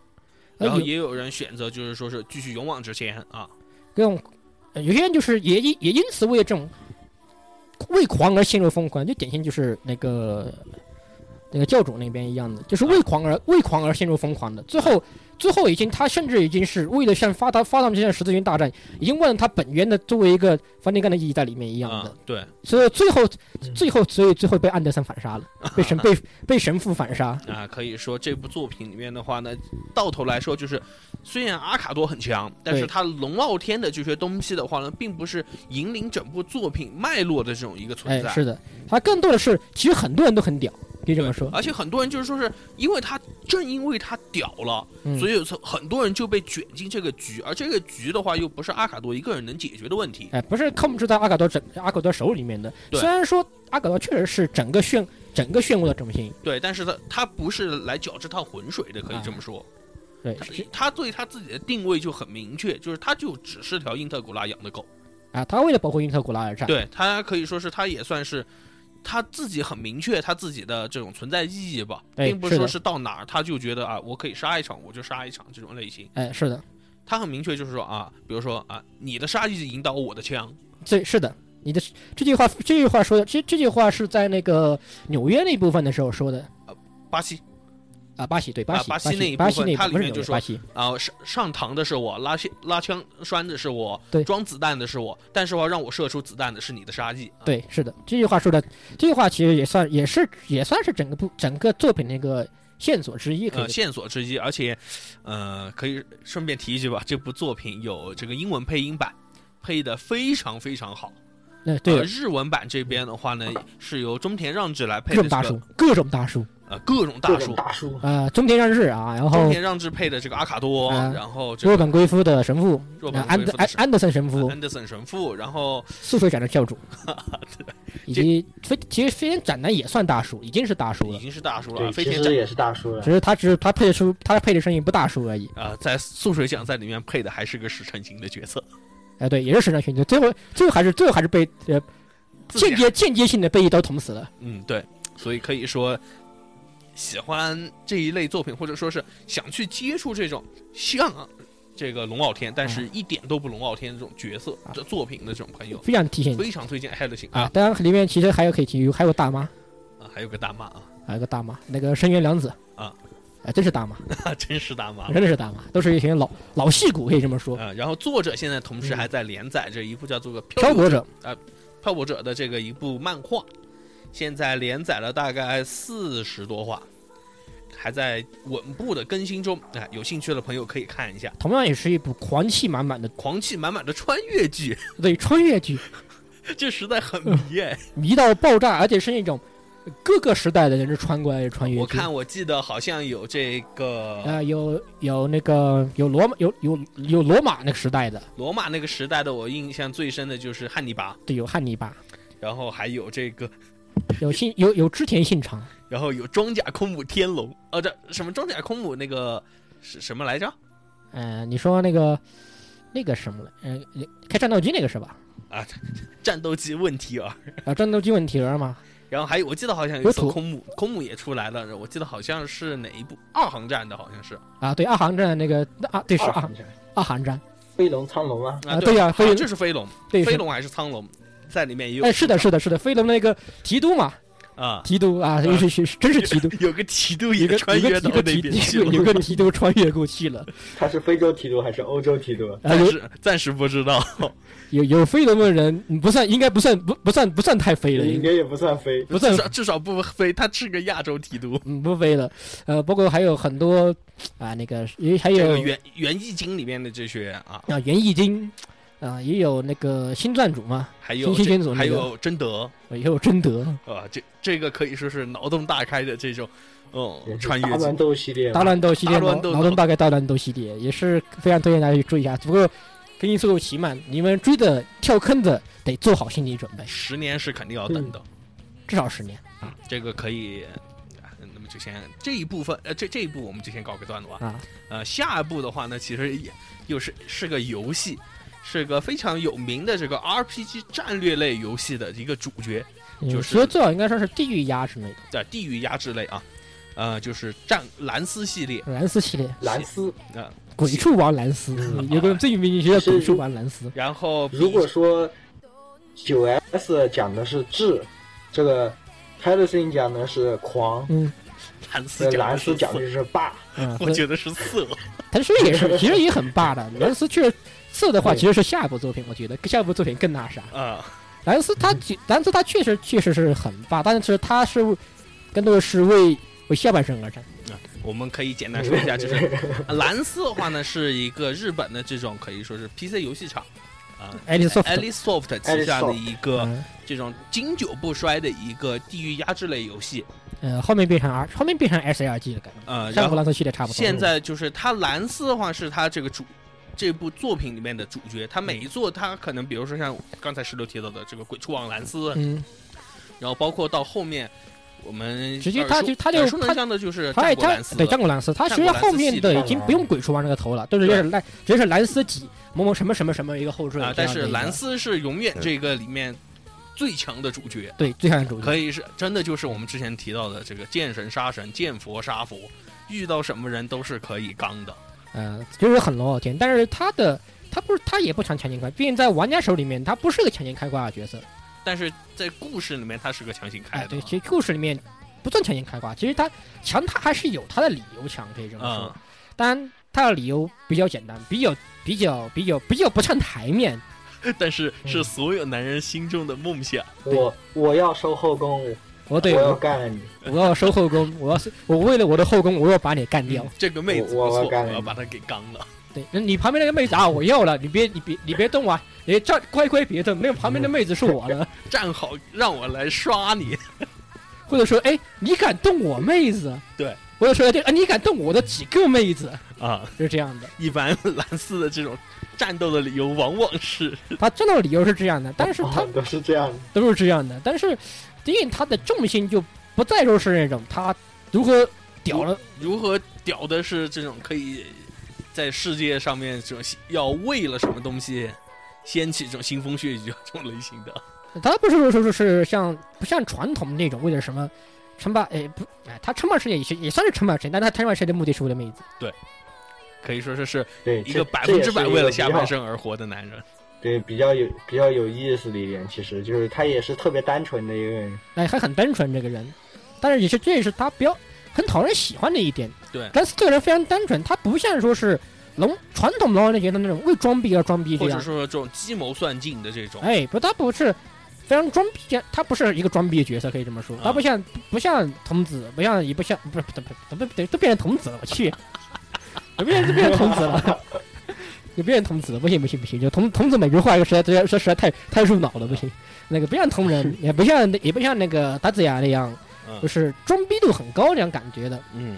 [SPEAKER 1] 呃
[SPEAKER 2] 然后
[SPEAKER 1] 有
[SPEAKER 2] 也有人选择就是说是继续勇往直前啊。
[SPEAKER 1] 这种呃有些人就是也因也因此为了这种为狂而陷入疯狂，就典型就是那个那个教主那边一样的，就是为狂而为狂而陷入疯狂的，最后最后已经他甚至已经是为了像发他发动这项十字军大战，已经忘了他本源的作为一个梵蒂冈的意义在里面一样的
[SPEAKER 2] 啊，，嗯对，
[SPEAKER 1] 所以最后最后所以最后被安德森反杀 了，被神被被神父反杀，
[SPEAKER 2] 啊，可以说这部作品里面的话呢，到头来说就是，虽然阿卡多很强，但是
[SPEAKER 1] 对
[SPEAKER 2] 他龙傲天的这些东西的话呢，并不是引领整部作品脉络的这种一个存
[SPEAKER 1] 哎，
[SPEAKER 2] 在。
[SPEAKER 1] 是的，他更多的是其实很多人都很屌，可以这么说，
[SPEAKER 2] 而且很多人就是说是因为他正因为他屌了，
[SPEAKER 1] 嗯
[SPEAKER 2] 所以有很多人就被卷进这个局，而这个局的话又不是阿卡多一个人能解决的问题。
[SPEAKER 1] 哎，不是控制在阿卡多整阿卡多手里面的。
[SPEAKER 2] 对
[SPEAKER 1] 虽然说阿卡多确实是整个漩整个漩涡的中心，
[SPEAKER 2] 对，但是他他不是来搅这趟浑水的，可以这么说。
[SPEAKER 1] 对，
[SPEAKER 2] 他
[SPEAKER 1] 啊是
[SPEAKER 2] 他对他自己的定位就很明确，就是他就只是条英特古拉养的狗。
[SPEAKER 1] 啊，他为了保护因特古拉而战。
[SPEAKER 2] 对他可以说是他也算是他自己很明确他自己的这种存在意义吧，
[SPEAKER 1] 哎
[SPEAKER 2] 并不
[SPEAKER 1] 是
[SPEAKER 2] 说
[SPEAKER 1] 的
[SPEAKER 2] 是到哪儿他就觉得啊，我可以杀一场我就杀一场这种类型。
[SPEAKER 1] 哎，是的，
[SPEAKER 2] 他很明确就是说啊，比如说啊，你的杀意引导我的枪，
[SPEAKER 1] 这是的，你的这句话这句话说的，这这句话是在那个纽约那部分的时候说的
[SPEAKER 2] 巴西
[SPEAKER 1] 啊，巴西对
[SPEAKER 2] 啊
[SPEAKER 1] 西
[SPEAKER 2] 巴
[SPEAKER 1] 巴
[SPEAKER 2] 西那一部
[SPEAKER 1] 巴西
[SPEAKER 2] 分
[SPEAKER 1] 那一
[SPEAKER 2] 它
[SPEAKER 1] 部不
[SPEAKER 2] 里
[SPEAKER 1] 是
[SPEAKER 2] 面
[SPEAKER 1] 纽
[SPEAKER 2] 就
[SPEAKER 1] 约
[SPEAKER 2] 说
[SPEAKER 1] 巴西，
[SPEAKER 2] 啊，上上膛的是我，拉枪拉枪栓的是我，
[SPEAKER 1] 对
[SPEAKER 2] 装子弹的是我，但是话让我射出子弹的是你的杀意。啊，
[SPEAKER 1] 对，是的，这句话说的，这句话其实也算也是也算是整个部整个作品的一个线索之一，可以
[SPEAKER 2] 呃，
[SPEAKER 1] 这么
[SPEAKER 2] 线索之一，而且，呃，可以顺便提一句吧，这部作品有这个英文配音版，配的非常非常好。
[SPEAKER 1] 那
[SPEAKER 2] 呃
[SPEAKER 1] 对
[SPEAKER 2] 日文版这边的话呢，是由中田让治来配
[SPEAKER 1] 各
[SPEAKER 2] 的、
[SPEAKER 1] 种
[SPEAKER 2] 这个、
[SPEAKER 1] 大叔，各种大叔
[SPEAKER 2] 呃，各种
[SPEAKER 3] 各
[SPEAKER 2] 大
[SPEAKER 3] 种
[SPEAKER 2] 叔，
[SPEAKER 3] 大叔，
[SPEAKER 1] 啊，中田让日啊，然
[SPEAKER 2] 中
[SPEAKER 1] 后
[SPEAKER 2] 田让治配的这个阿卡多，
[SPEAKER 1] 啊
[SPEAKER 2] 然后这
[SPEAKER 1] 若
[SPEAKER 2] 个
[SPEAKER 1] 本归夫的神父，
[SPEAKER 2] 若
[SPEAKER 1] 啊
[SPEAKER 2] 本
[SPEAKER 1] 安
[SPEAKER 2] 贵
[SPEAKER 1] 德
[SPEAKER 2] 夫的
[SPEAKER 1] 安
[SPEAKER 2] 神
[SPEAKER 1] 安德森神 父，
[SPEAKER 2] 安德森神父，然后
[SPEAKER 1] 素水斩的教主， 以及飞其实飞天斩男也算大叔，已经是大叔
[SPEAKER 2] 已
[SPEAKER 1] 了，
[SPEAKER 2] 经是大叔了，啊
[SPEAKER 3] 对，
[SPEAKER 2] 飞
[SPEAKER 3] 其
[SPEAKER 2] 天
[SPEAKER 3] 实
[SPEAKER 2] 斩
[SPEAKER 3] 也是大叔了
[SPEAKER 1] 只。是他只是他配的出他配的声音不大叔而已。
[SPEAKER 2] 啊、在素水奖在里面配的还是个史成型的角色，
[SPEAKER 1] 哎、对，也是神战群体，最后最后还是最后还是被呃
[SPEAKER 2] 自
[SPEAKER 1] 间
[SPEAKER 2] 己啊
[SPEAKER 1] 接间接性的被一刀捅死了。
[SPEAKER 2] 嗯，对，所以可以说，喜欢这一类作品，或者说是想去接触这种像这个龙傲天，但是一点都不龙傲天这种角色
[SPEAKER 1] 啊
[SPEAKER 2] 的作品的这种朋友，
[SPEAKER 1] 非常提醒你
[SPEAKER 2] 非常推荐《黑的行
[SPEAKER 1] 啊！当然里面其实还有可以提，还有大妈，
[SPEAKER 2] 啊，还有个大妈啊，
[SPEAKER 1] 还有个大妈，那个深渊良子
[SPEAKER 2] 啊。
[SPEAKER 1] 哎，真是大妈，
[SPEAKER 2] 啊真是大妈哎啊、
[SPEAKER 1] 真的是大妈，都是一群老老戏骨，可以这么说。
[SPEAKER 2] 然后作者现在同时还在连载着一部叫做《个
[SPEAKER 1] 漂泊者，
[SPEAKER 2] 漂泊者》的这个一部漫画，现在连载了大概四十多话，还在稳步的更新中。哎、有兴趣的朋友可以看一下，
[SPEAKER 1] 同样也是一部狂气满满的
[SPEAKER 2] 狂气满满的穿越剧，
[SPEAKER 1] 对穿越剧，
[SPEAKER 2] 这实在很迷哎。
[SPEAKER 1] 迷到爆炸，而且是那种各个时代的人是穿过来的穿越剧。
[SPEAKER 2] 我看我记得好像有这个
[SPEAKER 1] 呃，有有那个有罗马有有有罗马那个时代的，
[SPEAKER 2] 罗马那个时代的，我印象最深的就是汉尼拔，
[SPEAKER 1] 对，有汉尼拔，
[SPEAKER 2] 然后还有这个，
[SPEAKER 1] 有信有有织田信长，
[SPEAKER 2] 然后有装甲空母天龙，呃，这什么装甲空母那个是什么来着？
[SPEAKER 1] 呃，你说那个那个什么了，呃，开战斗机那个是吧？
[SPEAKER 2] 战斗机问题啊，
[SPEAKER 1] 啊，战斗机问题儿嘛，
[SPEAKER 2] 然后还有我记得好像有
[SPEAKER 1] 有
[SPEAKER 2] 一艘
[SPEAKER 1] 土
[SPEAKER 2] 空母，空母也出来了，我记得好像是哪一部二航站的，好像是
[SPEAKER 1] 啊，对，二航战那个那啊，对是
[SPEAKER 3] 二
[SPEAKER 1] 二
[SPEAKER 3] 航站
[SPEAKER 1] 二航战，
[SPEAKER 3] 飞龙苍龙啊，
[SPEAKER 1] 啊
[SPEAKER 2] 对
[SPEAKER 1] 对呀
[SPEAKER 2] 好像
[SPEAKER 1] 飞龙
[SPEAKER 2] 就是飞龙，
[SPEAKER 1] 对
[SPEAKER 2] 飞
[SPEAKER 1] 是，
[SPEAKER 2] 龙还是苍龙，在里面也有
[SPEAKER 1] 哎，是的，是的，是的，飞龙那个提督嘛，
[SPEAKER 2] 啊，
[SPEAKER 1] 提督啊，
[SPEAKER 2] 嗯。
[SPEAKER 1] 是是是真是提督
[SPEAKER 2] 有个提督
[SPEAKER 1] 有
[SPEAKER 2] 也
[SPEAKER 1] 个
[SPEAKER 2] 穿
[SPEAKER 1] 有
[SPEAKER 2] 越
[SPEAKER 1] 个提
[SPEAKER 2] 到
[SPEAKER 1] 督
[SPEAKER 2] 那边去
[SPEAKER 1] 提
[SPEAKER 2] 了，
[SPEAKER 1] 有个提督穿越过去了，
[SPEAKER 3] 他是非洲提督还是欧洲提督？
[SPEAKER 1] 啊
[SPEAKER 2] 暂
[SPEAKER 1] 有
[SPEAKER 2] 时暂时不知道。
[SPEAKER 1] 有有飞龙的人嗯不算，应该不算不不算不算太飞了，
[SPEAKER 3] 应
[SPEAKER 1] 应
[SPEAKER 3] 该
[SPEAKER 1] 该
[SPEAKER 3] 也不算非。
[SPEAKER 1] 不算
[SPEAKER 2] 至少至少不非，他是个亚洲提督。
[SPEAKER 1] 嗯，不飞了，呃，包括还有很多啊，那个也还
[SPEAKER 2] 这个
[SPEAKER 1] 有
[SPEAKER 2] 《元元易经》里面的这些啊，
[SPEAKER 1] 啊，元易经啊，也有那个新撰主嘛，
[SPEAKER 2] 还有
[SPEAKER 1] 星星
[SPEAKER 2] 这
[SPEAKER 1] 君主
[SPEAKER 2] 还
[SPEAKER 1] 那个
[SPEAKER 2] 有贞德
[SPEAKER 1] 也有贞德、
[SPEAKER 2] 啊，这这个可以说是脑洞大开的这种，哦
[SPEAKER 3] 也，是
[SPEAKER 2] 穿越
[SPEAKER 3] 大乱
[SPEAKER 2] 剧
[SPEAKER 3] 斗系列嘛，
[SPEAKER 1] 大乱斗系列、
[SPEAKER 2] 大乱
[SPEAKER 1] 脑
[SPEAKER 2] 斗
[SPEAKER 1] 脑洞大概大乱斗系列，也是非常推荐大家去追一下。只不过更新速度奇慢，你们追的跳坑的得做好心理准备，
[SPEAKER 2] 十年是肯定要等的。
[SPEAKER 1] 至少十年
[SPEAKER 2] 这个可以，啊那么就先这一部分，呃，这这一部我们就先告个段落啊。
[SPEAKER 1] 啊。
[SPEAKER 2] 呃，下一部的话呢，其实也又是是个游戏，是个非常有名的这个 RPG 战略类游戏的一个主角，
[SPEAKER 1] 嗯
[SPEAKER 2] 就是
[SPEAKER 1] 其实最好应该说是地狱压之类的，
[SPEAKER 2] 在地狱压制类啊，呃，就是战蓝斯系列
[SPEAKER 1] 兰斯系列，
[SPEAKER 3] 蓝斯。
[SPEAKER 2] 啊。
[SPEAKER 1] 鬼畜王兰斯，
[SPEAKER 3] 嗯
[SPEAKER 1] 有个最有名的
[SPEAKER 3] 是
[SPEAKER 1] 鬼畜王兰斯，
[SPEAKER 2] 然后比
[SPEAKER 3] 如果说九 S 讲的是智，这个 t e l e s i n 讲的是狂，
[SPEAKER 1] 嗯，
[SPEAKER 2] 蓝丝
[SPEAKER 3] 那
[SPEAKER 2] 讲
[SPEAKER 3] 呃蓝
[SPEAKER 2] 的
[SPEAKER 3] 斯
[SPEAKER 2] 是
[SPEAKER 3] 讲的
[SPEAKER 2] 色，
[SPEAKER 3] 就是霸，
[SPEAKER 1] 嗯，
[SPEAKER 2] 我觉得是色。
[SPEAKER 1] 他是也是，其实也很霸的。兰斯确次的话，
[SPEAKER 3] 对
[SPEAKER 1] 其实是下一部作品，我觉得下一部作品更那啥。
[SPEAKER 2] 啊，
[SPEAKER 1] 兰斯他其兰斯他确实确实是很霸，但是他是更多的是为为下半身而战。
[SPEAKER 2] 我们可以简单说一下， 就是蓝斯的话呢，是一个日本的这种可以说是 PC 游戏厂啊。
[SPEAKER 1] 爱丽丝
[SPEAKER 2] Alisoft 旗下的一个
[SPEAKER 1] 嗯
[SPEAKER 2] 这种经久不衰的一个地域压制类游戏，
[SPEAKER 1] 呃，后面变成 R，后面变成 SLG 了，感觉
[SPEAKER 2] 呃，然
[SPEAKER 1] 上
[SPEAKER 2] 后
[SPEAKER 1] 部兰斯系列差不多。
[SPEAKER 2] 现在就是他蓝斯的话是他这个主这部作品里面的主角，他每一座他可能比如说像刚才石头提到的这个鬼畜王蓝斯，
[SPEAKER 1] 嗯，
[SPEAKER 2] 然后包括到后面我们
[SPEAKER 1] 直接
[SPEAKER 2] 耳
[SPEAKER 1] 他
[SPEAKER 2] 熟
[SPEAKER 1] 就他就
[SPEAKER 2] 耳熟
[SPEAKER 1] 他
[SPEAKER 2] 能详的就是
[SPEAKER 1] 他
[SPEAKER 2] 战国
[SPEAKER 1] 他
[SPEAKER 2] 蓝斯
[SPEAKER 1] 对
[SPEAKER 2] 了，
[SPEAKER 1] 战国兰斯，他
[SPEAKER 2] 战
[SPEAKER 1] 其实
[SPEAKER 2] 国兰斯
[SPEAKER 1] 后
[SPEAKER 2] 系
[SPEAKER 1] 面
[SPEAKER 2] 列
[SPEAKER 1] 的已经不用鬼畜王这个头了，都是就
[SPEAKER 2] 对
[SPEAKER 1] 是兰直接是兰斯几某某什么什么什么一个后缀
[SPEAKER 2] 啊，
[SPEAKER 1] 这样
[SPEAKER 2] 但
[SPEAKER 1] 的
[SPEAKER 2] 是
[SPEAKER 1] 一个
[SPEAKER 2] 蓝斯是永远这个里面最强的主角，
[SPEAKER 1] 对最强的主角
[SPEAKER 2] 可以是真的就是我们之前提到的这个见神杀神，见佛杀佛，遇到什么人都是可以刚的。
[SPEAKER 1] 呃，就是很龙傲天，但是他的他不是他也不常强行开，毕竟在玩家手里面他不是个强行开挂的角色。
[SPEAKER 2] 但是在故事里面，他是个强行开
[SPEAKER 1] 哎，
[SPEAKER 2] 的
[SPEAKER 1] 对，，其实故事里面不算强行开挂，其实他强他还是有他的理由强，可以这么说。
[SPEAKER 2] 嗯
[SPEAKER 1] 当然他的理由比较简单，比较比较比较比较不上台面。
[SPEAKER 2] 但是是所有男人心中的梦想。
[SPEAKER 3] 我我要收后宫，
[SPEAKER 1] 我
[SPEAKER 3] 我
[SPEAKER 1] 对
[SPEAKER 3] 要
[SPEAKER 1] 我
[SPEAKER 3] 干你，
[SPEAKER 1] 我要收后宫，我要是我为了我的后宫，我要把你干掉。
[SPEAKER 2] 嗯这个妹子不
[SPEAKER 3] 我
[SPEAKER 2] 错，
[SPEAKER 3] 我
[SPEAKER 2] 我
[SPEAKER 3] 干了
[SPEAKER 2] 要把她给刚了。
[SPEAKER 1] 对，那你旁边那个妹子啊，我要了，你别你别你别动啊，你站乖乖别动，那个旁边的妹子是我的，
[SPEAKER 2] 站好，让我来刷你。
[SPEAKER 1] 或者说哎，你敢动我妹子？
[SPEAKER 2] 对，
[SPEAKER 1] 或者说这啊，你敢动我的几个妹子？
[SPEAKER 2] 啊，
[SPEAKER 1] 就是这样的，
[SPEAKER 2] 一般蓝斯的这种战斗的理由往往是
[SPEAKER 1] 他战斗的理由是这样的， 但是他
[SPEAKER 3] 哦 都是这样的。
[SPEAKER 1] 都是这样的，但是丁颖他的重心就不再说是那种他如何屌了，
[SPEAKER 2] 如何屌的是这种可以在世界上面这种要为了什么东西掀起这种腥风血雨这种类型的。
[SPEAKER 1] 他不是说说是像不像传统那种为了什么称霸，哎不，哎他称霸世界也是也算是称霸世界，但他称霸世界的目的是为了妹子，
[SPEAKER 2] 可以说是是
[SPEAKER 3] 对，
[SPEAKER 2] 一
[SPEAKER 3] 这
[SPEAKER 2] 个百分之百为了下半。
[SPEAKER 3] 这也是一个比较
[SPEAKER 2] 身而活的男人，
[SPEAKER 3] 对，比较有比较有意思的一点，其实就是他也是特别单纯的一个人。
[SPEAKER 1] 哎还很单纯这个人，但是也是这也是他比较很讨人喜欢的一点。
[SPEAKER 2] 对
[SPEAKER 1] 但是这个人非常单纯，他不像说是龙传统龙王的角色那种为装逼而装逼这
[SPEAKER 2] 或
[SPEAKER 1] 样
[SPEAKER 2] 者，说这种计谋算尽的这种。
[SPEAKER 1] 哎，不，他不是非常装逼的，他不是一个装逼的角色，可以这么说，他
[SPEAKER 2] 啊
[SPEAKER 1] 不像不像童子，不像也不像，不是不不怎么都都变成童子了，我去， 都变都变成童子了。 就变成童子了，不行不行不行！就童童子每句话一个实在实在实在太太入脑了，不行。那个不像同 人，也不像也不像那个达子雅那样，就
[SPEAKER 2] 嗯
[SPEAKER 1] 是装逼度很高那样感觉的。
[SPEAKER 2] 嗯，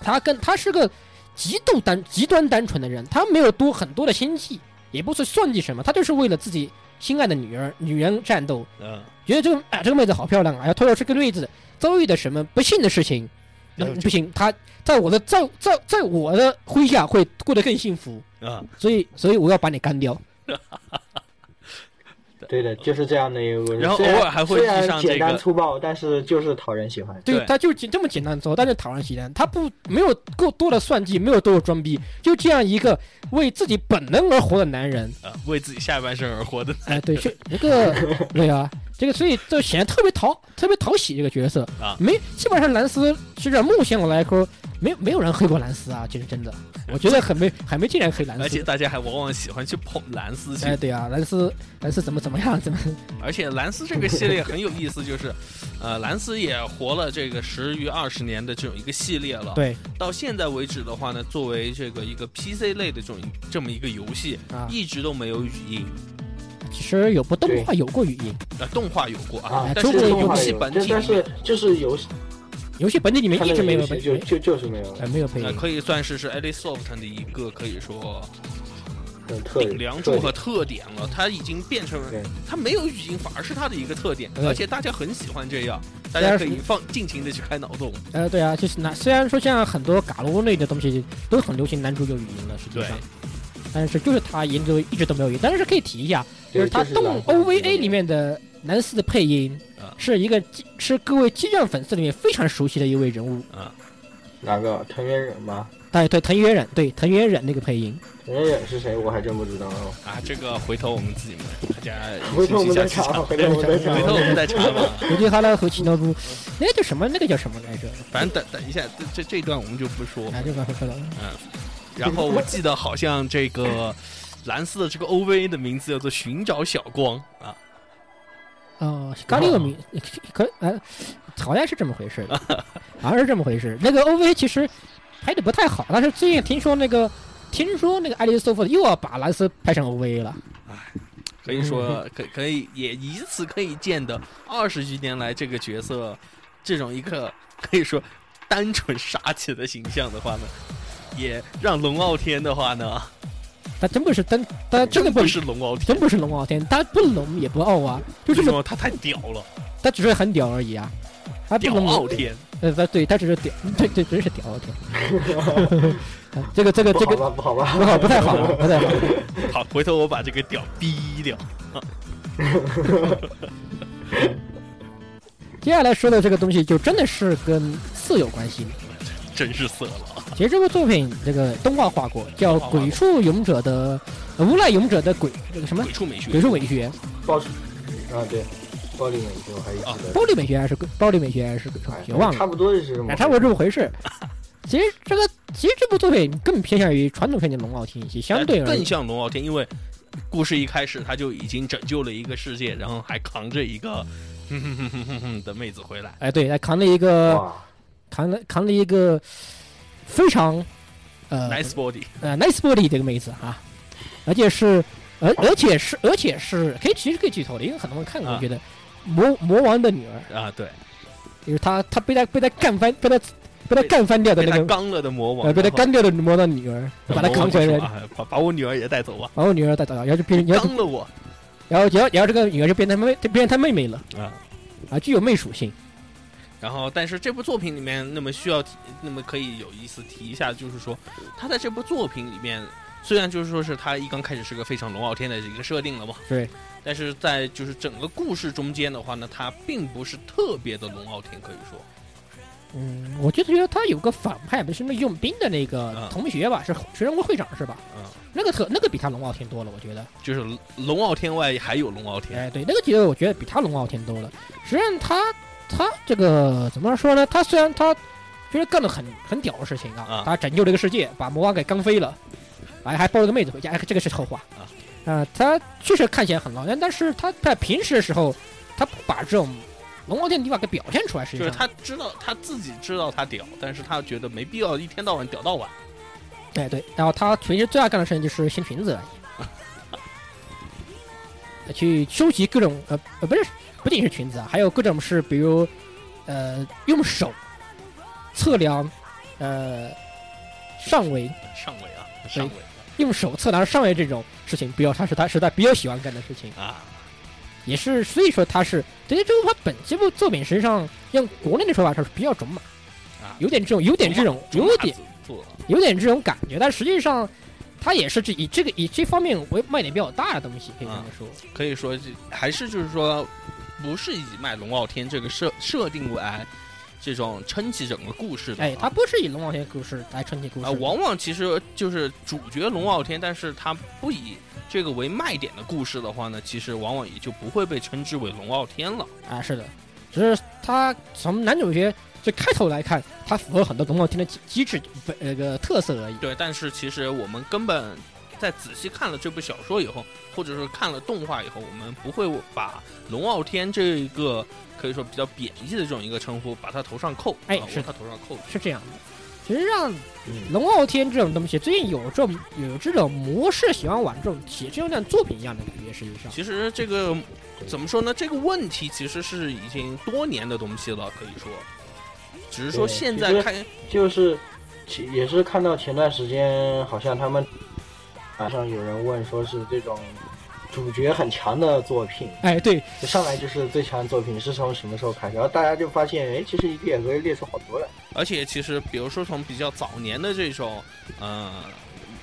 [SPEAKER 1] 他跟他是个极度单极端单纯的人，他没有多很多的心计，也不是算计什么，他就是为了自己心爱的女儿女人战斗，
[SPEAKER 2] 嗯
[SPEAKER 1] 觉得这个哎这个妹子好漂亮啊，要推到这个妹子遭遇的什么不幸的事情，那
[SPEAKER 2] 嗯
[SPEAKER 1] 不行，她在我的在在在我的麾下会过得更幸福，
[SPEAKER 2] 嗯，
[SPEAKER 1] 所以所以我要把你干掉。
[SPEAKER 3] 对的，就是这样的一个故事。
[SPEAKER 2] 然后
[SPEAKER 3] 虽然
[SPEAKER 2] 偶尔还会
[SPEAKER 3] 虽
[SPEAKER 2] 遇
[SPEAKER 3] 然
[SPEAKER 2] 上这个
[SPEAKER 3] 简单粗暴，但是就是讨人喜欢。
[SPEAKER 1] 对
[SPEAKER 2] 对，
[SPEAKER 1] 他就简这么简单做，但是讨人喜欢，他不没有够多的算计，没有多的装逼，就这样一个为自己本能而活的男人，
[SPEAKER 2] 啊，为自己下半身而活的
[SPEAKER 1] 哎，对，是一个，对啊，这个所以就显得特别讨特别讨喜这个角色
[SPEAKER 2] 啊
[SPEAKER 1] 没基本上兰斯就是目前我来说，没有没有人黑过兰斯啊，这是 真的，我觉得很没还没竟然黑兰
[SPEAKER 2] 而且
[SPEAKER 1] 斯。
[SPEAKER 2] 大家还往往喜欢去捧蓝斯去
[SPEAKER 1] 哎，，对啊，兰斯，兰斯怎么怎么样，怎么
[SPEAKER 2] 而且蓝斯这个系列很有意思，就是，呃，蓝斯也活了这个十余二十年的这种一个系列了。，
[SPEAKER 1] 对
[SPEAKER 2] 到现在为止的话呢，作为这个一个 PC 类的这种这么一个游戏，
[SPEAKER 1] 啊？
[SPEAKER 2] 一直都没有语音，
[SPEAKER 1] 其实有部动画有过语音，
[SPEAKER 2] 呃，动画有过啊
[SPEAKER 3] 啊，
[SPEAKER 2] 但是
[SPEAKER 1] 中国
[SPEAKER 2] 这
[SPEAKER 1] 有
[SPEAKER 2] 个
[SPEAKER 1] 过
[SPEAKER 2] 游
[SPEAKER 3] 动画
[SPEAKER 2] 戏
[SPEAKER 3] 有
[SPEAKER 2] 本
[SPEAKER 3] 但
[SPEAKER 2] 体
[SPEAKER 3] 但
[SPEAKER 2] 里面
[SPEAKER 3] 是就是游戏，
[SPEAKER 1] 游戏本体里面
[SPEAKER 3] 他
[SPEAKER 1] 一直没有
[SPEAKER 3] 游戏
[SPEAKER 1] 被
[SPEAKER 3] 就就就是没有
[SPEAKER 1] 哎没有配
[SPEAKER 2] 呃，
[SPEAKER 1] 音，
[SPEAKER 2] 可以算是是 Alisoft 的一个可以说
[SPEAKER 3] 很特
[SPEAKER 2] 顶梁柱和
[SPEAKER 3] 特
[SPEAKER 2] 特点了，它已经变成
[SPEAKER 3] 对嗯
[SPEAKER 2] 它没有语音，反而是它的一个特点，
[SPEAKER 1] 对
[SPEAKER 2] 而且大家很喜欢这样，
[SPEAKER 1] 大
[SPEAKER 2] 大家
[SPEAKER 1] 家
[SPEAKER 2] 可
[SPEAKER 1] 是
[SPEAKER 2] 以放尽情的去开脑洞，
[SPEAKER 1] 呃，对啊，就是男，虽然说像很多嘎罗类的东西都很流行男主有语音了，实际
[SPEAKER 2] 对
[SPEAKER 1] 上，但是就是他研究一直都没有语音，但是可以提一下，就
[SPEAKER 3] 对
[SPEAKER 1] 是他
[SPEAKER 3] 就是
[SPEAKER 1] 动
[SPEAKER 3] 蓝色
[SPEAKER 1] OVA 里面的男四的配音
[SPEAKER 2] 啊，
[SPEAKER 1] 是一个激是各位激战粉丝里面非常熟悉的一位人物，
[SPEAKER 2] 啊，
[SPEAKER 3] 哪个藤原忍吗？
[SPEAKER 1] 对对，藤原忍，对藤原忍那个配音，
[SPEAKER 3] 陈远远是谁？我还真不知道。
[SPEAKER 2] 啊，这个回头我们自己大家
[SPEAKER 3] 回头我们 再
[SPEAKER 2] 信息
[SPEAKER 3] 查，
[SPEAKER 2] 下
[SPEAKER 3] 回
[SPEAKER 2] 去
[SPEAKER 3] 头我们再
[SPEAKER 2] 查，回头我
[SPEAKER 3] 查。
[SPEAKER 2] 们再查 吧。
[SPEAKER 1] 我觉得他那和奇诺布，那叫什么？那个叫什么来着？
[SPEAKER 2] 反正等等一下，这这这一段我们就不说。
[SPEAKER 3] 哎
[SPEAKER 1] 啊，这个不知道了。
[SPEAKER 2] 然后我记得好像这个蓝色的这个 OVA 的名字叫做《寻找小光》啊，
[SPEAKER 1] 哦，咖喱有名，可呃，好像是这么回事，好像是这么回事。那个 OVA 其实拍的不太好，但是最近听说那个，听说那个爱丽丝·索夫又要把蓝斯拍成 OVA 了。
[SPEAKER 2] 可 以说可可以也以此可以见得二十余年来这个角色这种一个可以说单纯傻气的形象的话呢，也让龙傲天的话呢，
[SPEAKER 1] 他真不是真，他真的
[SPEAKER 2] 不
[SPEAKER 1] 不
[SPEAKER 2] 是，龙傲天
[SPEAKER 1] 真，不是龙傲天，他不龙也不傲啊，就这
[SPEAKER 2] 为什
[SPEAKER 1] 么，
[SPEAKER 2] 么他太屌了，
[SPEAKER 1] 他只是很屌而已啊，他不
[SPEAKER 2] 屌啊
[SPEAKER 1] 龙
[SPEAKER 2] 傲天。
[SPEAKER 1] 呃，他对他只是屌，对对，真是屌傲天。 啊这个这个这个
[SPEAKER 3] 不好吧，不好吧。
[SPEAKER 1] 不好，不太好啊，不太好。
[SPEAKER 2] 好，回头我把这个屌逼掉。
[SPEAKER 1] 接下来说的这个东西就真的是跟四有关系。
[SPEAKER 2] 真是色了啊！
[SPEAKER 1] 其实这部作品这个动画化过，叫
[SPEAKER 2] 动画
[SPEAKER 1] 《
[SPEAKER 2] 化过
[SPEAKER 1] 鬼畜勇者的》呃无赖勇者的鬼这个什么
[SPEAKER 2] 鬼畜美学，
[SPEAKER 1] 鬼畜美学，
[SPEAKER 3] 暴力啊，对，暴力美学我还一直
[SPEAKER 1] 暴力美学还是鬼暴力美学还是鬼畜美学
[SPEAKER 3] 在。
[SPEAKER 1] 忘
[SPEAKER 3] 差
[SPEAKER 1] 了，
[SPEAKER 3] 不多就是这么
[SPEAKER 1] 哎，。差不多这么回事。其实这个其实这部作品更偏向于传统片的龙傲天一些，相对而
[SPEAKER 2] 更
[SPEAKER 1] 言，
[SPEAKER 2] 像龙傲天，因为故事一开始他就已经拯救了一个世界，然后还扛着一个哼哼哼哼哼哼的妹子回来。
[SPEAKER 1] 哎，对，还扛了一个
[SPEAKER 3] 哇，
[SPEAKER 1] 扛了扛了一个非常呃
[SPEAKER 2] Nice body，
[SPEAKER 1] 呃 nice body 这个妹子啊，而且是，而而且是而且是可以其实可以剧透的，因为很多人看过，
[SPEAKER 2] 啊
[SPEAKER 1] 我觉得魔魔王的女儿，
[SPEAKER 2] 啊，对，
[SPEAKER 1] 就是他他被他被他干翻被他被他干翻掉的
[SPEAKER 2] 被
[SPEAKER 1] 那
[SPEAKER 2] 他
[SPEAKER 1] 个
[SPEAKER 2] 刚了的魔王，
[SPEAKER 1] 呃被他
[SPEAKER 2] 然后
[SPEAKER 1] 干掉的魔王女儿，把他
[SPEAKER 2] 魔王
[SPEAKER 1] 扛
[SPEAKER 2] 就
[SPEAKER 1] 回
[SPEAKER 2] 说
[SPEAKER 1] 来，
[SPEAKER 2] 啊把把我女儿也带走吧，
[SPEAKER 1] 把我女儿带走了，然后就变然后就
[SPEAKER 2] 刚了我
[SPEAKER 1] 然后然后然后这个女儿就变成他妹变成他妹妹了
[SPEAKER 2] 啊。
[SPEAKER 1] 啊，具有妹属性。
[SPEAKER 2] 然后，但是这部作品里面，那么需要提，那么可以有意思提一下，就是说，他在这部作品里面，虽然就是说是他一刚开始是个非常龙傲天的一个设定了嘛，
[SPEAKER 1] 对，
[SPEAKER 2] 但是在就是整个故事中间的话呢，他并不是特别的龙傲天，可以说，
[SPEAKER 1] 嗯，我就觉得他有个反派，不是那用兵的那个
[SPEAKER 2] 啊
[SPEAKER 1] 同学吧，是学生会会长是吧？
[SPEAKER 2] 嗯，
[SPEAKER 1] 那个特那个比他龙傲天多了，我觉得。
[SPEAKER 2] 就是龙傲天外还有龙傲天，
[SPEAKER 1] 哎，对，那个角色我觉得比他龙傲天多了。实际上他他这个怎么说呢？他虽然他其实干了很很屌的事情啊，
[SPEAKER 2] 啊
[SPEAKER 1] 他拯救这个世界，把魔王给刚飞了，哎，还抱了个妹子回家，哎，这个是后话
[SPEAKER 2] 啊。
[SPEAKER 1] 啊、他确实看起来很浪，但但是他在平时的时候，他不把这种龙傲天的地方给表现出来，实际
[SPEAKER 2] 就
[SPEAKER 1] 上
[SPEAKER 2] 是他知道他自己知道他屌，但是他觉得没必要一天到晚屌到晚，
[SPEAKER 1] 哎对，然后他平时最爱干的事情就是掀裙子而已， 去收集各种呃呃不是不仅是裙子啊，还有各种是比如呃用手测量呃上围，
[SPEAKER 2] 上位啊，上位
[SPEAKER 1] 用手测量上围这种事情，比较他是他是他比较喜欢干的事情，
[SPEAKER 2] 啊，
[SPEAKER 1] 也是所以说他是对于这部他本这部作品实际上用国内的说法就是比较种马
[SPEAKER 2] 啊
[SPEAKER 1] 有点这种有点这种有点
[SPEAKER 2] 做
[SPEAKER 1] 有点这种感觉，但实际上它也是这以这个以这方面为卖点比较大的东西，可以这么说。
[SPEAKER 2] 可以说这还是就是说，不是以卖龙傲天这个设设定为这种撑起整个故事的啊。
[SPEAKER 1] 哎，它不是以龙王天故事来撑起故事
[SPEAKER 2] 啊，往往其实就是主角龙傲天，但是他不以这个为卖点的故事的话呢，其实往往也就不会被称之为龙傲天了。
[SPEAKER 1] 啊，是的，只是它从男主角最开头来看，它符合很多龙王天的机机制本那个特色而已。
[SPEAKER 2] 对，但是其实我们根本在仔细看了这部小说以后，或者说看了动画以后，我们不会把龙傲天这一个可以说比较贬义的这种一个称呼，把他头上扣，
[SPEAKER 1] 哎
[SPEAKER 2] 啊
[SPEAKER 1] 是
[SPEAKER 2] 往
[SPEAKER 1] 的
[SPEAKER 2] 他头上扣。
[SPEAKER 1] 是这样的。其实让
[SPEAKER 3] 嗯，
[SPEAKER 1] 龙傲天这种东西，最近有这种有这种模式，喜欢玩这种写这种像作品一样的感觉，实际上。
[SPEAKER 2] 其实这个怎么说呢？这个问题其实是已经多年的东西了，可以说，只是说
[SPEAKER 3] 对
[SPEAKER 2] 现
[SPEAKER 3] 其
[SPEAKER 2] 在
[SPEAKER 3] 实
[SPEAKER 2] 开
[SPEAKER 3] 就是其也是看到前段时间好像他们网上有人问说是这种主角很强的作品，
[SPEAKER 1] 哎，对，
[SPEAKER 3] 就上来就是最强的作品是从什么时候开始？然后大家就发现，哎，其实一个也可以列出好多来。
[SPEAKER 2] 而且其实，比如说从比较早年的这种，呃，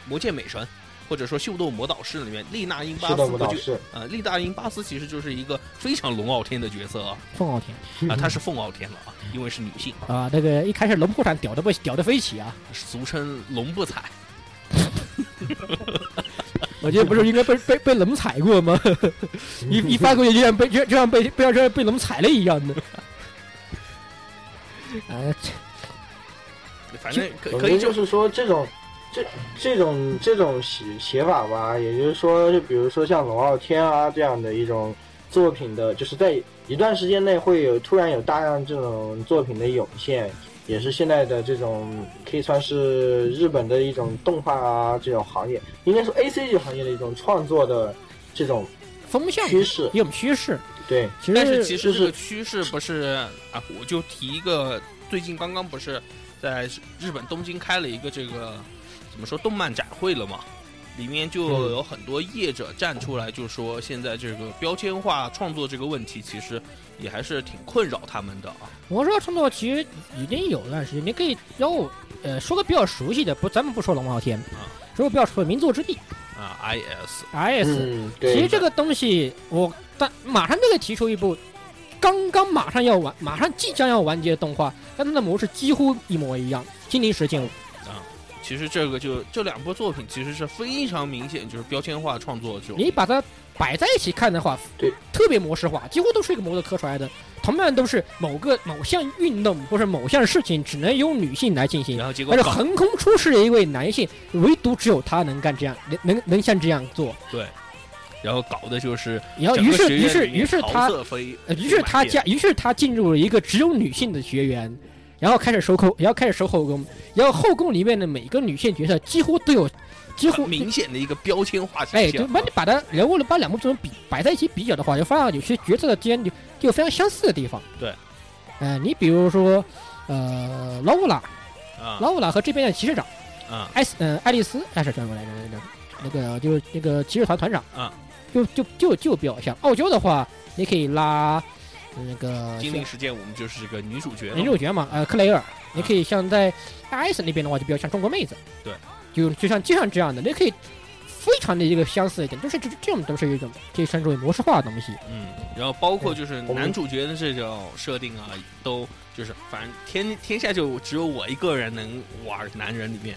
[SPEAKER 2] 《魔界美神》或者说《秀逗魔导士》里面丽娜英巴
[SPEAKER 3] 是
[SPEAKER 2] 斯
[SPEAKER 3] 的，魔
[SPEAKER 2] 不
[SPEAKER 3] 导
[SPEAKER 2] 就
[SPEAKER 3] 士，
[SPEAKER 2] 呃，丽娜英巴斯其实就是一个非常龙傲天的角色啊，
[SPEAKER 1] 凤傲天
[SPEAKER 2] 啊，她是凤傲天了啊，因为是女性，
[SPEAKER 1] 啊，那个一开始龙破产屌的不屌的飞起啊，
[SPEAKER 2] 俗称龙不踩。
[SPEAKER 1] 我觉得不是应该被被被龙踩过吗？一一翻过去就像被就就像被不要像被龙踩了一样 的。啊，
[SPEAKER 2] 反正可
[SPEAKER 3] 我
[SPEAKER 2] 可
[SPEAKER 3] 觉
[SPEAKER 2] 以
[SPEAKER 3] 得
[SPEAKER 2] 就
[SPEAKER 3] 就是是说这种这这种这种写写法吧，也就是说，就比如说像龙傲天啊这样的一种作品的，就是在一段时间内会有突然有大量这种作品的涌现，也是现在的这种可以算是日本的一种动画啊这种行业，应该说 A C G 行业的一种创作的这种
[SPEAKER 1] 风向
[SPEAKER 3] 趋势，
[SPEAKER 1] 一种趋势，
[SPEAKER 3] 对。
[SPEAKER 1] 其
[SPEAKER 2] 但是
[SPEAKER 1] 实
[SPEAKER 2] 其实这个趋势不是啊，我就提一个，最近刚刚不是在日本东京开了一个这个怎么说动漫展会了嘛？里面就
[SPEAKER 3] 嗯
[SPEAKER 2] 有很多业者站出来，就说现在这个标签化创作这个问题，其实也还是挺困扰他们的啊。
[SPEAKER 1] 魔兽创作其实已经有一段时间，你可以要我呃说个比较熟悉的，不，咱们不说龙傲天
[SPEAKER 2] 啊，
[SPEAKER 1] 说个比较熟的《民族之地
[SPEAKER 2] 啊，IS
[SPEAKER 1] IS，
[SPEAKER 3] 嗯，
[SPEAKER 1] 其
[SPEAKER 3] 对
[SPEAKER 1] 实，这个东西，我但马上就会提出一部刚刚马上要完、马上即将要完结的动画，但它的模式几乎一模一样，《精灵石剑舞》
[SPEAKER 2] 其实这个就这两部作品其实是非常明显就是标签化创作这种。
[SPEAKER 1] 你把它摆在一起看的话，
[SPEAKER 3] 对，
[SPEAKER 1] 特别模式化，几乎都是一个模子刻出来的，同样都是某个某项运动或者某项事情只能由女性来进行
[SPEAKER 2] 然。后结果
[SPEAKER 1] 但是
[SPEAKER 2] 搞
[SPEAKER 1] 横空出世的一位男性，唯独只有他能干这样，能能能像这样做。
[SPEAKER 2] 然后搞的就是
[SPEAKER 1] 然后，
[SPEAKER 2] 整
[SPEAKER 1] 于
[SPEAKER 2] 个
[SPEAKER 1] 是，
[SPEAKER 2] 学
[SPEAKER 1] 于
[SPEAKER 2] 院
[SPEAKER 1] 是，
[SPEAKER 2] 里面
[SPEAKER 1] 于是
[SPEAKER 2] 桃
[SPEAKER 1] 他
[SPEAKER 2] 色飞
[SPEAKER 1] 呃，于是他加，于是他进入了一个只有女性的学员，然后开始收后，然后开始收后宫，然后后宫里面的每个女性角色几乎都有，几乎
[SPEAKER 2] 很明显的一个标签化形
[SPEAKER 1] 哎，
[SPEAKER 2] 象
[SPEAKER 1] 就
[SPEAKER 2] 啊。
[SPEAKER 1] 把你把它人物把两部作品比摆在一起比较的话，就发现有些角色的间有有非常相似的地方。
[SPEAKER 2] 对，
[SPEAKER 1] 呃，你比如说，呃，劳乌拉，
[SPEAKER 2] 啊
[SPEAKER 1] 劳乌拉和这边的骑士长
[SPEAKER 2] 啊
[SPEAKER 1] 艾斯，呃，爱丽丝，爱是转过来着，那个那个就是那个骑士团团长
[SPEAKER 2] 啊，
[SPEAKER 1] 就就就就比较像。傲娇的话，你可以拉呃那个
[SPEAKER 2] 精灵事件我们就是这个女主角了嘛，
[SPEAKER 1] 女主角嘛，呃，克雷尔，你可以像在 IS 那边的话，就比较像中国妹子，
[SPEAKER 2] 对，
[SPEAKER 1] 就就像就像这样的，你可以非常的一个相似一点，就是这这种都是一种可以称之为模式化的东西。
[SPEAKER 2] 嗯，然后包括就是
[SPEAKER 3] 我们
[SPEAKER 2] 男主角的这种设定啊，都就是反正天天下就只有我一个人能玩男人里面，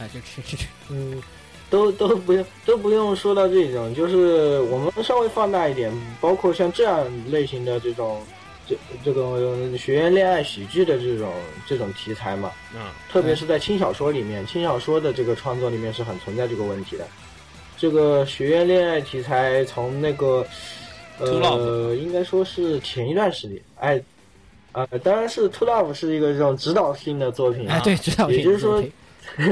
[SPEAKER 1] 哎、这这这这，
[SPEAKER 3] 嗯，都都不用都不用说到这种，就是我们稍微放大一点，包括像这样类型的这种，这这种学院恋爱喜剧的这种这种题材嘛，
[SPEAKER 2] 嗯，
[SPEAKER 3] 特别是在轻小说里面，轻小说的这个创作里面是很存在这个问题的。这个学院恋爱题材从那个，
[SPEAKER 2] Two
[SPEAKER 3] 呃，
[SPEAKER 2] Love
[SPEAKER 3] 应该说是前一段时间，哎，啊、当然是《To Love》是一个这种指导性的作品啊，
[SPEAKER 1] 哎，对，知道，
[SPEAKER 3] 也就是说
[SPEAKER 1] 知道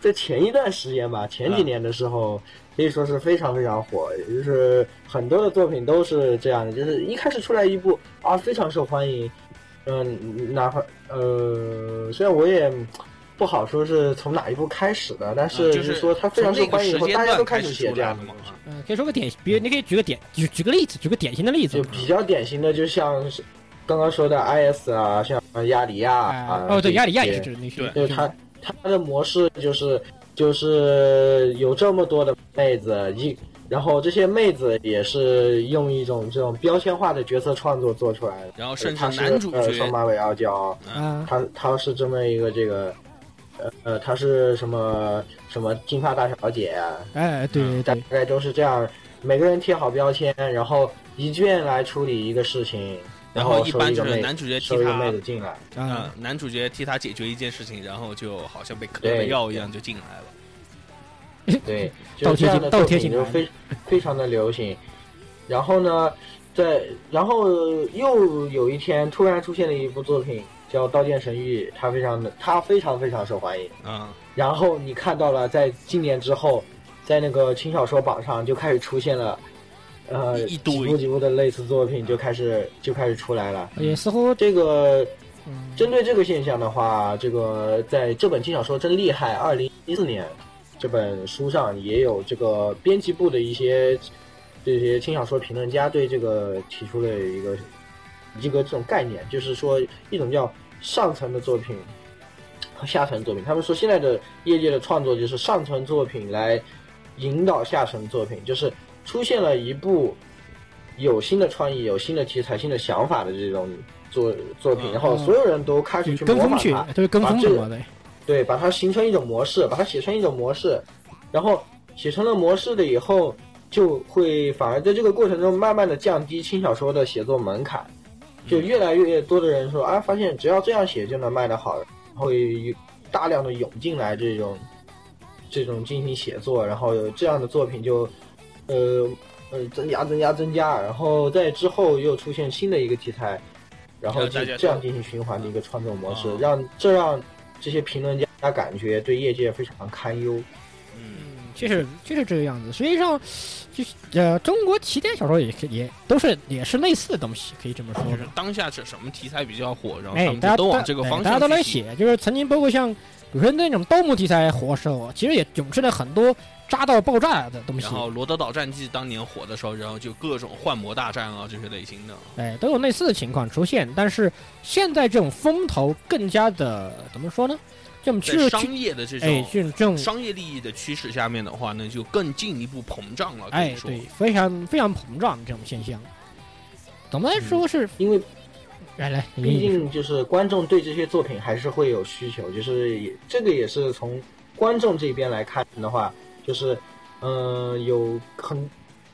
[SPEAKER 3] 在前一段时间吧，前
[SPEAKER 2] 嗯
[SPEAKER 3] 几年的时候，可以说是非常非常火，也就是很多的作品都是这样的，就是一开始出来一部啊，非常受欢迎，嗯，哪怕呃，虽然我也不好说是从哪一部开始的，但
[SPEAKER 2] 啊
[SPEAKER 3] 是
[SPEAKER 2] 就是
[SPEAKER 3] 说它非
[SPEAKER 2] 从
[SPEAKER 3] 常受
[SPEAKER 2] 那个
[SPEAKER 3] 欢迎以
[SPEAKER 2] 时
[SPEAKER 3] 后，
[SPEAKER 2] 间
[SPEAKER 3] 大家都
[SPEAKER 2] 段
[SPEAKER 3] 开
[SPEAKER 2] 始
[SPEAKER 3] 写
[SPEAKER 2] 出
[SPEAKER 3] 这
[SPEAKER 2] 来
[SPEAKER 3] 样
[SPEAKER 2] 的
[SPEAKER 3] 的
[SPEAKER 2] 嘛
[SPEAKER 3] 东西。，
[SPEAKER 1] 嗯、可以说个典，比如你可以举个典，举举个例子，举个典型的例子
[SPEAKER 3] 就。比较典型的，就像是刚刚说的 IS 啊，像亚里亚
[SPEAKER 1] 啊
[SPEAKER 3] 啊，，
[SPEAKER 1] 哦，对，
[SPEAKER 3] 这
[SPEAKER 1] 亚里亚
[SPEAKER 3] 些
[SPEAKER 1] 也是指那些，
[SPEAKER 3] 就
[SPEAKER 1] 这
[SPEAKER 3] 是他
[SPEAKER 1] 种
[SPEAKER 3] 他的模式就是就是有这么多的妹子一，然后这些妹子也是用一种这种标签化的角色创作做出来的，
[SPEAKER 2] 然后甚至
[SPEAKER 3] 他是
[SPEAKER 2] 男主
[SPEAKER 3] 呃、
[SPEAKER 2] 角
[SPEAKER 3] 双马尾傲娇，
[SPEAKER 1] 啊，
[SPEAKER 3] 他他是这么一个这个。呃呃，她是什么什么金发大小姐啊，
[SPEAKER 1] 哎，对
[SPEAKER 3] 大
[SPEAKER 1] 对
[SPEAKER 3] 概都是这样，每个人贴好标签，然后一卷来处理一个事情，
[SPEAKER 2] 然
[SPEAKER 3] 后
[SPEAKER 2] 后一
[SPEAKER 3] 收
[SPEAKER 2] 般
[SPEAKER 3] 一
[SPEAKER 2] 就
[SPEAKER 3] 个
[SPEAKER 2] 是
[SPEAKER 3] 妹
[SPEAKER 2] 男主角替
[SPEAKER 3] 收一个
[SPEAKER 2] 他
[SPEAKER 3] 妹子进来，
[SPEAKER 1] 对，
[SPEAKER 2] 嗯
[SPEAKER 1] 啊，，
[SPEAKER 2] 男主角替他解决一件事情，然后就好像被嗑了
[SPEAKER 3] 对
[SPEAKER 2] 药一样就进来了。
[SPEAKER 3] 对，
[SPEAKER 1] 倒
[SPEAKER 3] 就
[SPEAKER 1] 贴
[SPEAKER 3] 这样
[SPEAKER 1] 进
[SPEAKER 3] 的
[SPEAKER 1] 倒
[SPEAKER 3] 作
[SPEAKER 1] 贴
[SPEAKER 3] 品
[SPEAKER 1] 进
[SPEAKER 3] 就
[SPEAKER 1] 来
[SPEAKER 3] 非非常的流行。然后呢，在然后又有一天突然出现了一部作品叫《刀剑神域》，它非常的它非常非常受欢迎。
[SPEAKER 2] 啊，
[SPEAKER 3] 然后你看到了，在今年之后，在那个轻小说榜上就开始出现了，呃，
[SPEAKER 2] 一
[SPEAKER 3] 几
[SPEAKER 2] 堆
[SPEAKER 3] 部几部的类似作品就开始就开始出来了。
[SPEAKER 1] 也似乎
[SPEAKER 3] 这个
[SPEAKER 1] 嗯，
[SPEAKER 3] 针对这个现象的话，这个在这本轻小说真厉害，二零一四年这本书上也有这个编辑部的一些这些轻小说评论家对这个提出了一个一个这种概念，就是说一种叫上层的作品和下层作品。他们说现在的业界的创作就是上层作品来引导下沉作品，就是出现了一部有新的创意、有新的题材、新的想法的这种作作品，
[SPEAKER 2] 嗯
[SPEAKER 3] 然后所有人都开始去
[SPEAKER 1] 啊跟
[SPEAKER 3] 模
[SPEAKER 1] 风
[SPEAKER 3] 仿
[SPEAKER 1] 去
[SPEAKER 3] 它，，
[SPEAKER 1] 都是跟风的嘛，对。
[SPEAKER 3] 对，把它形成一种模式，把它写成一种模式，然后写成了模式了以后，就会反而在这个过程中慢慢的降低轻小说的写作门槛，就
[SPEAKER 2] 嗯
[SPEAKER 3] 越来越多的人说啊，发现只要这样写就能卖得好，然后有大量的涌进来这种这种进行写作，然后有这样的作品就呃呃增加增加增加，然后在之后又出现新的一个题材，然后
[SPEAKER 2] 让大
[SPEAKER 3] 这
[SPEAKER 2] 家
[SPEAKER 3] 这样进行循环的一个创作模式
[SPEAKER 2] 啊，
[SPEAKER 3] 让这让这些评论家感觉对业界非常堪忧。
[SPEAKER 2] 嗯，
[SPEAKER 1] 就是就是这个样子。实际上，就是呃，中国起点小说也是也都是也是类似的东西，可以这么说吧。
[SPEAKER 2] 就是当下是什么题材比较火，然后
[SPEAKER 1] 哎
[SPEAKER 2] 他，们
[SPEAKER 1] 大家
[SPEAKER 2] 就都往
[SPEAKER 1] 大
[SPEAKER 2] 这个
[SPEAKER 1] 哎
[SPEAKER 2] 方向
[SPEAKER 1] 大家都
[SPEAKER 2] 去
[SPEAKER 1] 来
[SPEAKER 2] 写。
[SPEAKER 1] 写，就是曾经包括像比如说那种盗墓题材火的时候，其实也涌现了很多渣到爆炸的东西
[SPEAKER 2] 然，后《罗德岛战记》当年火的时候，然后就各种幻魔大战啊这些类型的，
[SPEAKER 1] 哎，都有类似的情况出现。但是现在这种风头更加的怎么说呢？这种趋
[SPEAKER 2] 在
[SPEAKER 1] 势
[SPEAKER 2] 商
[SPEAKER 1] 趋，
[SPEAKER 2] 业的这
[SPEAKER 1] 哎，
[SPEAKER 2] 种
[SPEAKER 1] 这种这种
[SPEAKER 2] 商业利益的趋势下面的话呢，就更进一步膨胀了。可
[SPEAKER 1] 哎
[SPEAKER 2] 以，说
[SPEAKER 1] 对，，非常非常膨胀这种现象。总的来
[SPEAKER 2] 嗯
[SPEAKER 1] 说是，
[SPEAKER 3] 因为
[SPEAKER 1] 来来，你
[SPEAKER 3] 毕
[SPEAKER 1] 你
[SPEAKER 3] 竟就是观众对这些作品还是会有需求，就是也这个也是从观众这边来看的话，就是嗯、呃有很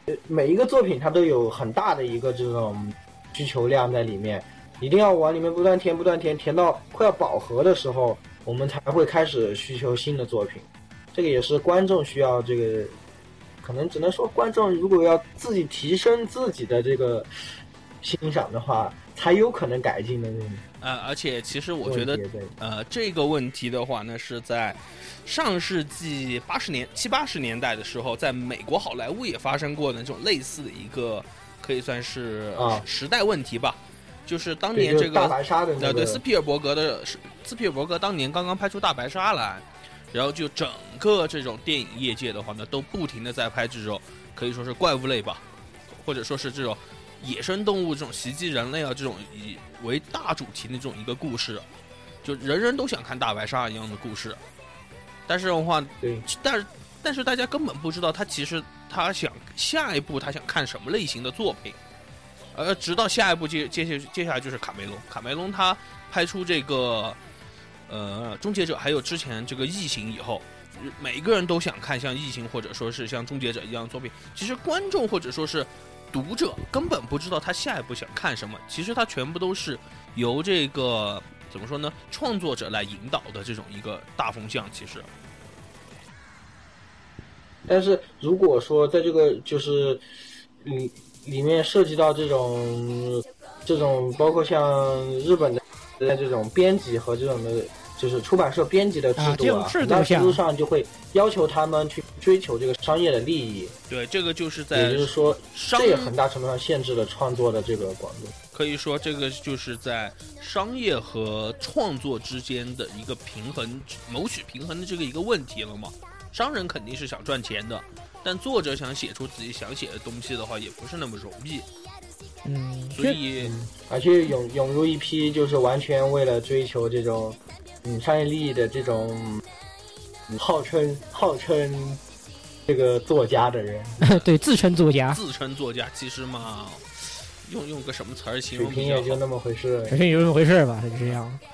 [SPEAKER 3] 呃每一个作品它都有很大的一个这种需求量在里面，一定要往里面不断填不断填，填到快要饱和的时候，我们才会开始需求新的作品。这个也是观众需要这个，可能只能说观众如果要自己提升自己的这个欣赏的话，才有可能改进的那种。
[SPEAKER 2] 呃，而且其实我觉得，呃，这个问题的话呢，是在上世纪八十年七八十年代的时候，在美国好莱坞也发生过的这种类似的一个，可以算是
[SPEAKER 3] 啊
[SPEAKER 2] 时代问题吧。就是当
[SPEAKER 3] 对，
[SPEAKER 2] 年
[SPEAKER 3] 就
[SPEAKER 2] 这
[SPEAKER 3] 是大
[SPEAKER 2] 个
[SPEAKER 3] 白鲨的那
[SPEAKER 2] 呃，
[SPEAKER 3] 个，
[SPEAKER 2] 对，斯皮尔伯格的是斯皮尔伯格当年刚刚拍出《大白鲨》来，然后就整个这种电影业界的话呢，都不停的在拍这种可以说是怪物类吧，或者说是这种野生动物这种袭击人类啊这种以为大主题的这种一个故事，就人人都想看大白鲨一样的故事，但是的话，
[SPEAKER 3] 对，
[SPEAKER 2] 但是但是大家根本不知道他其实他想下一步他想看什么类型的作品，呃，直到下一步接接下接下来就是卡梅隆，卡梅隆他拍出这个呃《终结者》，还有之前这个《异形》以后。每个人都想看像《异形》或者说是像《终结者》一样的作品，其实观众或者说是读者根本不知道他下一步想看什么，其实他全部都是由这个怎么说呢，创作者来引导的这种一个大风向，其实，
[SPEAKER 3] 但是如果说在这个就是里里面涉及到这种这种，包括像日本的在这种编辑和这种的，就是出版社编辑的制
[SPEAKER 1] 啊这
[SPEAKER 3] 度
[SPEAKER 1] 种制度
[SPEAKER 3] 那
[SPEAKER 1] 下
[SPEAKER 3] 程度上就会要求他们去追求这个商业的利益，
[SPEAKER 2] 对，这个就是在
[SPEAKER 3] 也就是说，
[SPEAKER 2] 商
[SPEAKER 3] 这也很大程度上限制了创作的这个广度。
[SPEAKER 2] 可以说这个就是在商业和创作之间的一个平衡，谋取平衡的这个一个问题了嘛。商人肯定是想赚钱的，但作者想写出自己想写的东西的话，也不是那么容易，
[SPEAKER 1] 嗯，
[SPEAKER 2] 所以
[SPEAKER 3] 嗯，而且涌涌入一批就是完全为了追求这种嗯商业利益的这种嗯号称号称这个作家的人，
[SPEAKER 2] 嗯
[SPEAKER 1] 对自称作家，
[SPEAKER 2] 自称作家其实嘛，用用个什么词儿形
[SPEAKER 3] 水
[SPEAKER 2] 容
[SPEAKER 3] 平
[SPEAKER 2] 比
[SPEAKER 3] 也
[SPEAKER 2] 较
[SPEAKER 3] 就
[SPEAKER 2] 好？
[SPEAKER 3] 那么回事。嗯
[SPEAKER 1] 首先有这么回事吧，是这样。
[SPEAKER 2] 嗯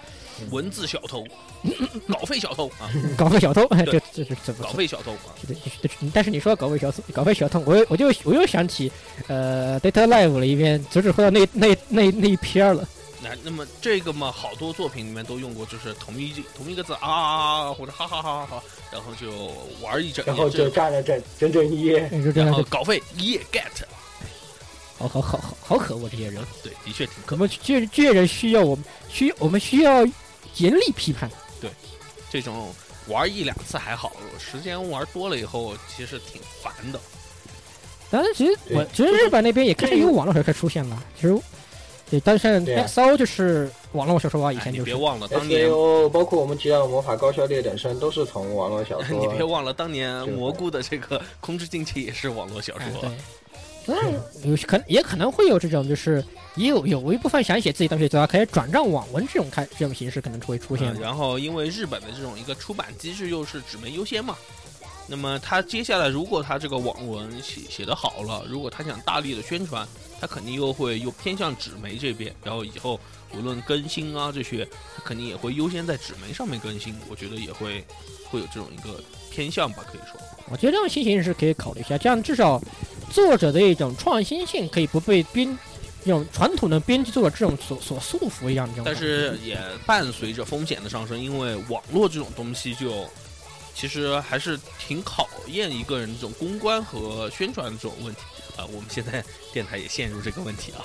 [SPEAKER 2] 文字小偷， 稿费小偷啊，
[SPEAKER 1] 稿费小偷，这
[SPEAKER 2] 对
[SPEAKER 1] 这是怎么
[SPEAKER 2] 稿？费小偷啊。
[SPEAKER 1] 这这这但是你说稿费小偷，稿费小偷，我又我就我又想起，呃，Data Live 里边折纸会的那那那那一篇了。
[SPEAKER 2] 那那么这个嘛，好多作品里面都用过，就是同一同一个字啊啊啊啊或者哈哈哈哈，然后就玩一整
[SPEAKER 3] 然后
[SPEAKER 2] 夜，
[SPEAKER 3] 就
[SPEAKER 2] 这
[SPEAKER 3] 站了整 整整一夜，
[SPEAKER 1] 你说这
[SPEAKER 2] 然
[SPEAKER 1] 样
[SPEAKER 2] 后
[SPEAKER 1] 哎就
[SPEAKER 2] 稿费一夜 get，
[SPEAKER 1] 好好好好好可恶，这些人，
[SPEAKER 2] 对，的确挺
[SPEAKER 1] 我
[SPEAKER 2] 可。
[SPEAKER 1] 们这这些人需要我们需我们需要严厉批判。
[SPEAKER 2] 这种玩一两次还好，时间玩多了以后，其实挺烦的。
[SPEAKER 1] 当然，其实我其实日本那边也开始有网络小说出现了，其实对，但是
[SPEAKER 3] 对啊
[SPEAKER 1] S O 就是网络小说啊，以
[SPEAKER 2] 哎，
[SPEAKER 1] 前
[SPEAKER 2] 你
[SPEAKER 1] 就
[SPEAKER 2] 别
[SPEAKER 1] 是。
[SPEAKER 2] 忘了当
[SPEAKER 3] S
[SPEAKER 2] 年
[SPEAKER 3] A，O，包括我们提到的《魔法高校劣等生》，都是从网络小 说。
[SPEAKER 2] 你别忘了当年
[SPEAKER 3] 是的
[SPEAKER 2] 蘑菇的这个《空之境界》也是网络小
[SPEAKER 1] 哎，
[SPEAKER 2] 说
[SPEAKER 1] 对。，当然有可也可能会有这种，就是也有有一部分想写自己东西，对吧？可以转账网文这种开这种
[SPEAKER 2] 嗯
[SPEAKER 1] 形式可能会出现
[SPEAKER 2] 嗯。然后因为日本的这种一个出版机制又是纸媒优先嘛，那么他接下来，如果他这个网文写写得好了，如果他想大力的宣传，他肯定又会又偏向纸媒这边，然后以后无论更新啊这些，他肯定也会优先在纸媒上面更新。我觉得也会会有这种一个偏向吧，可以说。
[SPEAKER 1] 我觉得这种情形是可以考虑一下，这样至少作者的一种创新性可以不被编这种传统的编剧作者这种所所束缚一样这种感
[SPEAKER 2] 但
[SPEAKER 1] 觉。
[SPEAKER 2] 是也伴随着风险的上升，因为网络这种东西就其实还是挺考验一个人这种公关和宣传这种问题啊、我们现在 电台也陷入这个问题啊。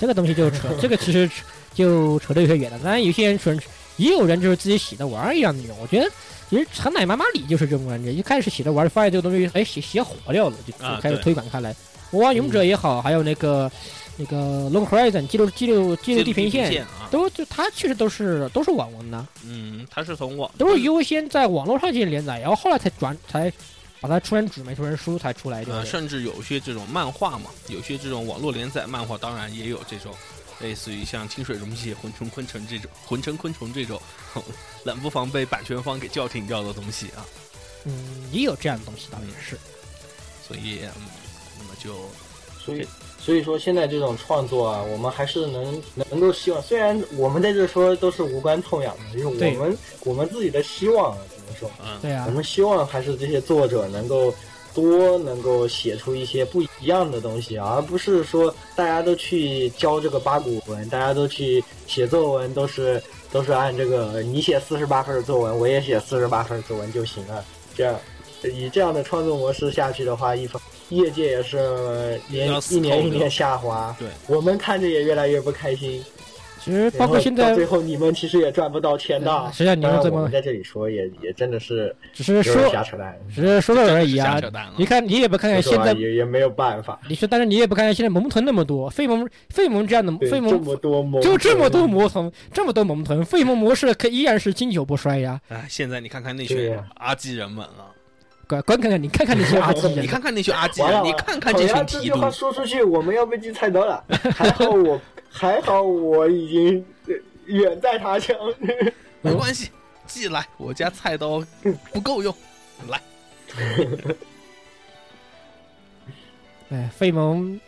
[SPEAKER 1] 这个东西就 扯，这个其实扯就扯得有些远了。当然，有些人纯也有人就是自己写着玩儿一样那种。我觉得其实陈奶妈妈里就是这种感觉，一开始写着玩儿，发现这个东西哎写写火掉了，就
[SPEAKER 2] 啊
[SPEAKER 1] 就开始
[SPEAKER 2] 对
[SPEAKER 1] 推广开来。魔王勇者也好，还有那个那个 Long Horizon 记录记录记录地平线，
[SPEAKER 2] 啊，
[SPEAKER 1] 都就它确实都是都是网文的，
[SPEAKER 2] 嗯，它是从网
[SPEAKER 1] 都是优先在网络上进行连载，然后后来才转才把它出成纸媒、出成书才出来这
[SPEAKER 2] 呃，
[SPEAKER 1] 个。
[SPEAKER 2] 甚至有些这种漫画嘛，有些这种网络连载漫画，当然也有这种类似于像清水溶剂、浑成昆虫这种浑成昆虫这种， 冷不防被版权方给叫停掉的东西啊。
[SPEAKER 1] 嗯，也有这样的东西，倒也是。
[SPEAKER 2] 所以，嗯、那么就
[SPEAKER 3] 所以所以说现在这种创作啊，我们还是能能够希望，虽然我们在这说都是无关痛痒的，就是
[SPEAKER 1] 对
[SPEAKER 3] 我们我们自己的希望啊怎么说？
[SPEAKER 2] 嗯，
[SPEAKER 1] 对啊
[SPEAKER 3] 我，们希望还是这些作者能够多能够写出一些不一样的东西，而不是说大家都去教这个八股文，大家都去写作文，都是都是按这个你写四十八分儿作文，我也写四十八分儿作文就行了。这样以这样的创作模式下去的话，一方业界也是年
[SPEAKER 2] 要死
[SPEAKER 3] 一年
[SPEAKER 2] 透
[SPEAKER 3] 一
[SPEAKER 2] 的
[SPEAKER 3] 年下滑，
[SPEAKER 2] 对，
[SPEAKER 3] 我们看着也越来越不开心。
[SPEAKER 1] 其实包括
[SPEAKER 3] 然后
[SPEAKER 1] 现
[SPEAKER 3] 到
[SPEAKER 1] 在
[SPEAKER 3] 最，后你们其实也赚不到钱的。
[SPEAKER 1] 实际上你
[SPEAKER 3] 当
[SPEAKER 1] 们
[SPEAKER 3] 然
[SPEAKER 1] 这
[SPEAKER 3] 我
[SPEAKER 1] 么
[SPEAKER 3] 们在这里说也也真的是
[SPEAKER 1] 只是
[SPEAKER 3] 有点瞎
[SPEAKER 1] 说，
[SPEAKER 3] 扯淡。
[SPEAKER 1] 只是说说而已啊
[SPEAKER 2] 瞎扯。淡了
[SPEAKER 1] 你。看，你也不看看
[SPEAKER 3] 说实
[SPEAKER 1] 现
[SPEAKER 3] 话
[SPEAKER 1] 在，
[SPEAKER 3] 也也没有办法。
[SPEAKER 1] 你说，但是你也不看看现在萌豚那么多，费萌费萌这样的
[SPEAKER 3] 对，
[SPEAKER 1] 费
[SPEAKER 3] 这
[SPEAKER 1] 萌，
[SPEAKER 3] 么多魔，
[SPEAKER 1] 就这么多萌豚，这么多萌豚，费萌模式可依然是经久不衰呀。
[SPEAKER 2] 哎，现在你看看那
[SPEAKER 3] 对
[SPEAKER 2] 群
[SPEAKER 3] 呀
[SPEAKER 2] 阿基人们啊，
[SPEAKER 1] 观观看看，你看看那些垃 圾
[SPEAKER 2] 你
[SPEAKER 1] 人，
[SPEAKER 2] 看看那群阿基
[SPEAKER 3] 完了
[SPEAKER 2] 人，
[SPEAKER 3] 完了
[SPEAKER 2] 你看看这
[SPEAKER 3] 好
[SPEAKER 2] 群提
[SPEAKER 3] 呀句
[SPEAKER 2] 督，
[SPEAKER 3] 话说出去，我们要被进菜刀了。还好我，还好我已经呃远在他乡。
[SPEAKER 2] 没关系，寄来，我家菜刀不够用，来。
[SPEAKER 1] 哎，费蒙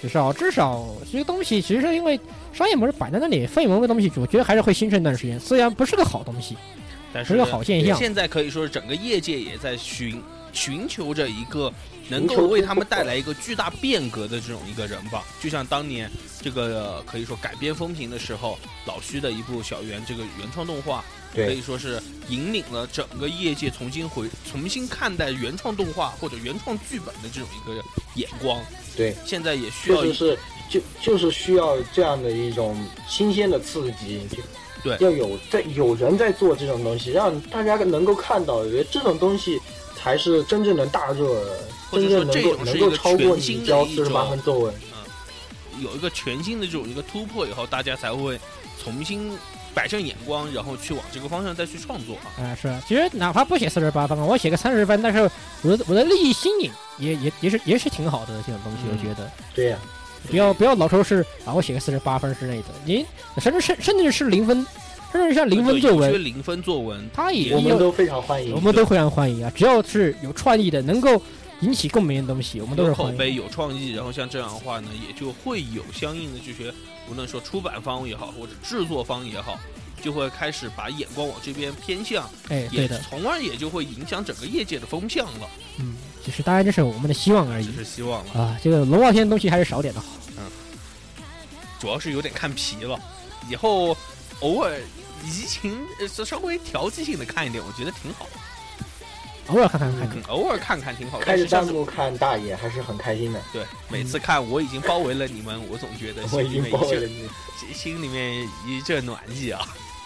[SPEAKER 1] 至少至少这个东西，其实因为商业模式摆在那里，费蒙的东西，我觉得还是会兴盛一段时间。虽然不是个好东西，
[SPEAKER 2] 但
[SPEAKER 1] 是个好现象
[SPEAKER 2] 现在可以说是整个业界也在寻寻求着一个能
[SPEAKER 3] 寻
[SPEAKER 2] 够
[SPEAKER 3] 求
[SPEAKER 2] 为他们带来一个巨大变革的这种一个人吧。就像当年这个呃可以说改编风评的时候，老徐的一部小圆这个原创动画，可以，说是引领了整个业界重新回重新看待原创动画或者原创剧本的这种一个眼光。
[SPEAKER 3] 对，
[SPEAKER 2] 现在也需
[SPEAKER 3] 确
[SPEAKER 2] 要
[SPEAKER 3] 实
[SPEAKER 2] 一
[SPEAKER 3] 是，就就是需要这样的一种新鲜的刺激。
[SPEAKER 2] 对
[SPEAKER 3] 要有在有人在做这种东西，让大家能够看到，我觉得这种东西才是真正能大热的，
[SPEAKER 2] 或者
[SPEAKER 3] 真
[SPEAKER 2] 说
[SPEAKER 3] 正能
[SPEAKER 2] 这
[SPEAKER 3] 够
[SPEAKER 2] 种是
[SPEAKER 3] 能
[SPEAKER 2] 一
[SPEAKER 3] 够
[SPEAKER 2] 个
[SPEAKER 3] 超过
[SPEAKER 2] 全新
[SPEAKER 3] 你
[SPEAKER 2] 的
[SPEAKER 3] 交
[SPEAKER 2] 一
[SPEAKER 3] 四十八
[SPEAKER 2] 种
[SPEAKER 3] 分作文。
[SPEAKER 2] 有一个全新的这种一个突破以后，大家才会重新摆正眼光，然后去往这个方向再去创作啊。
[SPEAKER 1] 啊、是，其实哪怕不写四十八分，啊我写个三十分，但是我的我的利益新颖也也也是也是挺好的这种东西，
[SPEAKER 2] 嗯
[SPEAKER 1] 我觉得
[SPEAKER 3] 对呀、
[SPEAKER 1] 不要不要老说是啊，我写个四十八分之类的，你甚至甚甚至是零分，甚至像零分作
[SPEAKER 2] 有些
[SPEAKER 1] 文，
[SPEAKER 2] 零分作文，
[SPEAKER 1] 它也
[SPEAKER 3] 我们
[SPEAKER 1] 有
[SPEAKER 3] 都非常欢迎
[SPEAKER 1] 我。们都非常欢迎啊，只要是有创意的，能够引起共鸣的东西，我们都是
[SPEAKER 2] 有口
[SPEAKER 1] 欢迎。
[SPEAKER 2] 碑、有创意，然后像这样的话呢，也就会有相应的这些，无论说出版方也好，或者制作方也好，就会开始把眼光往这边偏向，
[SPEAKER 1] 哎，对
[SPEAKER 2] 也
[SPEAKER 1] 的，
[SPEAKER 2] 从而也就会影响整个业界的风向了，
[SPEAKER 1] 嗯，只是当然这是我们的希望而
[SPEAKER 2] 这
[SPEAKER 1] 已
[SPEAKER 2] 是希望了。
[SPEAKER 1] 啊。这个龙傲天的东西还是少点的好。
[SPEAKER 2] 主要是有点看皮了，以后偶尔移情呃稍微调剂性的看一点，我觉得挺好。
[SPEAKER 1] 偶尔看看还可以。
[SPEAKER 2] 嗯，偶尔看看挺好。
[SPEAKER 3] 开
[SPEAKER 2] 但
[SPEAKER 3] 着
[SPEAKER 2] 是下
[SPEAKER 3] 弹
[SPEAKER 2] 次
[SPEAKER 3] 幕看大爷还是很开 心的，
[SPEAKER 2] 对，每
[SPEAKER 1] 嗯
[SPEAKER 2] 次看我已经包围了你们，我总觉得
[SPEAKER 3] 我
[SPEAKER 2] 心
[SPEAKER 3] 已
[SPEAKER 2] 里
[SPEAKER 3] 经
[SPEAKER 2] 面
[SPEAKER 3] 包
[SPEAKER 2] 一
[SPEAKER 3] 围了
[SPEAKER 2] 阵
[SPEAKER 3] 你。
[SPEAKER 2] 心里面一阵暖意啊。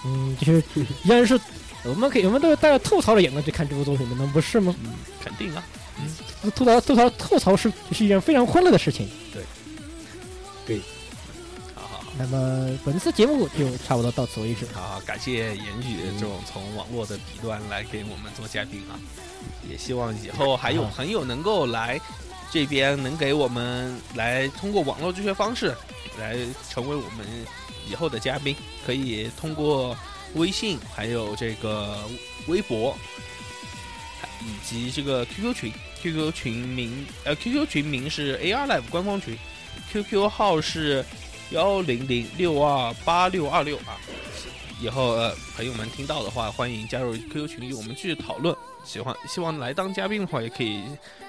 [SPEAKER 1] 嗯，就是依然是，我们可以，我们都是带着吐槽的眼光去看这部作品的，能不是吗？
[SPEAKER 2] 肯定啊，
[SPEAKER 1] 吐槽吐槽吐槽是是一件非常欢乐的事情。
[SPEAKER 2] 好好好
[SPEAKER 1] 那么本次节目就差不多到此为止。
[SPEAKER 2] 好好，感谢严举这种从网络的笔端来给我们做嘉宾啊，也希望以后还有
[SPEAKER 1] 啊
[SPEAKER 2] 朋友能够来这边，能给我们来通过网络这些方式来成为我们以后的嘉宾，可以通过微信还有这个微博。以及这个 QQ 群，QQ 群名呃 QQ 群名是 AR Live 官方群，QQ 号是幺零零六二八六二六啊。以后呃朋友们听到的话，欢迎加入 QQ 群里，我们继续讨论。喜欢希望来当嘉宾的话，也可以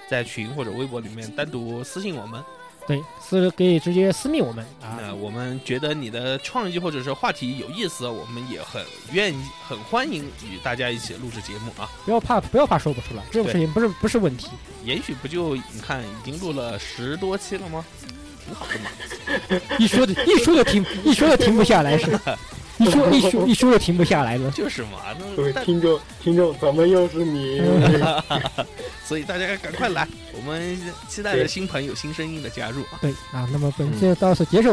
[SPEAKER 2] 在群或者微博里面单独私信我们。
[SPEAKER 1] 对，私可以直接私密我们
[SPEAKER 2] 那
[SPEAKER 1] 啊，
[SPEAKER 2] 我们觉得你的创意或者是话题有意思，我们也很愿意、很欢迎与大家一起录制节目啊。
[SPEAKER 1] 不要怕，不要怕说不出来，这种
[SPEAKER 2] 对
[SPEAKER 1] 事情不是不是问题。
[SPEAKER 2] 也许不就你看已经录了十多期了吗？ 挺好的嘛。
[SPEAKER 1] 一说的，一说就停，一说就停不下来是，一说一说一说就停不下来了。
[SPEAKER 2] 就是嘛，
[SPEAKER 3] 各
[SPEAKER 2] 那
[SPEAKER 3] 位
[SPEAKER 2] 但
[SPEAKER 3] 听众，听众，咱们又是 你，啊
[SPEAKER 2] 所以大家赶快来，我们期待着新朋友、新声音的加入啊！
[SPEAKER 1] 对啊，那么本次到此结束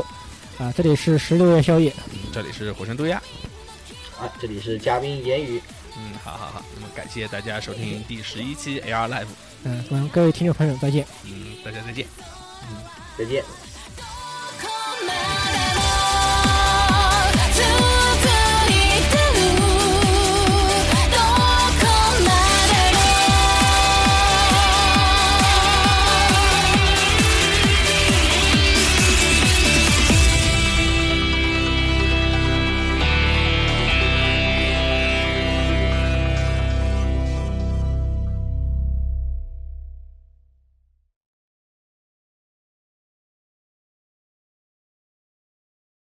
[SPEAKER 1] 啊，这里是十六夜宵夜，
[SPEAKER 2] 这里是火神豆芽，
[SPEAKER 3] 啊，这里是嘉宾言语，
[SPEAKER 2] 嗯，好好好，那么感谢大家收听第十一期 AR Live，
[SPEAKER 1] 嗯，我们各位听众朋友再见。
[SPEAKER 2] 嗯，大家再见。
[SPEAKER 3] 再见。